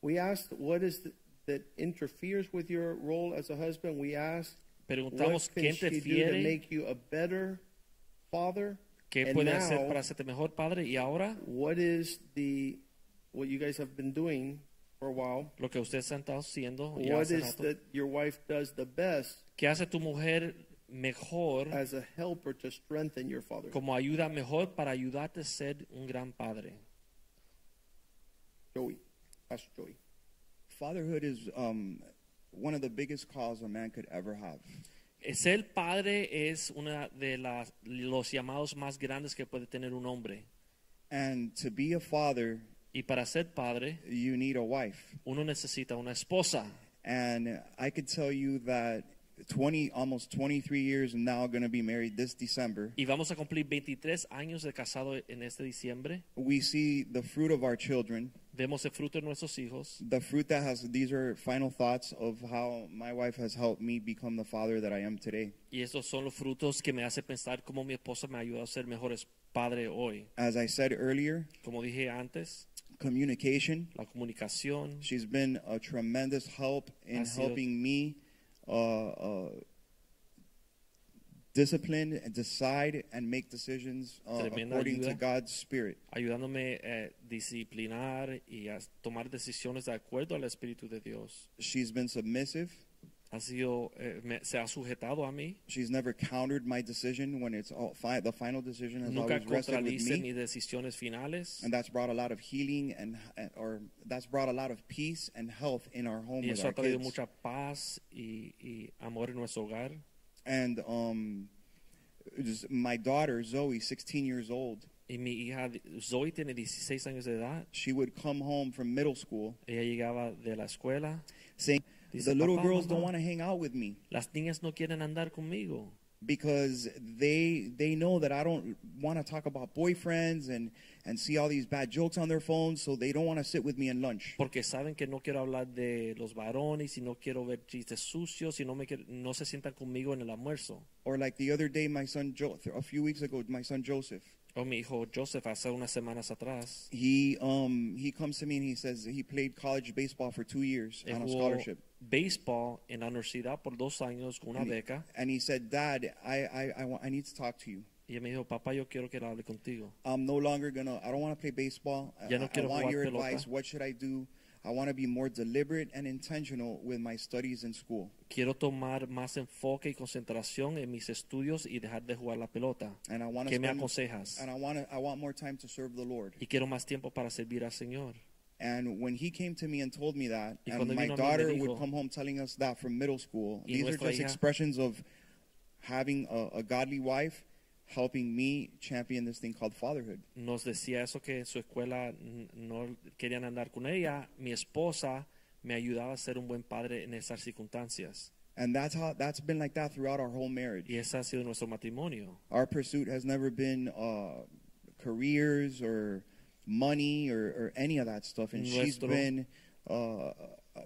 S2: we asked what is th- that interferes with your role as a husband. We asked
S6: Preguntamos
S2: what can
S6: qué
S2: she do to
S6: interfiere?
S2: make you a better father.
S6: ¿Qué
S2: and
S6: puede
S2: now,
S6: hacer para hacerte mejor padre? Y ahora,
S2: what is the what you guys have been doing for a while?
S6: lo que ustedes han estado haciendo. ya
S2: What
S6: hace
S2: is
S6: rato.
S2: that your wife does the best
S6: ¿Qué hace tu mujer mejor
S2: as a helper to strengthen your father?
S6: como ayuda mejor para ayudarte a ser un gran padre?
S2: Joey, Pastor Joey.
S4: Fatherhood is um, one of the biggest calls a man could ever have.
S6: Eh, Ser padre es uno de las, los llamados más grandes que puede tener un hombre.
S4: And to be a father,
S6: Y para ser padre,
S4: you need a wife.
S6: uno necesita una esposa.
S4: And I could tell you that 20, almost 23 years now, going to be married this December.
S6: Y vamos a cumplir 23 años de casado en este diciembre.
S4: We see the fruit of our children,
S6: Vemos el fruto de nuestros hijos.
S4: the fruit that has. These are final thoughts of how my wife has helped me become the father that I am today.
S6: Y esos son los frutos que me hace pensar cómo mi esposa me ayuda a ser mejores padre hoy.
S4: As I said earlier,
S6: Como dije antes,
S4: communication.
S6: la comunicación
S4: She's been a tremendous help in
S6: Ha sido-
S4: helping me uh, uh, discipline and decide and make decisions uh,
S6: Tremenda
S4: according to
S6: ayuda.
S4: God's spirit.
S6: ayudándome eh, a disciplinar y a tomar decisiones de acuerdo al Espíritu de Dios.
S4: She's been submissive.
S6: ha sido, eh, me- se ha sujetado a mí.
S4: She's never countered my decision when it's all fi- the final decision has
S6: Nunca
S4: always rested with
S6: contradice mis
S4: me.
S6: decisiones finales.
S4: And that's brought a lot of healing and, and- or that's brought a lot of peace and health in our home
S6: Y
S4: with
S6: eso
S4: our
S6: ha traído
S4: kids.
S6: mucha paz y, y amor en nuestro hogar.
S4: And um, just my daughter Zoe, 16 years old,
S6: Y mi hija Zoe tiene 16 años de edad.
S4: she would come home from middle school
S6: Ella llegaba de la escuela.
S4: saying,
S6: Dice,
S4: "The little
S6: "Papá,
S4: girls don't
S6: mamá."
S4: want to hang out with me
S6: Las niñas no quieren andar conmigo.
S4: because they they know that I don't want to talk about boyfriends and and see all these bad jokes on their phones, so they don't want to sit with me in lunch."
S6: Porque saben que no quiero hablar de los varones y no quiero ver chistes sucios y no, me, quier- no se sientan conmigo en el almuerzo.
S4: Or like the other day, my son jo- a few weeks ago, my son Joseph,
S6: O Oh, mi hijo Joseph hace unas semanas atrás.
S4: he um he comes to me and he says he played college baseball for two years
S6: Él
S4: on a
S6: jugó
S4: scholarship.
S6: baseball en la universidad por dos años con una beca.
S4: And he said, Dad, I, I, I, want, I need to talk to you.
S6: Y él me dijo, papá, yo quiero que hable contigo.
S4: I'm no longer going to, I don't want to play baseball. I-
S6: Ya no
S4: I, I
S6: quiero
S4: want
S6: jugar
S4: your
S6: pelota."
S4: advice. What should I do? I want to be more deliberate and intentional with my studies in school.
S6: Quiero tomar más enfoque y concentración en mis estudios y dejar de jugar la pelota.
S4: And I want to
S6: ¿Qué me aconsejas?
S4: And I want to, I want more time to serve the Lord.
S6: Y quiero más tiempo para servir al Señor.
S4: And when he came to me and told me that,
S6: Y
S4: and
S6: cuando
S4: my
S6: vino a mí me
S4: daughter
S6: dijo-
S4: would come home telling us that from middle school,
S6: Y
S4: these are
S6: nuestra
S4: just
S6: hija-
S4: expressions of having a, a godly wife helping me champion this thing called fatherhood.
S6: Nos decía eso que en su escuela n- no querían andar con ella. Mi esposa me ayudaba a ser un buen padre en esas circunstancias.
S4: And that's how that's been like that throughout our whole marriage.
S6: Y ese ha sido nuestro matrimonio.
S4: Our pursuit has never been uh, careers or money or, or any of that stuff. And she's
S6: Nuestro-
S4: been uh,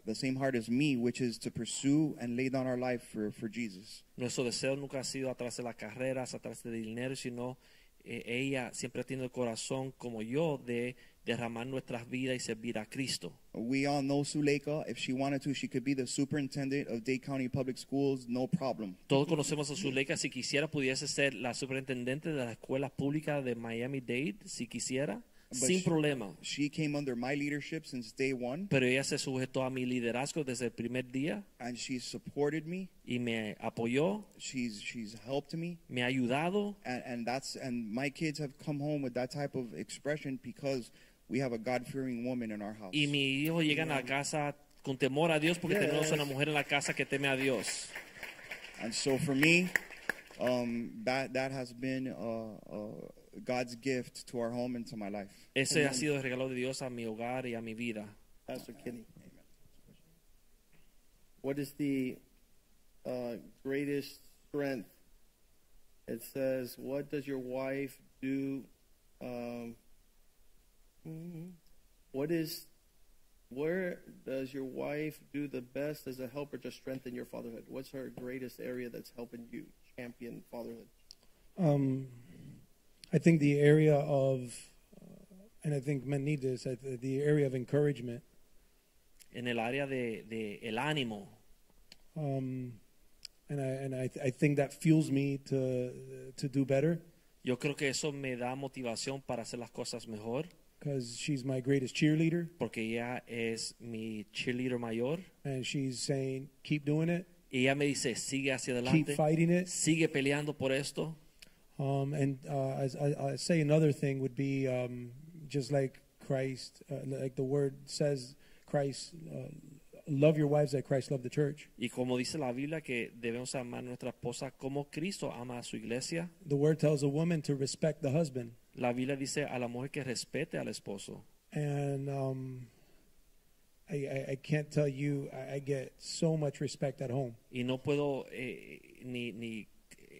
S4: the same heart as me, which is to pursue and lay down our life for, for Jesus.
S6: Nuestro deseo nunca ha sido atrás de las carreras, atrás del dinero, sino eh, ella siempre ha tenido el corazón como yo de derramar nuestras vidas y servir a Cristo.
S4: We all know Suleika. If she wanted to, she could be the superintendent of Dade County Public Schools, no problem.
S6: Todos conocemos a Zuleika. Si quisiera, pudiese ser la superintendente de las escuelas públicas de Miami-Dade, si quisiera,
S4: But
S6: sin
S4: she-
S6: problema.
S4: She came under my leadership since day one,
S6: Pero ella se sujetó a mi liderazgo desde el primer día
S4: and she supported me.
S6: y me apoyó,
S4: She's she's helped me.
S6: me ha ayudado.
S4: and, and that's and my kids have come home with that type of expression because we have a God-fearing woman in our house.
S6: Y mis hijos llegan a casa con temor a Dios porque tenemos una mujer en la casa que teme a Dios.
S4: And so for me, um, that that has been uh, uh, God's gift to our home and to my life.
S6: Ese ha sido el regalo de Dios a mi hogar y a mi vida.
S2: Pastor Kenny. What is the uh, greatest strength? It says, What does your wife do? Um, mm, what is, where does your wife do the best as a helper to strengthen your fatherhood? What's her greatest area that's helping you champion fatherhood?
S5: Um, I think the area of, uh, and I think men need this, I th- the area of encouragement.
S6: En el área de, de el ánimo.
S5: Um, and I, and I, th- I think that fuels me to, to do better
S6: Yo creo que eso me da motivación para hacer las cosas mejor
S5: because she's my greatest cheerleader
S6: porque ella es mi cheerleader mayor.
S5: and she's saying, keep doing it,
S6: Y ella me dice, sigue hacia
S5: keep
S6: adelante,
S5: fighting it.
S6: sigue peleando por esto.
S5: Um, and uh, as I, I say, another thing would be um, just like Christ, uh, like the word says, Christ, uh, love your wives like Christ loved the church.
S6: Y como dice la Biblia que debemos amar a nuestra esposa como Cristo ama a su iglesia,
S5: The word tells a woman to respect the husband,
S6: la Biblia dice a la mujer que respete al esposo.
S5: and um, I, I, I can't tell you, I, I get so much respect at home.
S6: Y no puedo eh, ni, ni,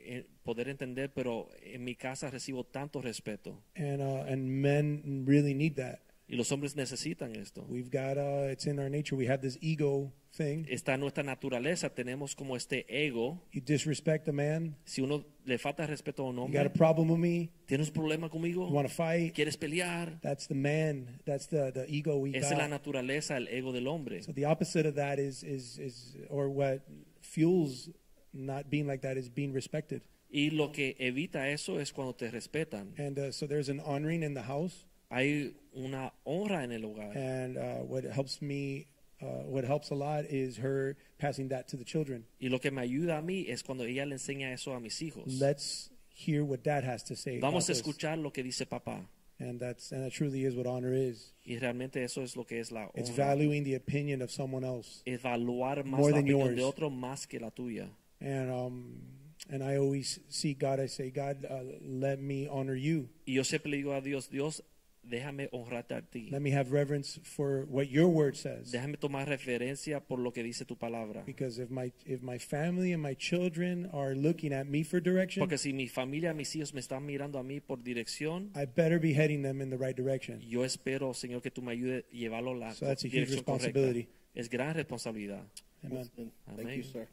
S6: eh, poder entender, pero en mi casa recibo tanto respeto.
S5: And uh, and men really need that.
S6: Y los hombres necesitan esto.
S5: We've got uh, it's in our nature. We have this ego thing.
S6: Está en nuestra naturaleza, tenemos como este ego.
S5: You disrespect a man,
S6: Si uno le falta respeto a un
S5: you got a
S6: hombre,
S5: problem with me.
S6: tienes un problema
S5: You
S6: conmigo,
S5: want to fight.
S6: quieres pelear.
S5: That's the man. That's the the ego we
S6: Esa es la
S5: got.
S6: naturaleza, el ego del hombre.
S5: so the opposite of that is is is or what fuels not being like that is being respected.
S6: Y lo que evita eso es cuando te respetan.
S5: And uh, so there's an honoring in the house,
S6: Hay una honra en el hogar.
S5: and uh, what helps me uh, what helps a lot is her passing that to the children.
S6: Y lo que me ayuda a mí es cuando ella le enseña eso a mis hijos.
S5: Let's hear what dad has to say. about
S6: Vamos a
S5: this.
S6: escuchar lo que dice papá.
S5: And that's and that truly is what honor is.
S6: Y realmente eso es lo que es la
S5: It's
S6: honra.
S5: valuing the opinion of someone else.
S6: Evaluar más
S5: More
S6: la
S5: than
S6: opinión
S5: yours.
S6: de otro más que la tuya.
S5: And um, and I always seek God. I say, God, uh, let me honor you.
S6: Y yo siempre le digo a Dios, Dios, déjame honrarte a ti.
S5: Let me have reverence for what your word says.
S6: Déjame tomar referencia por lo que dice tu palabra.
S5: Because if my if my family and my children are looking at me for direction,
S6: Porque si mi familia, mis hijos me están mirando a mí por dirección,
S5: I better be heading them in the right direction.
S6: yo espero, Señor, que tú me ayudes a llevarlo la
S5: So that's a huge
S6: dirección correcta.
S5: responsibility.
S6: Es gran responsabilidad.
S5: Amen.
S2: Thank you,
S6: Amén.
S2: sir.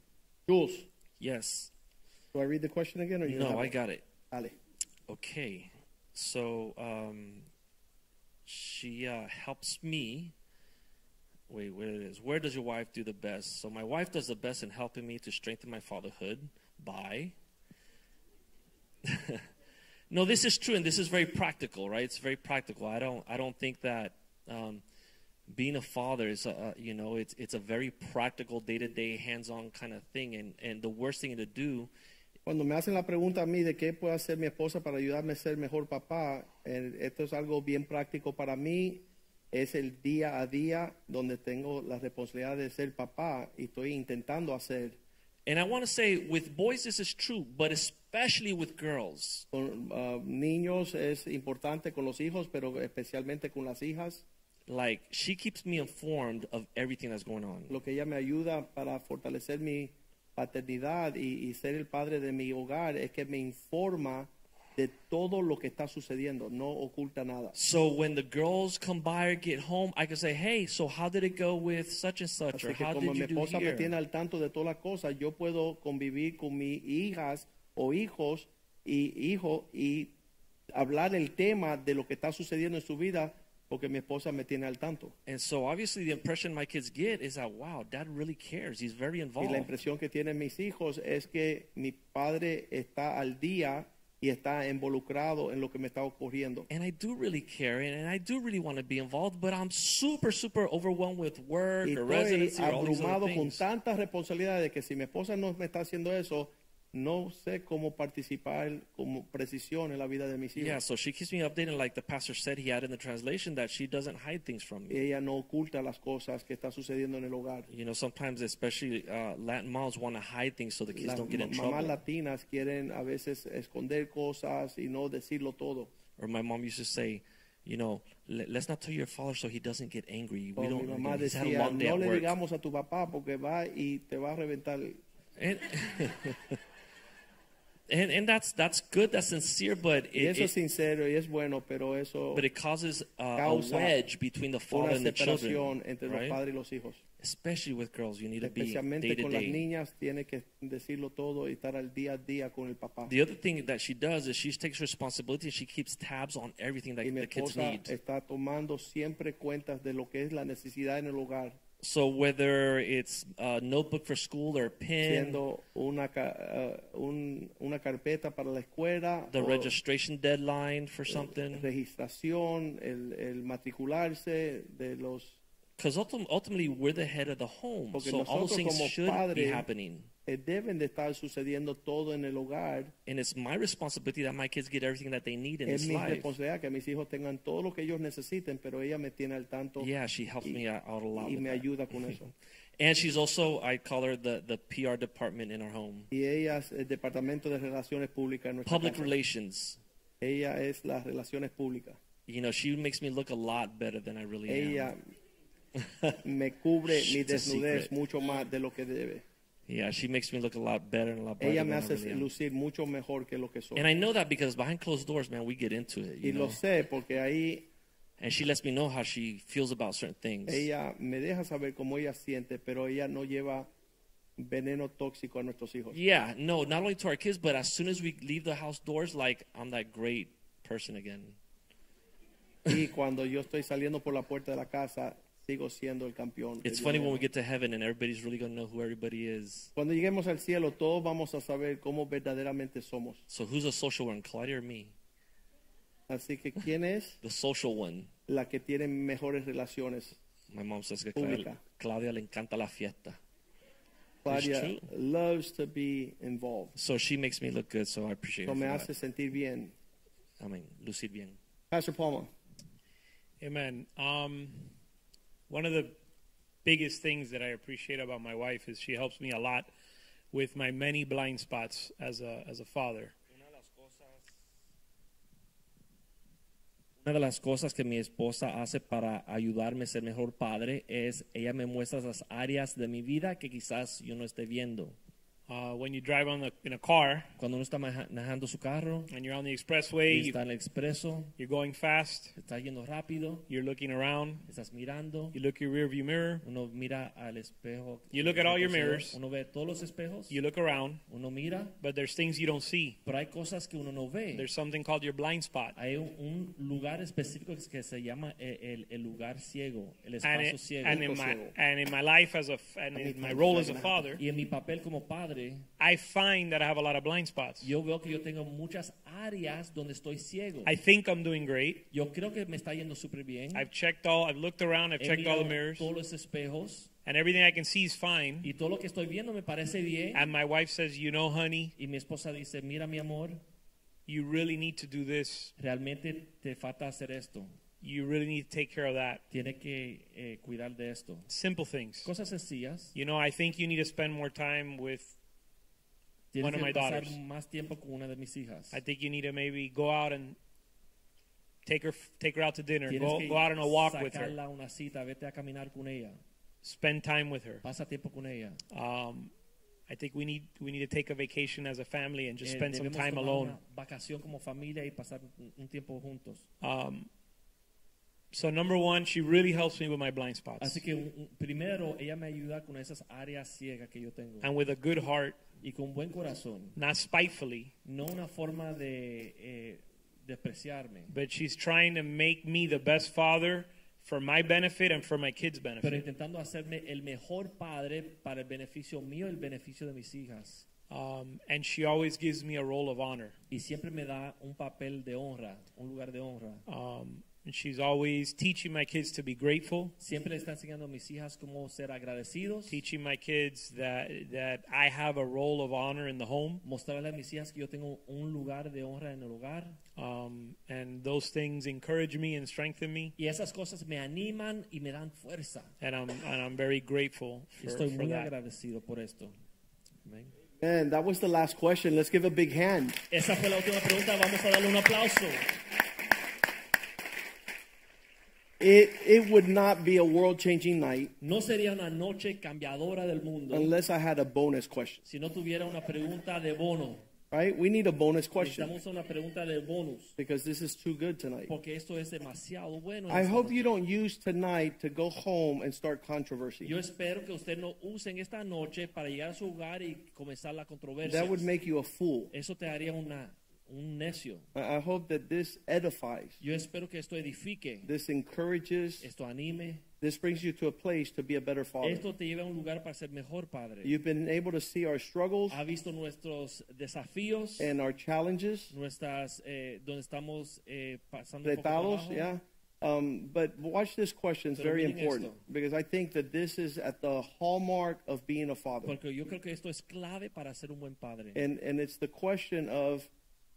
S2: Jules,
S6: Yes.
S2: do I read the question again? Or you
S6: No,
S2: have
S6: I
S2: it?
S6: got it.
S2: Ale.
S6: Okay. So um, she uh, helps me. Wait, where it is? Where does your wife do the best? So my wife does the best in helping me to strengthen my fatherhood by. no, this is true, and this is very practical, right? It's very practical. I don't, I don't think that um, being a father is, a, a- you know, it's it's a very practical, day to day, hands on kind of thing, and and the worst thing to do
S2: Cuando me hacen la pregunta a mí de qué puede hacer mi esposa para ayudarme a ser mejor papá, eh, esto es algo bien práctico para mí. Es el día a día donde tengo la responsabilidad de ser papá y estoy intentando hacer.
S6: And I want to say with boys this is true, but especially with girls.
S2: Con ah, niños es importante con los hijos, pero especialmente con las hijas.
S6: Like she keeps me informed of everything that's going on.
S2: Lo que ella me ayuda para fortalecer mi paternidad y, y ser el padre de mi hogar es que me informa de todo lo que está sucediendo, no oculta nada.
S6: So when the girls come by or get home, I can say, "Hey, so how did it go with such and such,
S2: Así
S6: or
S2: que
S6: how
S2: como
S6: did
S2: mi
S6: you do
S2: esposa me tiene
S6: here?"
S2: al tanto de todas las cosas, yo puedo convivir con mis hijas o hijos y hijo y hablar el tema de lo que está sucediendo en su vida porque mi esposa me tiene al tanto.
S6: And so obviously the impression my kids get is that, "Wow, Dad really cares. He's very
S2: Y la
S6: involved."
S2: impresión que tienen mis hijos es que mi padre está al día y está involucrado en lo que me está ocurriendo.
S6: And I do really care, and, and I do really want to be involved, but I'm super, super overwhelmed with work
S2: Y
S6: or
S2: estoy
S6: residency or all these other
S2: abrumado con
S6: things.
S2: tantas responsabilidades que si mi esposa no me está haciendo eso, no sé cómo participar con precisión en la vida de mis hijos.
S6: Yeah, so she keeps me updated, like the pastor said he had in the translation, that she doesn't hide things from me.
S2: ella no oculta las cosas que está sucediendo en el hogar.
S6: You know, sometimes, especially uh, Latin moms, want to hide things so the kids
S2: Las
S6: don't get in
S2: mamás
S6: trouble.
S2: latinas quieren a veces esconder cosas y no decirlo todo.
S6: Or my mom used to say, you know, "Let- let's not tell your father so he doesn't get angry.
S2: O
S6: We
S2: Oh, mi
S6: don't. you know,
S2: mamá
S6: he's had a
S2: decía,
S6: long day
S2: no
S6: at
S2: le
S6: work."
S2: digamos a tu papá porque va y te va a reventar.
S6: And, and and that's that's good. That's sincere, but
S2: Y
S6: it,
S2: eso es
S6: it,
S2: sincero y es bueno, pero eso
S6: but it causes uh, a
S2: causa
S6: wedge between the father
S2: una
S6: and the
S2: separación
S6: children,
S2: entre los
S6: right?
S2: padres y los hijos.
S6: Especially with girls, you need to be day
S2: Especialmente
S6: to
S2: con las
S6: day.
S2: niñas tiene que decirlo todo y estar al día a día con el papá.
S6: The other thing that she does is she takes responsibility and she keeps tabs on everything that
S2: Y mi
S6: the kids
S2: esposa
S6: need.
S2: está tomando siempre cuentas de lo que es la necesidad en el hogar.
S6: So whether it's a notebook for school or a pen,
S2: siendo una, ca- eh, un- una carpeta para la escuela,
S6: the
S2: o
S6: registration deadline for something,
S2: registración, el, el matricularse de los
S6: because ultimately we're the head of the home,
S2: porque
S6: so all those
S2: nosotros
S6: things
S2: como
S6: should be
S2: padres
S6: happening.
S2: eh, deben de estar sucediendo todo en el hogar.
S6: And it's my responsibility that my kids get everything that they need in
S2: Es
S6: this
S2: mi
S6: life.
S2: responsabilidad que mis hijos tengan todo lo que ellos necesiten, pero ella me tiene al tanto
S6: Yeah, she helps
S2: y,
S6: me out out a lot.
S2: y
S6: with
S2: me
S6: that.
S2: ayuda con eso.
S6: And she's also, I call her the, the PR department in our home.
S2: Y ella es el departamento de relaciones públicas en nuestra
S6: Public
S2: casa.
S6: relations.
S2: Ella es las relaciones públicas.
S6: You know, she makes me look a lot better than I really am.
S2: Ella me cubre mi
S6: It's a
S2: desnudez
S6: secret.
S2: mucho más de lo que debe.
S6: Yeah, she makes me look a lot better and a lot brighter.
S2: Ella me
S6: than I
S2: hace
S6: really am.
S2: lucir mucho mejor que lo que soy.
S6: And I know that because behind closed doors, man, we get into it.
S2: y
S6: You know?
S2: lo sé porque ahí
S6: And she lets me know how she feels about certain things.
S2: ella me deja saber cómo ella siente, pero ella no lleva veneno tóxico a nuestros hijos.
S6: Yeah, no, not only to our kids, but as soon as we leave the house doors, like, I'm that great person again.
S2: Y cuando yo estoy saliendo por la puerta de la casa, sigo siendo el campeón. que
S6: It's
S2: Dios
S6: funny
S2: me
S6: when
S2: ama.
S6: we get to heaven and everybody's really going to know who everybody is.
S2: Cuando lleguemos al cielo, todos vamos a saber cómo verdaderamente somos.
S6: So who's a social one, Claudia or me?
S2: Así que, ¿quién es
S6: The social one.
S2: la que tiene mejores relaciones?
S6: My mom says que Claudia,
S2: Pública.
S6: Claudia le encanta la fiesta.
S2: Claudia
S6: true.
S2: loves to be involved.
S6: So she makes me look good, so I appreciate
S2: Eso
S6: it.
S2: me hace sentir bien.
S6: I mean, lucir bien.
S2: Pastor Palmer,
S3: Amen. Um, one of the biggest things that I appreciate about my wife is she helps me a lot with my many blind spots as a as a father.
S6: Una de las cosas que mi esposa hace para ayudarme a ser mejor padre es ella me muestra las áreas de mi vida que quizás yo no esté viendo.
S3: Uh, when you drive on the in a car
S6: Cuando uno está maja- manejando su carro,
S3: and you're on the
S6: y
S3: expressway, you,
S6: está en el expreso,
S3: you're going fast,
S6: está yendo rápido,
S3: you're looking around,
S6: estás mirando,
S3: you look your rearview mirror,
S6: uno mira al espejo.
S3: You look at all your
S6: Entonces,
S3: mirrors.
S6: Uno ve todos los espejos,
S3: you look around,
S6: uno mira,
S3: but there's things you don't see.
S6: pero hay cosas que uno no ve.
S3: There's something called your blind spot.
S6: hay un, un lugar específico que se llama el, el- el lugar ciego, el
S3: And,
S6: espacio
S3: it,
S6: ciego.
S3: and in my and in my life as a f- and in my role as a father,
S6: y en mi papel como padre,
S3: I find that I have a lot of blind spots.
S6: yo veo que yo tengo muchas áreas donde estoy ciego.
S3: I think I'm doing great.
S6: yo creo que me está yendo súper bien.
S3: I've checked all, I've looked around, I've
S6: He
S3: checked all the
S6: mirado
S3: mirrors,
S6: todos los espejos
S3: and everything I can see is fine.
S6: y todo lo que estoy viendo me parece bien.
S3: And my wife says, You know, honey,
S6: y mi esposa dice, mira mi amor,
S3: you really need to do this.
S6: realmente te falta hacer esto.
S3: You really need to take care of that.
S6: Tienes que eh, cuidar de esto.
S3: Simple things.
S6: Cosas sencillas.
S3: You know, I think you need to spend more time with,
S6: Tienes
S3: One of
S6: que
S3: my
S6: pasar
S3: daughters.
S6: más tiempo con una de mis hijas.
S3: I think you need to maybe go out and take her take her out to dinner,
S6: Tienes
S3: go,
S6: que
S3: go out on a walk with her,
S6: sacarla a una cita, vete a caminar con ella,
S3: spend time with her.
S6: pasa tiempo con ella.
S3: Um, I think we need we need to take a vacation as a family and just
S6: Eh,
S3: spend some
S6: debemos
S3: time
S6: tomar
S3: alone.
S6: una vacación como familia y pasar un, un tiempo juntos.
S3: Um, so number one, she really helps me with my blind spots,
S6: Así que un- un- primero ella me ayuda con esas áreas ciegas que yo tengo
S3: and with a good heart,
S6: y con buen corazón,
S3: not spitefully,
S6: no una forma de eh, despreciarme,
S3: but she's trying to make me the best father for my benefit and for my kids'
S6: pero
S3: benefit.
S6: intentando hacerme el mejor padre para el beneficio mío y el beneficio de mis hijas.
S3: Um, and she always gives me a role of honor.
S6: Y siempre me da un papel de honra, un lugar de honra.
S3: Um, and she's always teaching my kids to be grateful,
S6: Siempre le está enseñando a mis hijas cómo ser agradecidos.
S3: teaching my kids that that I have a role of honor in the home.
S6: mostrarle a mis hijas que yo tengo un lugar de honra en el hogar.
S3: Um, and those things encourage me and strengthen me,
S6: Y esas cosas me animan y me dan fuerza.
S3: and I'm and I'm very grateful
S6: Y
S3: for,
S6: Estoy
S3: for
S6: muy
S3: that.
S6: agradecido por esto. Amén.
S2: man, that was the last question. Let's give a big hand.
S6: Esa fue la última pregunta. Vamos a darle un aplauso.
S2: It, it would not be a world changing night
S6: No sería una noche cambiadora del mundo
S2: unless I had a bonus question,
S6: si no tuviera una pregunta de bono.
S2: right? We need a bonus question
S6: Necesitamos una pregunta de bonus
S2: because this is too good tonight.
S6: porque esto es demasiado bueno.
S2: I hope you don't use tonight to go home and start controversy.
S6: Yo espero que usted no usen esta noche para llegar a su hogar y comenzar la controversia.
S2: That would make you a fool.
S6: Eso te haría una, un necio.
S2: I I hope that this edifies,
S6: Yo espero que esto edifique.
S2: this encourages,
S6: esto anime,
S2: this brings you to a place to be a better father.
S6: esto te lleva a un lugar para ser mejor padre.
S2: You've been able to see our struggles
S6: Ha visto nuestros desafíos,
S2: and our challenges,
S6: nuestras eh, donde estamos eh, pasando un poco
S2: retalos,
S6: trabajo.
S2: yeah. Um, but watch this question, it's
S6: Pero
S2: very
S6: miren
S2: important
S6: esto.
S2: because I think that this is at the hallmark of being a father.
S6: Porque yo creo que esto es clave para ser un buen padre.
S2: And, and it's the question of,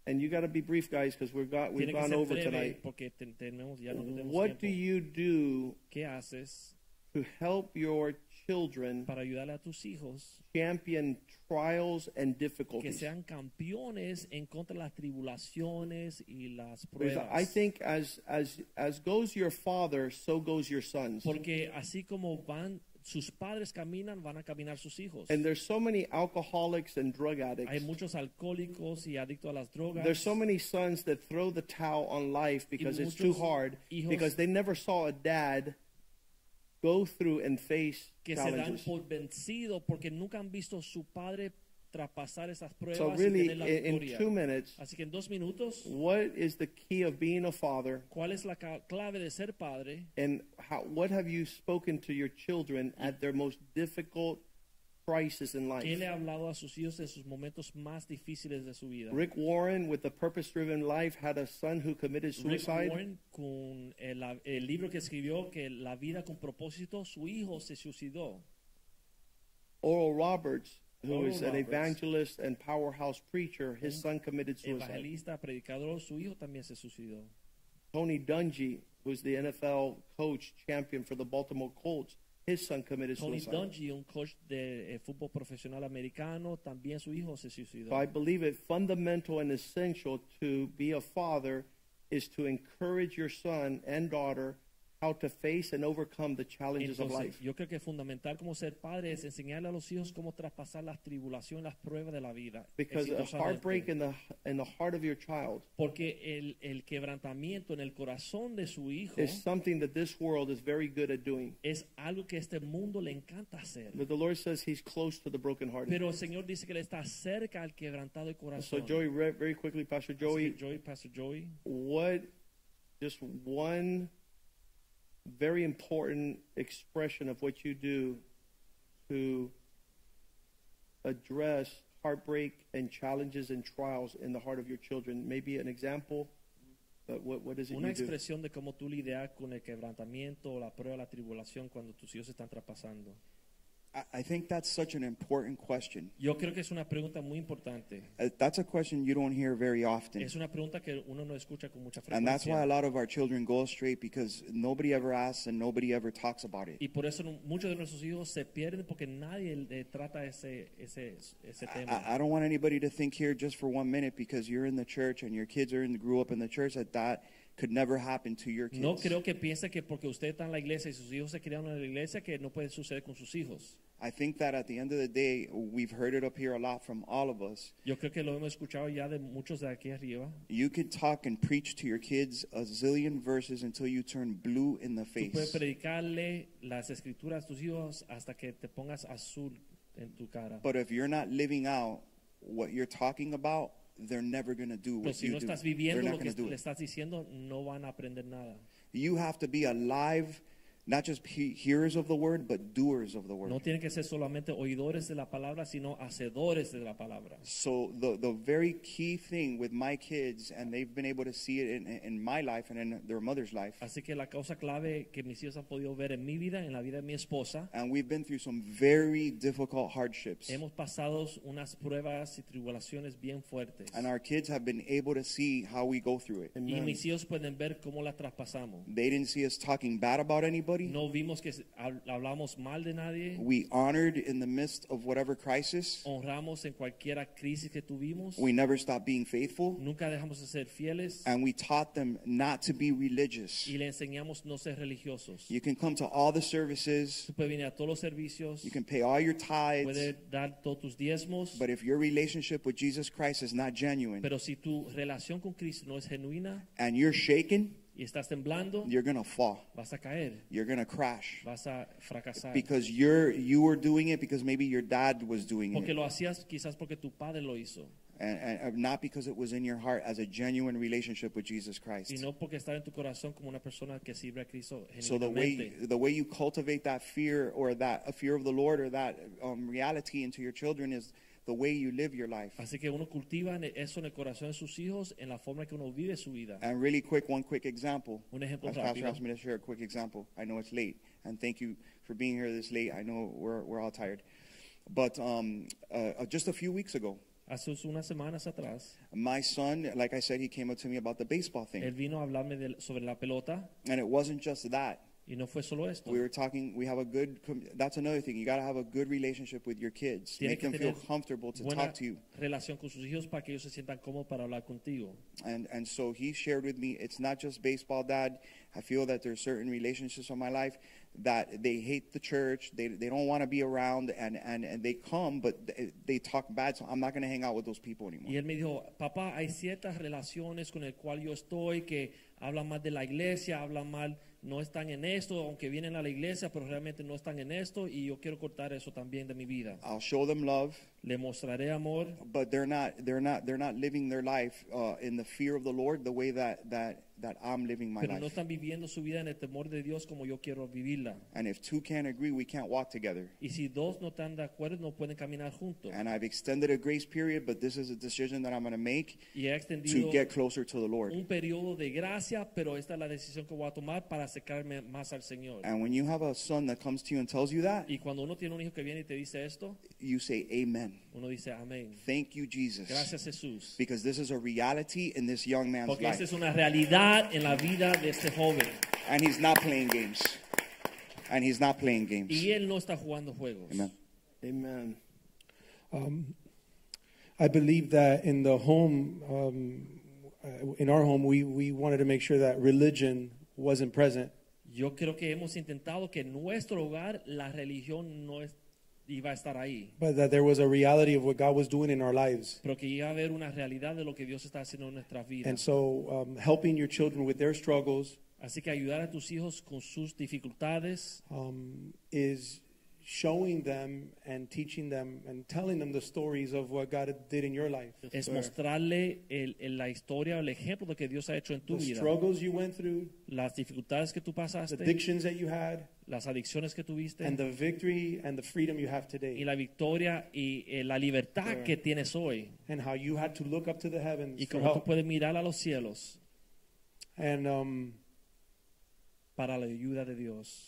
S2: and you got to be brief, guys, because we've, got, we've
S6: Tiene que
S2: gone
S6: ser
S2: over
S6: breve
S2: tonight.
S6: porque ten- tenemos ya no tenemos
S2: What
S6: tiempo.
S2: do you do
S6: ¿Qué haces
S2: to help your children
S6: para ayudarle a tus hijos
S2: champion trials and
S6: que
S2: difficulties?
S6: sean campeones en contra de las tribulaciones y las
S2: Because
S6: pruebas?
S2: Pues, I think as, as, as goes your father, so goes your sons.
S6: porque así como van sus padres caminan, van a caminar sus hijos.
S2: And there's so many alcoholics and drug
S6: Hay
S2: addicts.
S6: muchos alcohólicos y adictos a las drogas.
S2: There's so many sons that throw the towel on life because it's too
S6: muchos
S2: hard,
S6: hijos-
S2: because they never saw a dad go through and face
S6: que se dan
S2: challenges.
S6: por vencidos porque nunca han visto su padre traspasar esas pruebas
S2: So,
S6: y
S2: really,
S6: tener la
S2: in, in
S6: victoria.
S2: two minutes,
S6: Así que en dos minutos,
S2: what is the key of being a father,
S6: ¿cuál es la ca- clave de ser padre?
S2: and how, what have you spoken to your children at their most difficult crisis in life.
S6: Él ha hablado a sus hijos de sus momentos más difíciles de su vida.
S2: Rick Warren, with the purpose driven life, had a son who committed
S6: Rick
S2: suicide.
S6: Warren, con el, el libro que escribió, que La vida con propósito, su hijo se suicidó.
S2: Oral Roberts, who
S6: Oral
S2: is an
S6: Roberts. Mm-hmm.
S2: evangelist and powerhouse preacher, his son committed suicide.
S6: Evangelista, predicador, su hijo también se suicidó.
S2: Tony Dungy, who's the NFL coach champion for the Baltimore Colts, his son committed
S6: Tony
S2: suicide.
S6: Dungy, un coach de eh, fútbol profesional americano, también su hijo se suicidó.
S2: So I believe it fundamental and essential to be a father is to encourage your son and daughter how to face and overcome the challenges of
S6: Entonces,
S2: life.
S6: yo creo que es fundamental como ser padre es enseñarle a los hijos cómo traspasar las tribulaciones, las pruebas de la vida.
S2: Because a
S6: exitosamente.
S2: heartbreak in the in the heart of your child
S6: Porque el, el quebrantamiento en el corazón de su hijo
S2: is something that this world is very good at doing.
S6: es algo que este mundo le encanta hacer.
S2: But the Lord says He's close to the brokenhearted.
S6: Pero el Señor dice que le está cerca al quebrantado de
S2: So
S6: corazón.
S2: Joey, re- very quickly, Pastor
S6: Así que,
S2: Joey,
S6: Joey, Pastor Joey,
S2: what just one very important expression of what you do to address heartbreak and challenges and trials in the heart of your children maybe an example but what, what is it
S6: una
S2: you do
S6: expresión de cómo tú lidias con el quebrantamiento, la prueba, la tribulación cuando tus hijos están traspasando.
S4: I, I think that's such an important question.
S6: Yo creo que es una pregunta muy importante.
S4: Uh, That's a question you don't hear very often.
S6: Es una pregunta que uno no escucha con mucha
S4: And that's why a
S6: frecuencia.
S4: lot of our children go astray because nobody ever asks and nobody ever talks about it.
S6: Y por eso no- muchos de nuestros hijos se pierden porque nadie le trata ese, ese, ese
S4: Ah,
S6: tema.
S4: I, I don't want anybody to think here just for one minute because you're in the church and your kids are in grew up in the church that that could never happen to your kids.
S6: No creo que piense que porque usted está en la iglesia y sus hijos se criaron en la iglesia que no puede suceder con sus hijos.
S4: I think that at the end of the day, we've heard it up here a lot from all of us.
S6: Yo creo que lo hemos escuchado ya de muchos de aquí arriba.
S4: You can talk and preach to your kids a zillion verses until you turn blue in the
S6: Tú puedes
S4: face.
S6: predicarle las escrituras a tus hijos hasta que te pongas azul en tu cara.
S4: But if you're not living out what you're talking about, they're never going to do
S6: Pero
S4: what
S6: si
S4: you
S6: no
S4: do.
S6: estás
S4: They're
S6: viviendo
S4: not
S6: lo que
S4: going to do
S6: le
S4: it.
S6: estás diciendo, no van a aprender nada.
S4: You have to be alive, not just he- hearers of the word, but doers of the word.
S6: No tienen que ser solamente oidores de la palabra, sino hacedores de la palabra.
S4: So the the very key thing with my kids, and they've been able to see it in, in my life and in their mother's life,
S6: Así que la causa clave que mis hijos han podido ver en mi vida, en la vida de mi esposa,
S4: and we've been through some very difficult hardships,
S6: hemos pasado unas pruebas y tribulaciones bien fuertes.
S4: and our kids have been able to see how we go through it.
S6: Y mis hijos pueden ver cómo la traspasamos.
S4: They didn't see us talking bad about anybody.
S6: No vimos que hab- hablamos mal de nadie,
S4: We honored in the midst of whatever crisis.
S6: Oh. honramos en cualquier crisis que tuvimos,
S4: We never stopped being faithful,
S6: nunca dejamos de ser fieles
S4: and we taught them not to be religious.
S6: y le enseñamos no ser religiosos.
S4: You can come to all the services.
S6: Tú puedes venir a todos los servicios,
S4: You can pay all your tithes,
S6: puedes dar todos tus diezmos,
S4: but if your relationship with Jesus Christ is not genuine,
S6: pero si tu relación con Cristo no es genuina
S4: and you're shaken,
S6: y estás temblando,
S4: you're gonna fall.
S6: vas a caer,
S4: You're gonna crash
S6: vas a fracasar.
S4: because you're you were doing it because maybe your dad was doing
S6: Porque
S4: it,
S6: lo hacías quizás porque tu padre lo hizo
S4: and, and and not because it was in your heart as a genuine relationship with Jesus Christ.
S6: y no porque estaba en tu corazón como una persona que sirve a Cristo
S4: So the way
S6: genuinamente.
S4: the way you cultivate that fear or that a fear of the Lord or that um, reality into your children is the way you live your life.
S6: Así que uno cultiva en- e-, eso en el corazón de sus hijos, en la forma que uno vive su vida.
S4: And really quick, one quick example.
S6: Un ejemplo
S4: As Pastor
S6: rápido.
S4: asked me to share a quick example. I know it's late, and thank you for being here this late. I know we're we're all tired, but um, uh, uh, just a few weeks ago,
S6: Hace unas semanas atrás,
S4: my son, like I said, he came up to me about the baseball thing,
S6: él vino a hablarme del- sobre la pelota
S4: and it wasn't just that.
S6: y no fue solo esto.
S4: We were talking. We have a good. Com- that's another thing. You got to have a good relationship with your kids.
S6: Tiene
S4: Make
S6: que
S4: them feel
S6: tener
S4: comfortable to
S6: buena
S4: talk to you.
S6: relación con sus hijos para que ellos se sientan cómodos para hablar contigo.
S4: And and so he shared with me, it's not just baseball, Dad. I feel that there's certain relationships in my life that they hate the church. They they don't want to be around, and and and they come, but they, they talk bad. So I'm not going to hang out with those people anymore.
S6: Y él me dijo, papá, hay ciertas relaciones con el cual yo estoy que hablan mal de la iglesia, hablan mal, no están en esto, aunque vienen a la iglesia, pero realmente no están en esto y yo quiero cortar eso también de mi vida.
S4: I'll show them love,
S6: Le mostraré amor,
S4: but they're not they're not they're not living their life uh, in the fear of the Lord the way that that that I'm living my
S6: pero no
S4: life.
S6: están viviendo su vida en el temor de Dios como yo quiero vivirla.
S4: And if two can't agree, we can't walk together.
S6: Y si dos no están de acuerdo, no pueden caminar juntos.
S4: And I've extended a grace period, but this is a decision that I'm going to make
S6: Y he
S4: to
S6: extendido
S4: get closer to the Lord.
S6: un periodo de gracia, pero esta es la decisión que voy a tomar para acercarme más al Señor.
S4: And when you have a son that comes to you and tells you that,
S6: Y cuando uno tiene un hijo que viene y te dice esto,
S4: you say, Amen.
S6: uno dice amén.
S4: Thank you, Jesus.
S6: Gracias Jesús.
S4: Because this is a reality in this young man's
S6: Porque esta es
S4: life.
S6: una realidad en la vida de este joven.
S4: And he's not playing games. And he's not playing games.
S6: Y él no está jugando juegos.
S4: Amen.
S2: Amen.
S5: I believe that in the home, um, uh, in our home, we, we wanted to make sure that religion wasn't present.
S6: Yo creo que hemos intentado que en nuestro hogar la religión no es- iba a estar ahí,
S5: but that there was a reality of what God was doing in our lives.
S6: pero que iba a haber una realidad de lo que Dios está haciendo en nuestras
S5: And
S6: vidas.
S5: so, um, helping your children with their struggles
S6: Así que ayudar a tus hijos con sus dificultades
S5: um, is showing them and teaching them and telling them the stories of what God did in your life.
S6: es mostrarle el- el- la historia o el ejemplo de que Dios ha hecho en tu
S5: The
S6: vida.
S5: struggles you went through,
S6: Las dificultades que tú
S5: the
S6: pasaste,
S5: addictions that you had,
S6: las adicciones que
S5: and
S6: tuviste
S5: the victory and the freedom you have
S6: y
S5: today,
S6: la victoria y eh, la libertad que tienes hoy.
S5: and how you had to look up to the heavens
S6: Y
S5: for
S6: cómo tú
S5: help.
S6: puedes mirar a los cielos
S5: And um,
S6: para la ayuda de Dios.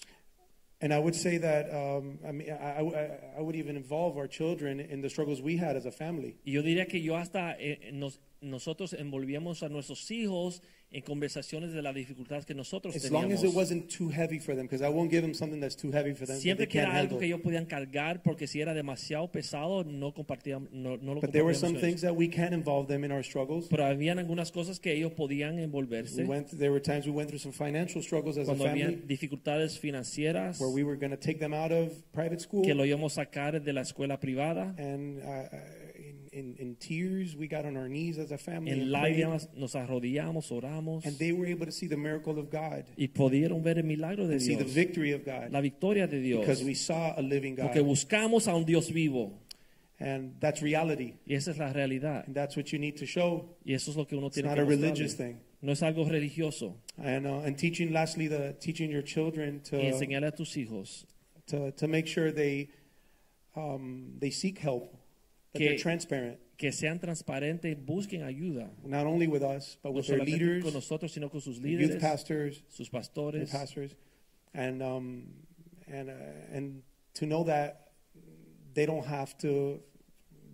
S5: and I would say that um, I mean I, I, I would even involve our children in the struggles we had as a family.
S6: Y yo diría que yo hasta eh, nos- nosotros envolvíamos a nuestros hijos en conversaciones de las dificultades que nosotros
S5: As long as
S6: teníamos.
S5: it wasn't too heavy for them, because I won't give them something that's too heavy for them. that
S6: Siempre
S5: they
S6: que
S5: can't
S6: era algo
S5: handle.
S6: que ellos podían cargar, porque si era demasiado pesado, no compartíamos, no, no lo
S5: But there were some
S6: compartíamos con
S5: things
S6: ellos.
S5: that we can involve them in our struggles.
S6: Pero habían algunas cosas que ellos podían
S5: We
S6: envolverse.
S5: went. There were times we went through some financial struggles as a
S6: Cuando había
S5: family,
S6: dificultades financieras,
S5: where we were going to take them out of private school,
S6: que lo íbamos a sacar de la escuela privada,
S5: and uh, in, in, in tears we got on our knees as a family,
S6: en
S5: and, prayed.
S6: lágrimas nos arrodillamos, oramos,
S5: and they were able to see the miracle of God
S6: y pudieron ver el milagro de
S5: and see the
S6: Dios,
S5: victory of God,
S6: la victoria de Dios.
S5: because we saw a living God,
S6: Porque buscamos a un Dios vivo.
S5: and that's reality,
S6: Y esa es la realidad.
S5: and that's what you need to show.
S6: Y eso es lo que uno tiene
S5: not
S6: que
S5: a
S6: mostrarle.
S5: religious thing.
S6: No es algo religioso.
S5: And uh, and teaching, lastly, the teaching your children to
S6: y enseñarle a tus hijos
S5: to, to make sure they um, they seek help, that
S6: Que-
S5: they're transparent,
S6: que sean transparentes, busquen ayuda.
S5: not only with us but
S6: No
S5: with their
S6: solamente
S5: leaders,
S6: con nosotros, sino con sus
S5: the youth
S6: líderes,
S5: pastors,
S6: sus
S5: their
S6: pastores.
S5: pastors, and um, and uh, and to know that they don't have to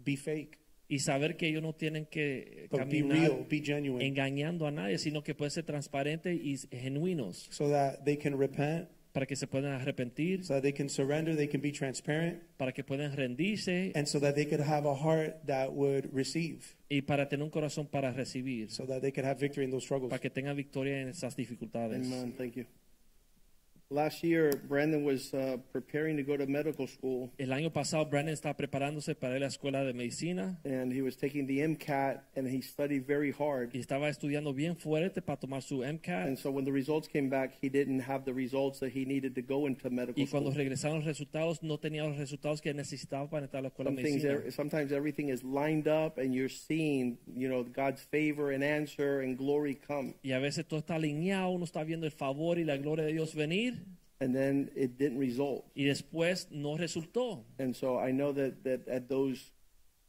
S5: be fake,
S6: Y saber que ellos no tienen que
S5: but be
S6: caminar
S5: real, be genuine,
S6: engañando a nadie, sino que pueden ser transparentes y genuinos
S5: so that they can repent,
S6: para que se puedan arrepentir,
S5: so that they can surrender, they can be transparent,
S6: para que puedan rendirse
S5: and so that they could have a heart that would receive,
S6: y para tener un corazón para recibir,
S5: so that they could have victory in those struggles.
S6: para que tengan victoria en esas dificultades.
S2: Amen. Thank you. Last year, Brandon was uh, preparing to go to medical school,
S6: El año pasado Brandon estaba preparándose para ir a la escuela de medicina
S2: and he was taking the MCAT, and he studied very hard.
S6: y estaba estudiando bien fuerte para tomar su
S2: And
S6: MCAT.
S2: so when the results came back, he didn't have the results that he needed to go into medical
S6: Y cuando
S2: school.
S6: regresaron los resultados, no tenía los resultados que necesitaba para entrar a la escuela
S2: Some
S6: de
S2: things
S6: medicina.
S2: are- sometimes everything is lined up, and you're seeing, you know, God's favor and answer and glory come.
S6: Y a veces todo está alineado, uno está viendo el favor y la gloria de Dios venir
S2: And then it didn't result.
S6: y después no resultó.
S2: And so I know that, that at those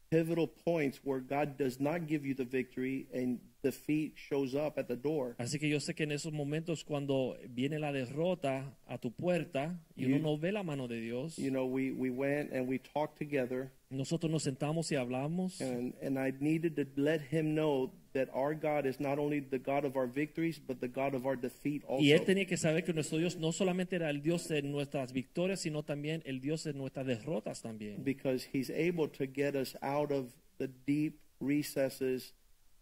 S2: pivotal points where God does not give you the victory and defeat shows up at the door,
S6: Así que yo sé que en esos momentos cuando viene la derrota a tu puerta y uno no ve la mano de Dios,
S2: you know, we, we went and we talked together,
S6: nosotros nos sentamos y hablamos.
S2: and, and I needed to let him know that our God is not only the God of our victories, but the God of our defeat also.
S6: Y él tenía que saber que nuestro Dios no solamente era el Dios de nuestras victorias, sino también el Dios de nuestras derrotas también.
S2: Because he's able to get us out of the deep recesses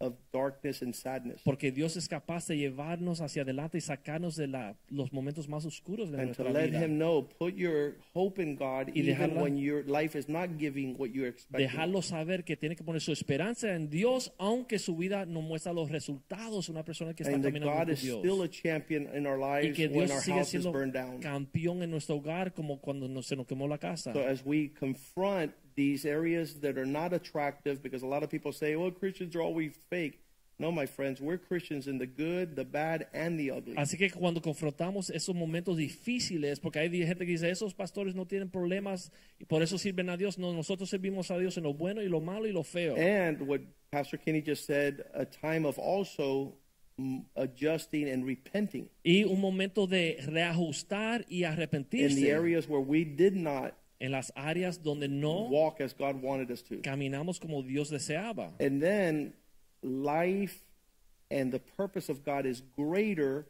S2: of darkness and sadness.
S6: Porque Dios es capaz de llevarnos hacia adelante y sacarnos de la- los momentos más oscuros de
S2: and to
S6: nuestra
S2: let
S6: vida.
S2: him know, put your hope in God, even
S6: dejarla-
S2: when your life is not giving what you're expecting.
S6: Dejarlo saber que tiene que poner su esperanza en Dios, aunque su vida no muestra los resultados. Una persona que está
S2: and that
S6: caminando
S2: God
S6: con
S2: is still a
S6: Dios.
S2: champion in our
S6: Y
S2: lives
S6: que
S2: when
S6: Dios
S2: our
S6: sigue
S2: house is
S6: siendo
S2: burned down.
S6: campeón en nuestro hogar, como cuando nos- se nos quemó la casa.
S2: So as we confront these areas that are not attractive, because a lot of people say, well, Christians are always fake. No, my friends, we're Christians in the good, the bad, and the ugly.
S6: Así que cuando confrontamos esos momentos difíciles, porque hay gente que dice, esos pastores no tienen problemas y por eso sirven a Dios. No, nosotros servimos a Dios en lo bueno y lo malo y lo feo.
S2: And what Pastor Kenny just said, a time of also mm, adjusting and repenting
S6: y un momento de reajustar y
S2: in the
S6: arrepentirse
S2: areas where we did not
S6: en las áreas donde no
S2: walk as God wanted us to.
S6: caminamos como Dios deseaba.
S2: And then life and the purpose of God is greater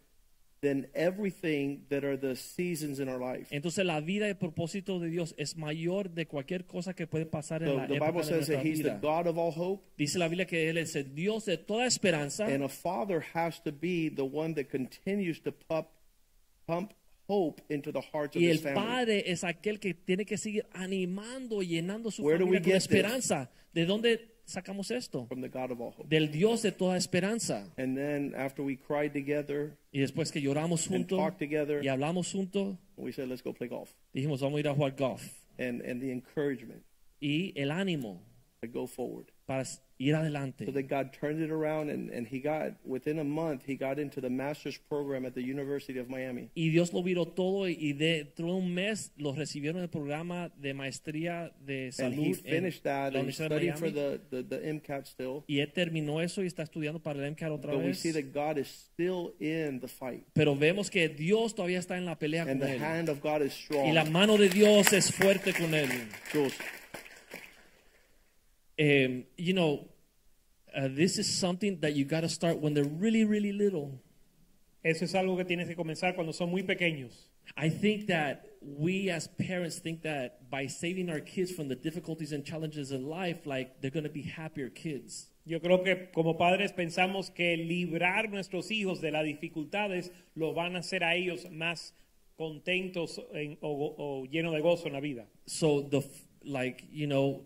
S2: than everything that are the seasons in our life.
S6: Entonces la vida y el propósito de Dios es mayor de cualquier cosa que puede pasar en
S2: So
S6: la
S2: the
S6: época
S2: Bible
S6: de
S2: says
S6: nuestra
S2: that He's the
S6: vida.
S2: God of all hope,
S6: Dice la Biblia que Él es el Dios de toda esperanza
S2: and a father has to be the one that continues to pump, pump hope into the hearts of
S6: y
S2: his
S6: el
S2: family.
S6: Padre es aquel que tiene que seguir animando, llenando su
S2: Where do
S6: familia
S2: we
S6: con
S2: get this?
S6: esperanza. ¿De dónde sacamos esto?
S2: From the God of all hope.
S6: Del Dios de toda esperanza.
S2: And then after we cried together,
S6: Y después que lloramos
S2: And
S6: juntos
S2: talk together.
S6: y hablamos juntos,
S2: we said, let's go play golf.
S6: dijimos vamos a ir a jugar golf.
S2: And, and the encouragement
S6: Y el ánimo
S2: to go forward.
S6: para s- ir adelante.
S2: So that God turned it around, and, and he got, within a month, he got into the master's program at the University of Miami.
S6: Y Dios lo viró todo y dentro de un mes los recibieron en el programa de maestría de
S2: And he
S6: salud en
S2: finished that
S6: la
S2: and
S6: Universidad de
S2: studied for
S6: Miami.
S2: the, the, the MCAT still.
S6: Y él terminó eso y está estudiando para el MCAT otra
S2: But we
S6: vez.
S2: see that God is still in the fight.
S6: Pero vemos que Dios todavía está en la pelea
S2: And
S6: con
S2: the
S6: él.
S2: hand of God is
S6: Y la
S2: strong.
S6: mano de Dios es fuerte con él.
S2: Jules,
S6: Um, you know, uh, this is something that you got to start when they're really, really little.
S3: Eso es algo que tienes que comenzar cuando son muy pequeños.
S6: I think that we as parents think that by saving our kids from the difficulties and challenges in life, like they're going to be happier kids.
S3: Yo creo que como padres pensamos que librar nuestros hijos de las dificultades los van a hacer a ellos más contentos en- o, o- o llenos de gozo en la vida.
S6: so the f- like you know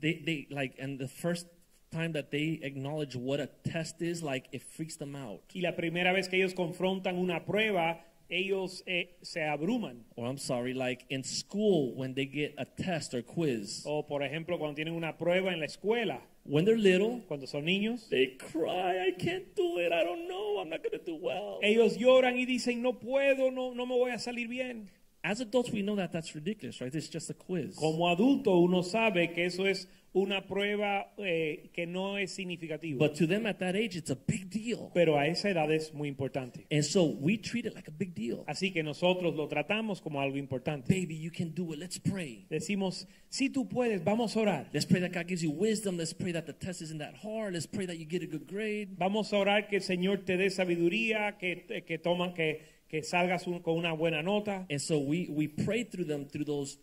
S6: they they like and the first time that they acknowledge what a test is like it freaks them out
S3: Y la primera vez que ellos confrontan una prueba, ellos eh, se abruman.
S6: or i'm sorry like in school when they get a test or quiz
S3: O por ejemplo, cuando tienen una prueba en la escuela,
S6: when they're little
S3: cuando son niños,
S6: they cry i can't do it i don't know i'm not going to do well
S3: ellos lloran y dicen, no puedo, no, no me voy a salir bien.
S6: as adults we know that that's ridiculous right it's just a quiz
S3: Como adulto uno sabe que eso es una prueba eh, que no es significativa.
S6: but to them at that age it's a big deal
S3: pero a esa edad es muy importante.
S6: and so we treat it like a big deal
S3: Así que nosotros lo tratamos como algo importante.
S6: baby you can do it let's pray
S3: Decimos, si tú puedes, vamos a orar.
S6: Let's pray that God gives you wisdom. Let's pray that the test isn't that hard. Let's pray that you get a good grade.
S3: Vamos a orar que el Señor te dé sabiduría, que, que toman, que, que salgas un- con una buena nota.
S6: And so we we pray through them through those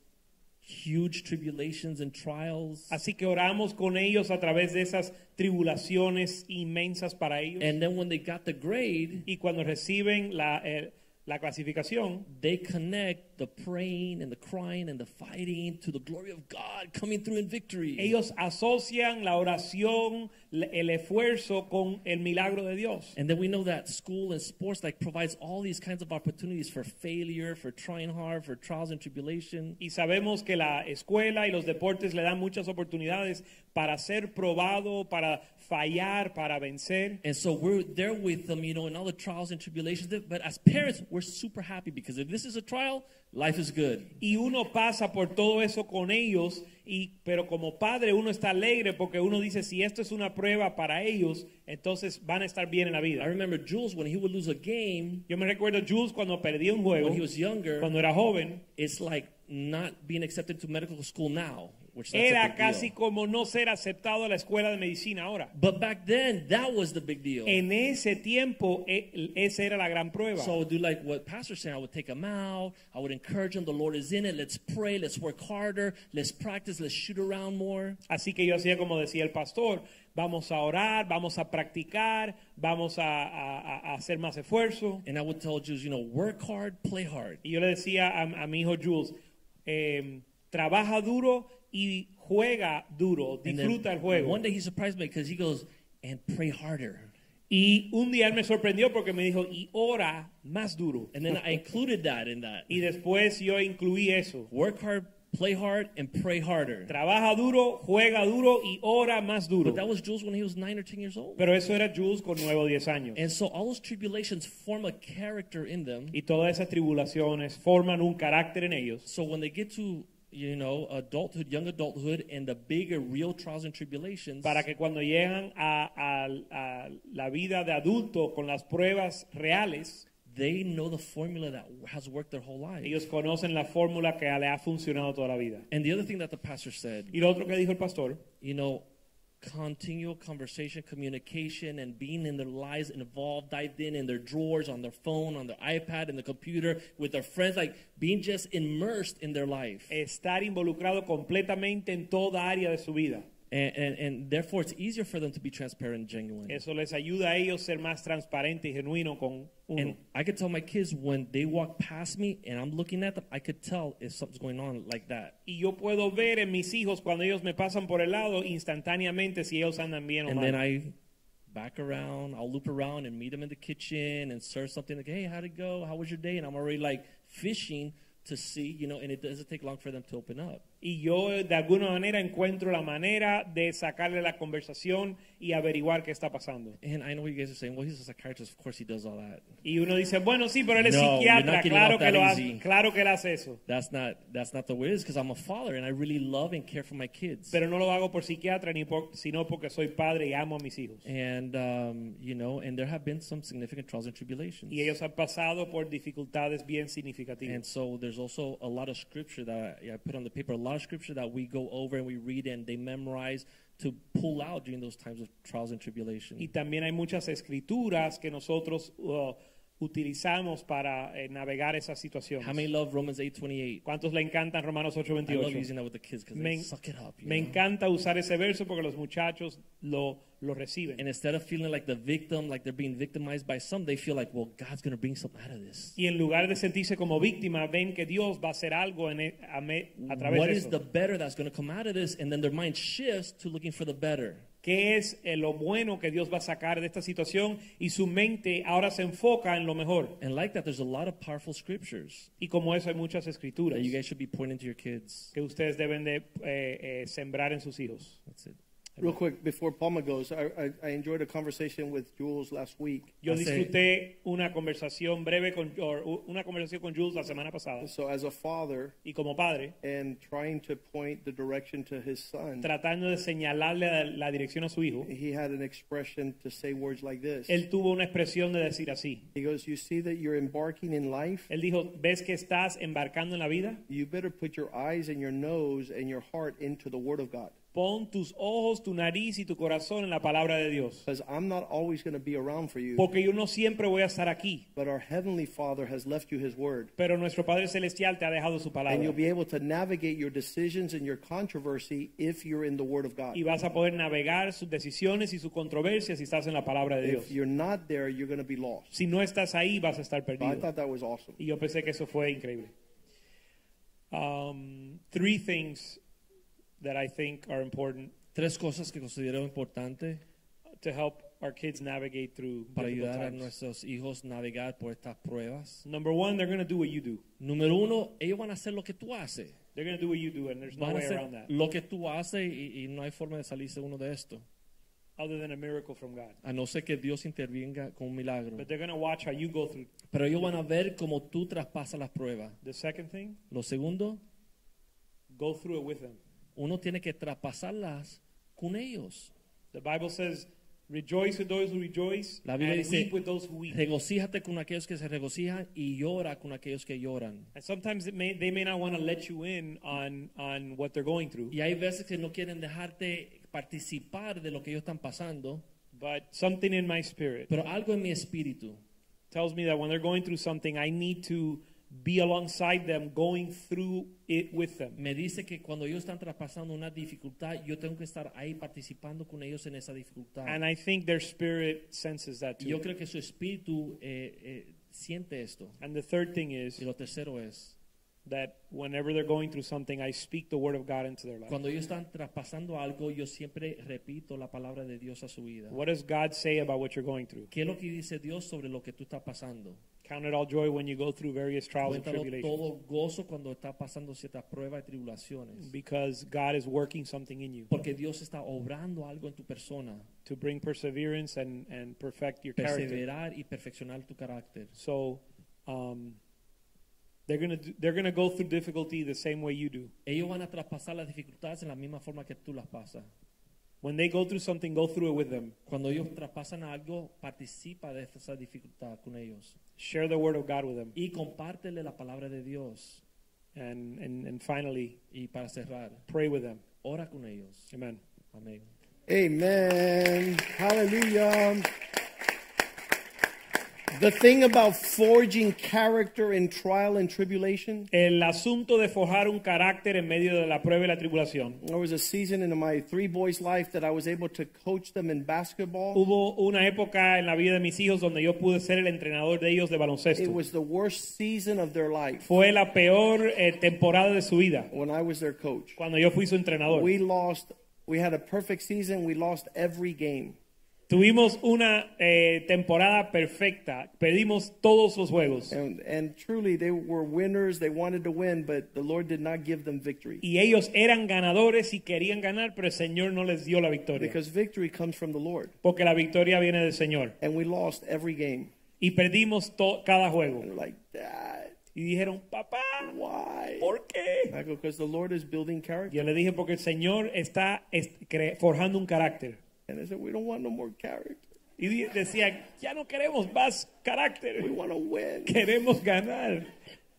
S6: huge tribulations and trials.
S3: Así que oramos con ellos a través de esas tribulaciones inmensas para ellos.
S6: And then when they got the grade,
S3: y cuando reciben la, eh, la clasificación,
S6: they connect the praying and the crying and the fighting to the glory of God coming through in victory.
S3: ellos asocian la oración, l- el esfuerzo con el milagro de Dios.
S6: And then we know that school and sports like provides all these kinds of opportunities for failure, for trying hard, for trials and tribulation.
S3: Y sabemos que la escuela y los deportes le dan muchas oportunidades para ser probado, para fallar, para vencer.
S6: And so we're there with them, you know, in all the trials and tribulations. But as parents, we're super happy because if this is a trial, life is good.
S3: Y uno pasa por todo eso con ellos, y, pero como padre uno está alegre porque uno dice, si esto es una prueba para ellos, entonces van a estar bien en la
S6: I
S3: vida.
S6: remember Jules when he would lose a game
S3: Yo me recuerdo Jules cuando perdí un juego,
S6: when he was younger.
S3: cuando era joven,
S6: It's like not being accepted to medical school now, which that's a
S3: era
S6: big
S3: casi
S6: deal.
S3: como no ser aceptado a la escuela de medicina ahora.
S6: But back then, that was the big deal.
S3: En ese tiempo, e- esa era la gran prueba.
S6: so I would do like what Pastor said. I would take him out. I would encourage him. The Lord is in it. Let's pray. Let's work harder. Let's practice. Let's shoot around more.
S3: Así que yo hacía como decía el pastor, vamos a orar, vamos a practicar, vamos a, a- a- a hacer más esfuerzo.
S6: And I would tell Jules, you know, work hard, play hard.
S3: Y yo le decía a, a mi hijo Jules, eh, trabaja duro y juega duro,
S6: And then
S3: disfruta el juego.
S6: One day he surprised me because he goes, and pray harder.
S3: Y un día él me sorprendió porque me dijo, y ora más duro.
S6: And then I included that in that.
S3: Y después yo incluí eso.
S6: Work hard, play hard and pray harder.
S3: Trabaja duro, juega duro y ora más duro.
S6: But that was Jules when he was nine or ten years old.
S3: Pero eso era Jules con 9 o 10 años.
S6: And so all those tribulations form a character in them.
S3: Y todas esas tribulaciones forman un carácter en ellos.
S6: So when they get to you know adulthood, young adulthood, and the bigger real trials and tribulations,
S3: Para que cuando llegan a, a- a la vida de adulto con las pruebas reales,
S6: they know the formula that has worked their whole life.
S3: ellos conocen la fórmula que le ha funcionado toda la vida.
S6: And the other thing that the pastor said,
S3: Y lo otro que dijo el pastor,
S6: you know, continual conversation, communication, and being in their lives involved, dived in in their drawers, on their phone, on their iPad, in the computer, with their friends, like being just immersed in their life.
S3: estar involucrado completamente en toda área de su vida.
S6: And, and, and therefore, it's easier for them to be transparent and genuine.
S3: Eso les ayuda a ellos ser más transparentes y genuinos con uno.
S6: And I could tell my kids when they walk past me and I'm looking at them, I could tell if something's going on like that.
S3: y yo puedo ver en mis hijos cuando ellos me pasan por el lado instantáneamente si ellos andan bien o
S6: and
S3: mal.
S6: then I back around, I'll loop around and meet them in the kitchen and serve something like, hey, how'd it go? How was your day? And I'm already like fishing to see, you know, and it doesn't take long for them to open up.
S3: Y yo eh, de alguna manera encuentro la manera de sacarle la conversación y averiguar qué está pasando.
S6: And I know you guys are saying, well, he's a psychiatrist. Of course he does all that.
S3: Y uno dice, bueno, sí, pero él es
S6: No, you're
S3: psiquiatra,
S6: not getting
S3: claro
S6: off
S3: que,
S6: that
S3: lo
S6: easy.
S3: hace, claro que él hace eso.
S6: That's not that's not the way it is because I'm a father and I really love and care for my kids.
S3: Pero no lo hago por psiquiatra, ni por, sino porque soy padre y amo a mis hijos.
S6: and um, you know, and there have been some significant trials and tribulations.
S3: Y ellos han pasado por dificultades bien significativas.
S6: And so there's also a lot of scripture that I, I put on the paper, a lot of scripture that we go over and we read and they memorize to pull out during those times of trials and tribulation.
S3: Y también hay muchas escrituras que nosotros uh, utilizamos para eh, navegar esa situación.
S6: How many love Romans 8:28?
S3: ¿Cuántos le encantan Romanos
S6: I love
S3: 8:28?
S6: using that with the kids because
S3: Me
S6: they
S3: en-
S6: suck it up. you
S3: Me
S6: know?
S3: encanta usar ese verso porque los muchachos lo, lo reciben.
S6: And instead of feeling like the victim, like they're being victimized by some, they feel like, well, God's going to bring something out of this.
S3: Y en lugar de sentirse como víctima, ven que Dios va a hacer algo en e- a, me- a través
S6: What
S3: de
S6: is the
S3: eso.
S6: better that's going to come out of this? And then their mind shifts to looking for the better.
S3: ¿Qué es eh, lo bueno que Dios va a sacar de esta situación? Y su mente ahora se enfoca en lo mejor.
S6: And like that, there's a lot of powerful scriptures
S3: Y como eso hay muchas escrituras
S6: that you guys should be pointing to your kids.
S3: que ustedes deben de eh, eh, sembrar en sus hijos.
S6: That's it.
S2: Real quick, before Palma goes, I, I, I enjoyed a conversation with Jules last week.
S3: Yo
S6: Hace-
S3: disfruté una conversación breve con or u- una conversación con Jules la semana pasada
S6: Pues
S2: So, as a father
S3: y como padre
S2: and trying to point the direction to his son,
S3: tratando de señalarle la, la dirección a su hijo,
S2: he had an expression to say words like this.
S3: él tuvo una expresión de decir así.
S2: He goes, You see that you're embarking in life?
S3: Él dijo, "¿Ves que estás embarcando en la vida?
S2: You better put your eyes and your nose and your heart into the Word of God.
S3: Pon tus ojos, tu nariz y tu corazón en la palabra de Dios,
S2: Because I'm not always going to be around for you,
S3: porque yo no siempre voy a estar aquí,
S2: but our Heavenly Father has left you His Word.
S3: pero nuestro Padre celestial te ha dejado su
S2: And
S3: palabra
S2: you'll be able to navigate your decisions and your controversy if you're in the Word of God.
S3: y vas a poder navegar sus decisiones y sus controversias si estás en la palabra de Dios.
S2: If you're not there, you're going to be lost.
S3: Si no estás ahí, vas a estar
S2: So I
S3: perdido."
S2: thought that was awesome.
S3: Y yo pensé que eso fue increíble. Um, three things that I think are important
S6: Tres cosas que considero importante
S3: to help our kids navigate through
S6: para
S3: difficult
S6: ayudar a
S3: times.
S6: nuestros hijos a navegar por estas pruebas.
S3: Number one, they're going to do what you do.
S6: Número uno, ellos van a hacer lo que tú haces.
S3: They're going to do what you do, and there's no
S6: Van a
S3: way
S6: hacer
S3: around that
S6: lo que tú haces y, y no hay forma de salirse uno de esto.
S3: other than a miracle from God.
S6: A no ser que Dios intervenga con un milagro.
S3: But they're going to watch how you go through.
S6: Pero ellos van a ver cómo tú traspasas las pruebas.
S3: The second thing,
S6: Lo segundo,
S3: go through it with them.
S6: uno tiene que traspasarlas con ellos.
S3: The Bible says, rejoice with those who rejoice,
S6: La Biblia
S3: and
S6: dice,
S3: weep with those who weep.
S6: regocíjate con aquellos que se regocijan y llora con aquellos que lloran.
S3: And sometimes it may, they may not want to let you in on, on what they're going through.
S6: Y hay veces que no quieren dejarte participar de lo que ellos están pasando,
S3: But something in my spirit
S6: pero algo en mi espíritu
S3: tells me that when they're going through something, I need to be alongside them, going through it with them.
S6: me dice que cuando ellos están traspasando una dificultad, yo tengo que estar ahí participando con ellos en esa dificultad.
S3: And I think their spirit senses that
S6: Y yo
S3: too.
S6: creo que su espíritu eh, eh, siente esto.
S3: And the third thing is
S6: Y lo tercero es,
S3: that whenever they're going through something, I speak the word of God into their life.
S6: Cuando ellos están traspasando algo, yo siempre repito la palabra de Dios a su vida.
S3: What does God say about what you're going through?
S6: ¿Qué es lo que dice Dios sobre lo que tú estás pasando?
S3: Count it all joy when you go through various trials and
S6: Cuéntalo
S3: tribulations
S6: todo gozo cuando estás pasando ciertas pruebas y tribulaciones.
S3: because God is working something in you
S6: Porque Dios está obrando algo en tu persona.
S3: to bring perseverance and, and perfect your character.
S6: Perseverar y perfeccionar tu carácter.
S3: So um, they're going to they're going to go through difficulty the same way you do.
S6: Ellos van a traspasar las dificultades en la misma forma que tú las pasas.
S3: When they go through something, go through it with them.
S6: Cuando ellos traspasan algo, participa de esa dificultad con ellos.
S3: Share the word of God with them.
S6: Y compártele la palabra de Dios.
S3: And and, and finally,
S6: Y para cerrar,
S3: pray with them.
S6: ora con ellos.
S3: Amen.
S6: Amén.
S2: Amen. Hallelujah. The thing about forging character in trial and tribulation,
S3: El asunto de forjar un carácter en medio de la prueba y la tribulación.
S2: there was a season in my three boys' life that I was able to coach them in basketball.
S3: Hubo una época en la vida de mis hijos donde yo pude ser el entrenador de ellos de
S2: It
S3: baloncesto.
S2: was the worst season of their life
S3: Fue la peor eh, temporada de su vida
S2: when I was their coach.
S3: cuando yo fui su entrenador.
S2: We lost, we had a perfect season, we lost every game.
S3: Tuvimos una eh, temporada perfecta. Perdimos todos los juegos.
S2: And, and truly, they were winners. They wanted to win, but the Lord did not give them victory.
S3: Y ellos eran ganadores y querían ganar, pero el Señor no les dio la victoria.
S2: Because victory comes from the Lord.
S3: Porque la victoria viene del Señor.
S2: And we lost every game.
S3: Y perdimos to- cada
S2: And
S3: juego.
S2: they're like, "Ah, Dad,
S3: Y dijeron, papá,
S2: why?
S3: ¿por qué?
S2: I go, because the Lord is building character.
S3: Yo le dije, porque el Señor está est- cre- forjando un carácter.
S2: And they said, we don't want no more character.
S3: Y di- decía, ya no queremos más
S2: We
S3: carácter,
S2: want to win.
S3: queremos ganar.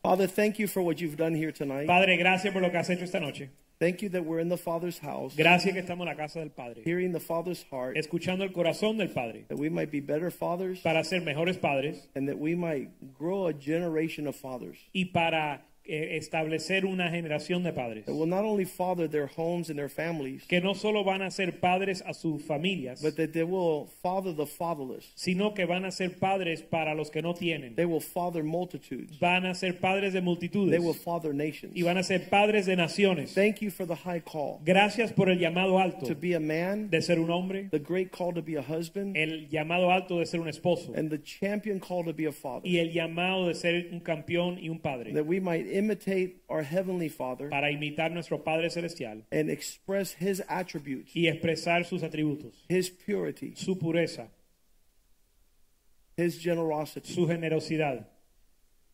S2: Father, thank you for what you've done here tonight.
S3: Padre, gracias por lo que has hecho esta noche.
S2: Thank you that we're in the Father's house,
S3: Gracias que estamos en la casa del Padre,
S2: hearing the Father's heart,
S3: escuchando el corazón del Padre
S2: that we might be better fathers
S3: para ser mejores padres
S2: and that we might grow a generation of fathers
S3: y para eh, establecer una generación de padres
S2: that will not only father their homes and their families,
S3: que no solo van a ser padres a sus familias,
S2: but that they will father the fatherless.
S3: sino que van a ser padres para los que no tienen.
S2: They will father multitudes.
S3: Van a ser padres de
S2: They
S3: multitudes
S2: will father nations.
S3: y van a ser padres de naciones.
S2: Thank you for the high call
S3: Gracias por el llamado alto
S2: to be a man,
S3: de ser un hombre,
S2: the great call to be a husband,
S3: el llamado alto de ser un esposo.
S2: and the champion call to be a father.
S3: y el llamado de ser un campeón y un padre
S2: That we might imitate our heavenly Father
S3: para imitar nuestro Padre Celestial
S2: and express his attributes,
S3: y expresar sus atributos,
S2: his purity,
S3: su pureza,
S2: his generosity,
S3: su generosidad,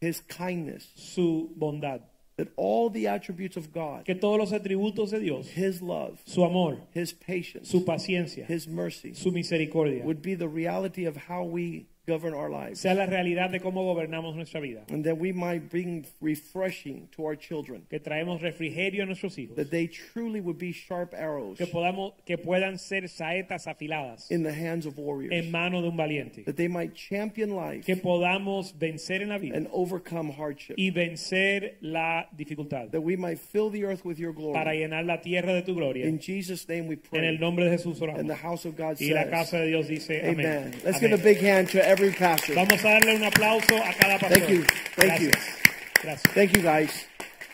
S2: his kindness,
S3: su bondad.
S2: that all the attributes of God,
S3: Que todos los atributos de Dios,
S2: his love,
S3: su amor,
S2: his patience,
S3: su paciencia,
S2: his mercy,
S3: su misericordia,
S2: would be the reality of how we govern our lives.
S3: sea la realidad de cómo gobernamos nuestra vida.
S2: And that we might bring refreshing to our children,
S3: Que traemos refrigerio a nuestros hijos.
S2: that they truly would be sharp arrows
S3: Que, podamos, que puedan ser saetas afiladas
S2: in the hands of warriors,
S3: en mano de un valiente.
S2: that they might champion life
S3: Que podamos vencer en la vida
S2: and overcome hardship,
S3: y vencer la dificultad
S2: that we might fill the earth with your
S3: para
S2: glory.
S3: llenar la tierra de tu gloria.
S2: In Jesus' name we
S3: En el
S2: pray.
S3: nombre de Jesús oramos.
S2: And the house of God
S3: y la
S2: says,
S3: casa de Dios dice amén.
S2: Amen. Let's
S3: Amén.
S2: give a big hand to every pastor.
S3: Vamos a darle un aplauso a cada pastor.
S2: Thank you. Thank you.
S3: Gracias. Gracias.
S2: Thank you, guys.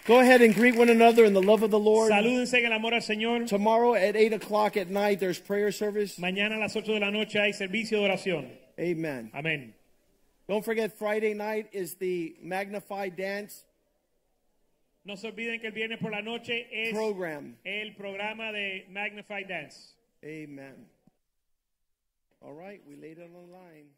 S2: Go ahead and greet one another in the love of the Lord.
S3: Salúdense en el amor al Señor.
S2: Tomorrow at 8 o'clock at night, there's prayer service.
S3: Mañana a las 8 de la noche hay servicio de oración.
S2: Amen.
S3: Amén.
S2: Don't forget, Friday night is the Magnified Dance
S3: No se olviden que el viernes por la noche es
S2: program.
S3: el programa de Magnified Dance.
S2: Amen. All right, we laid it on the line.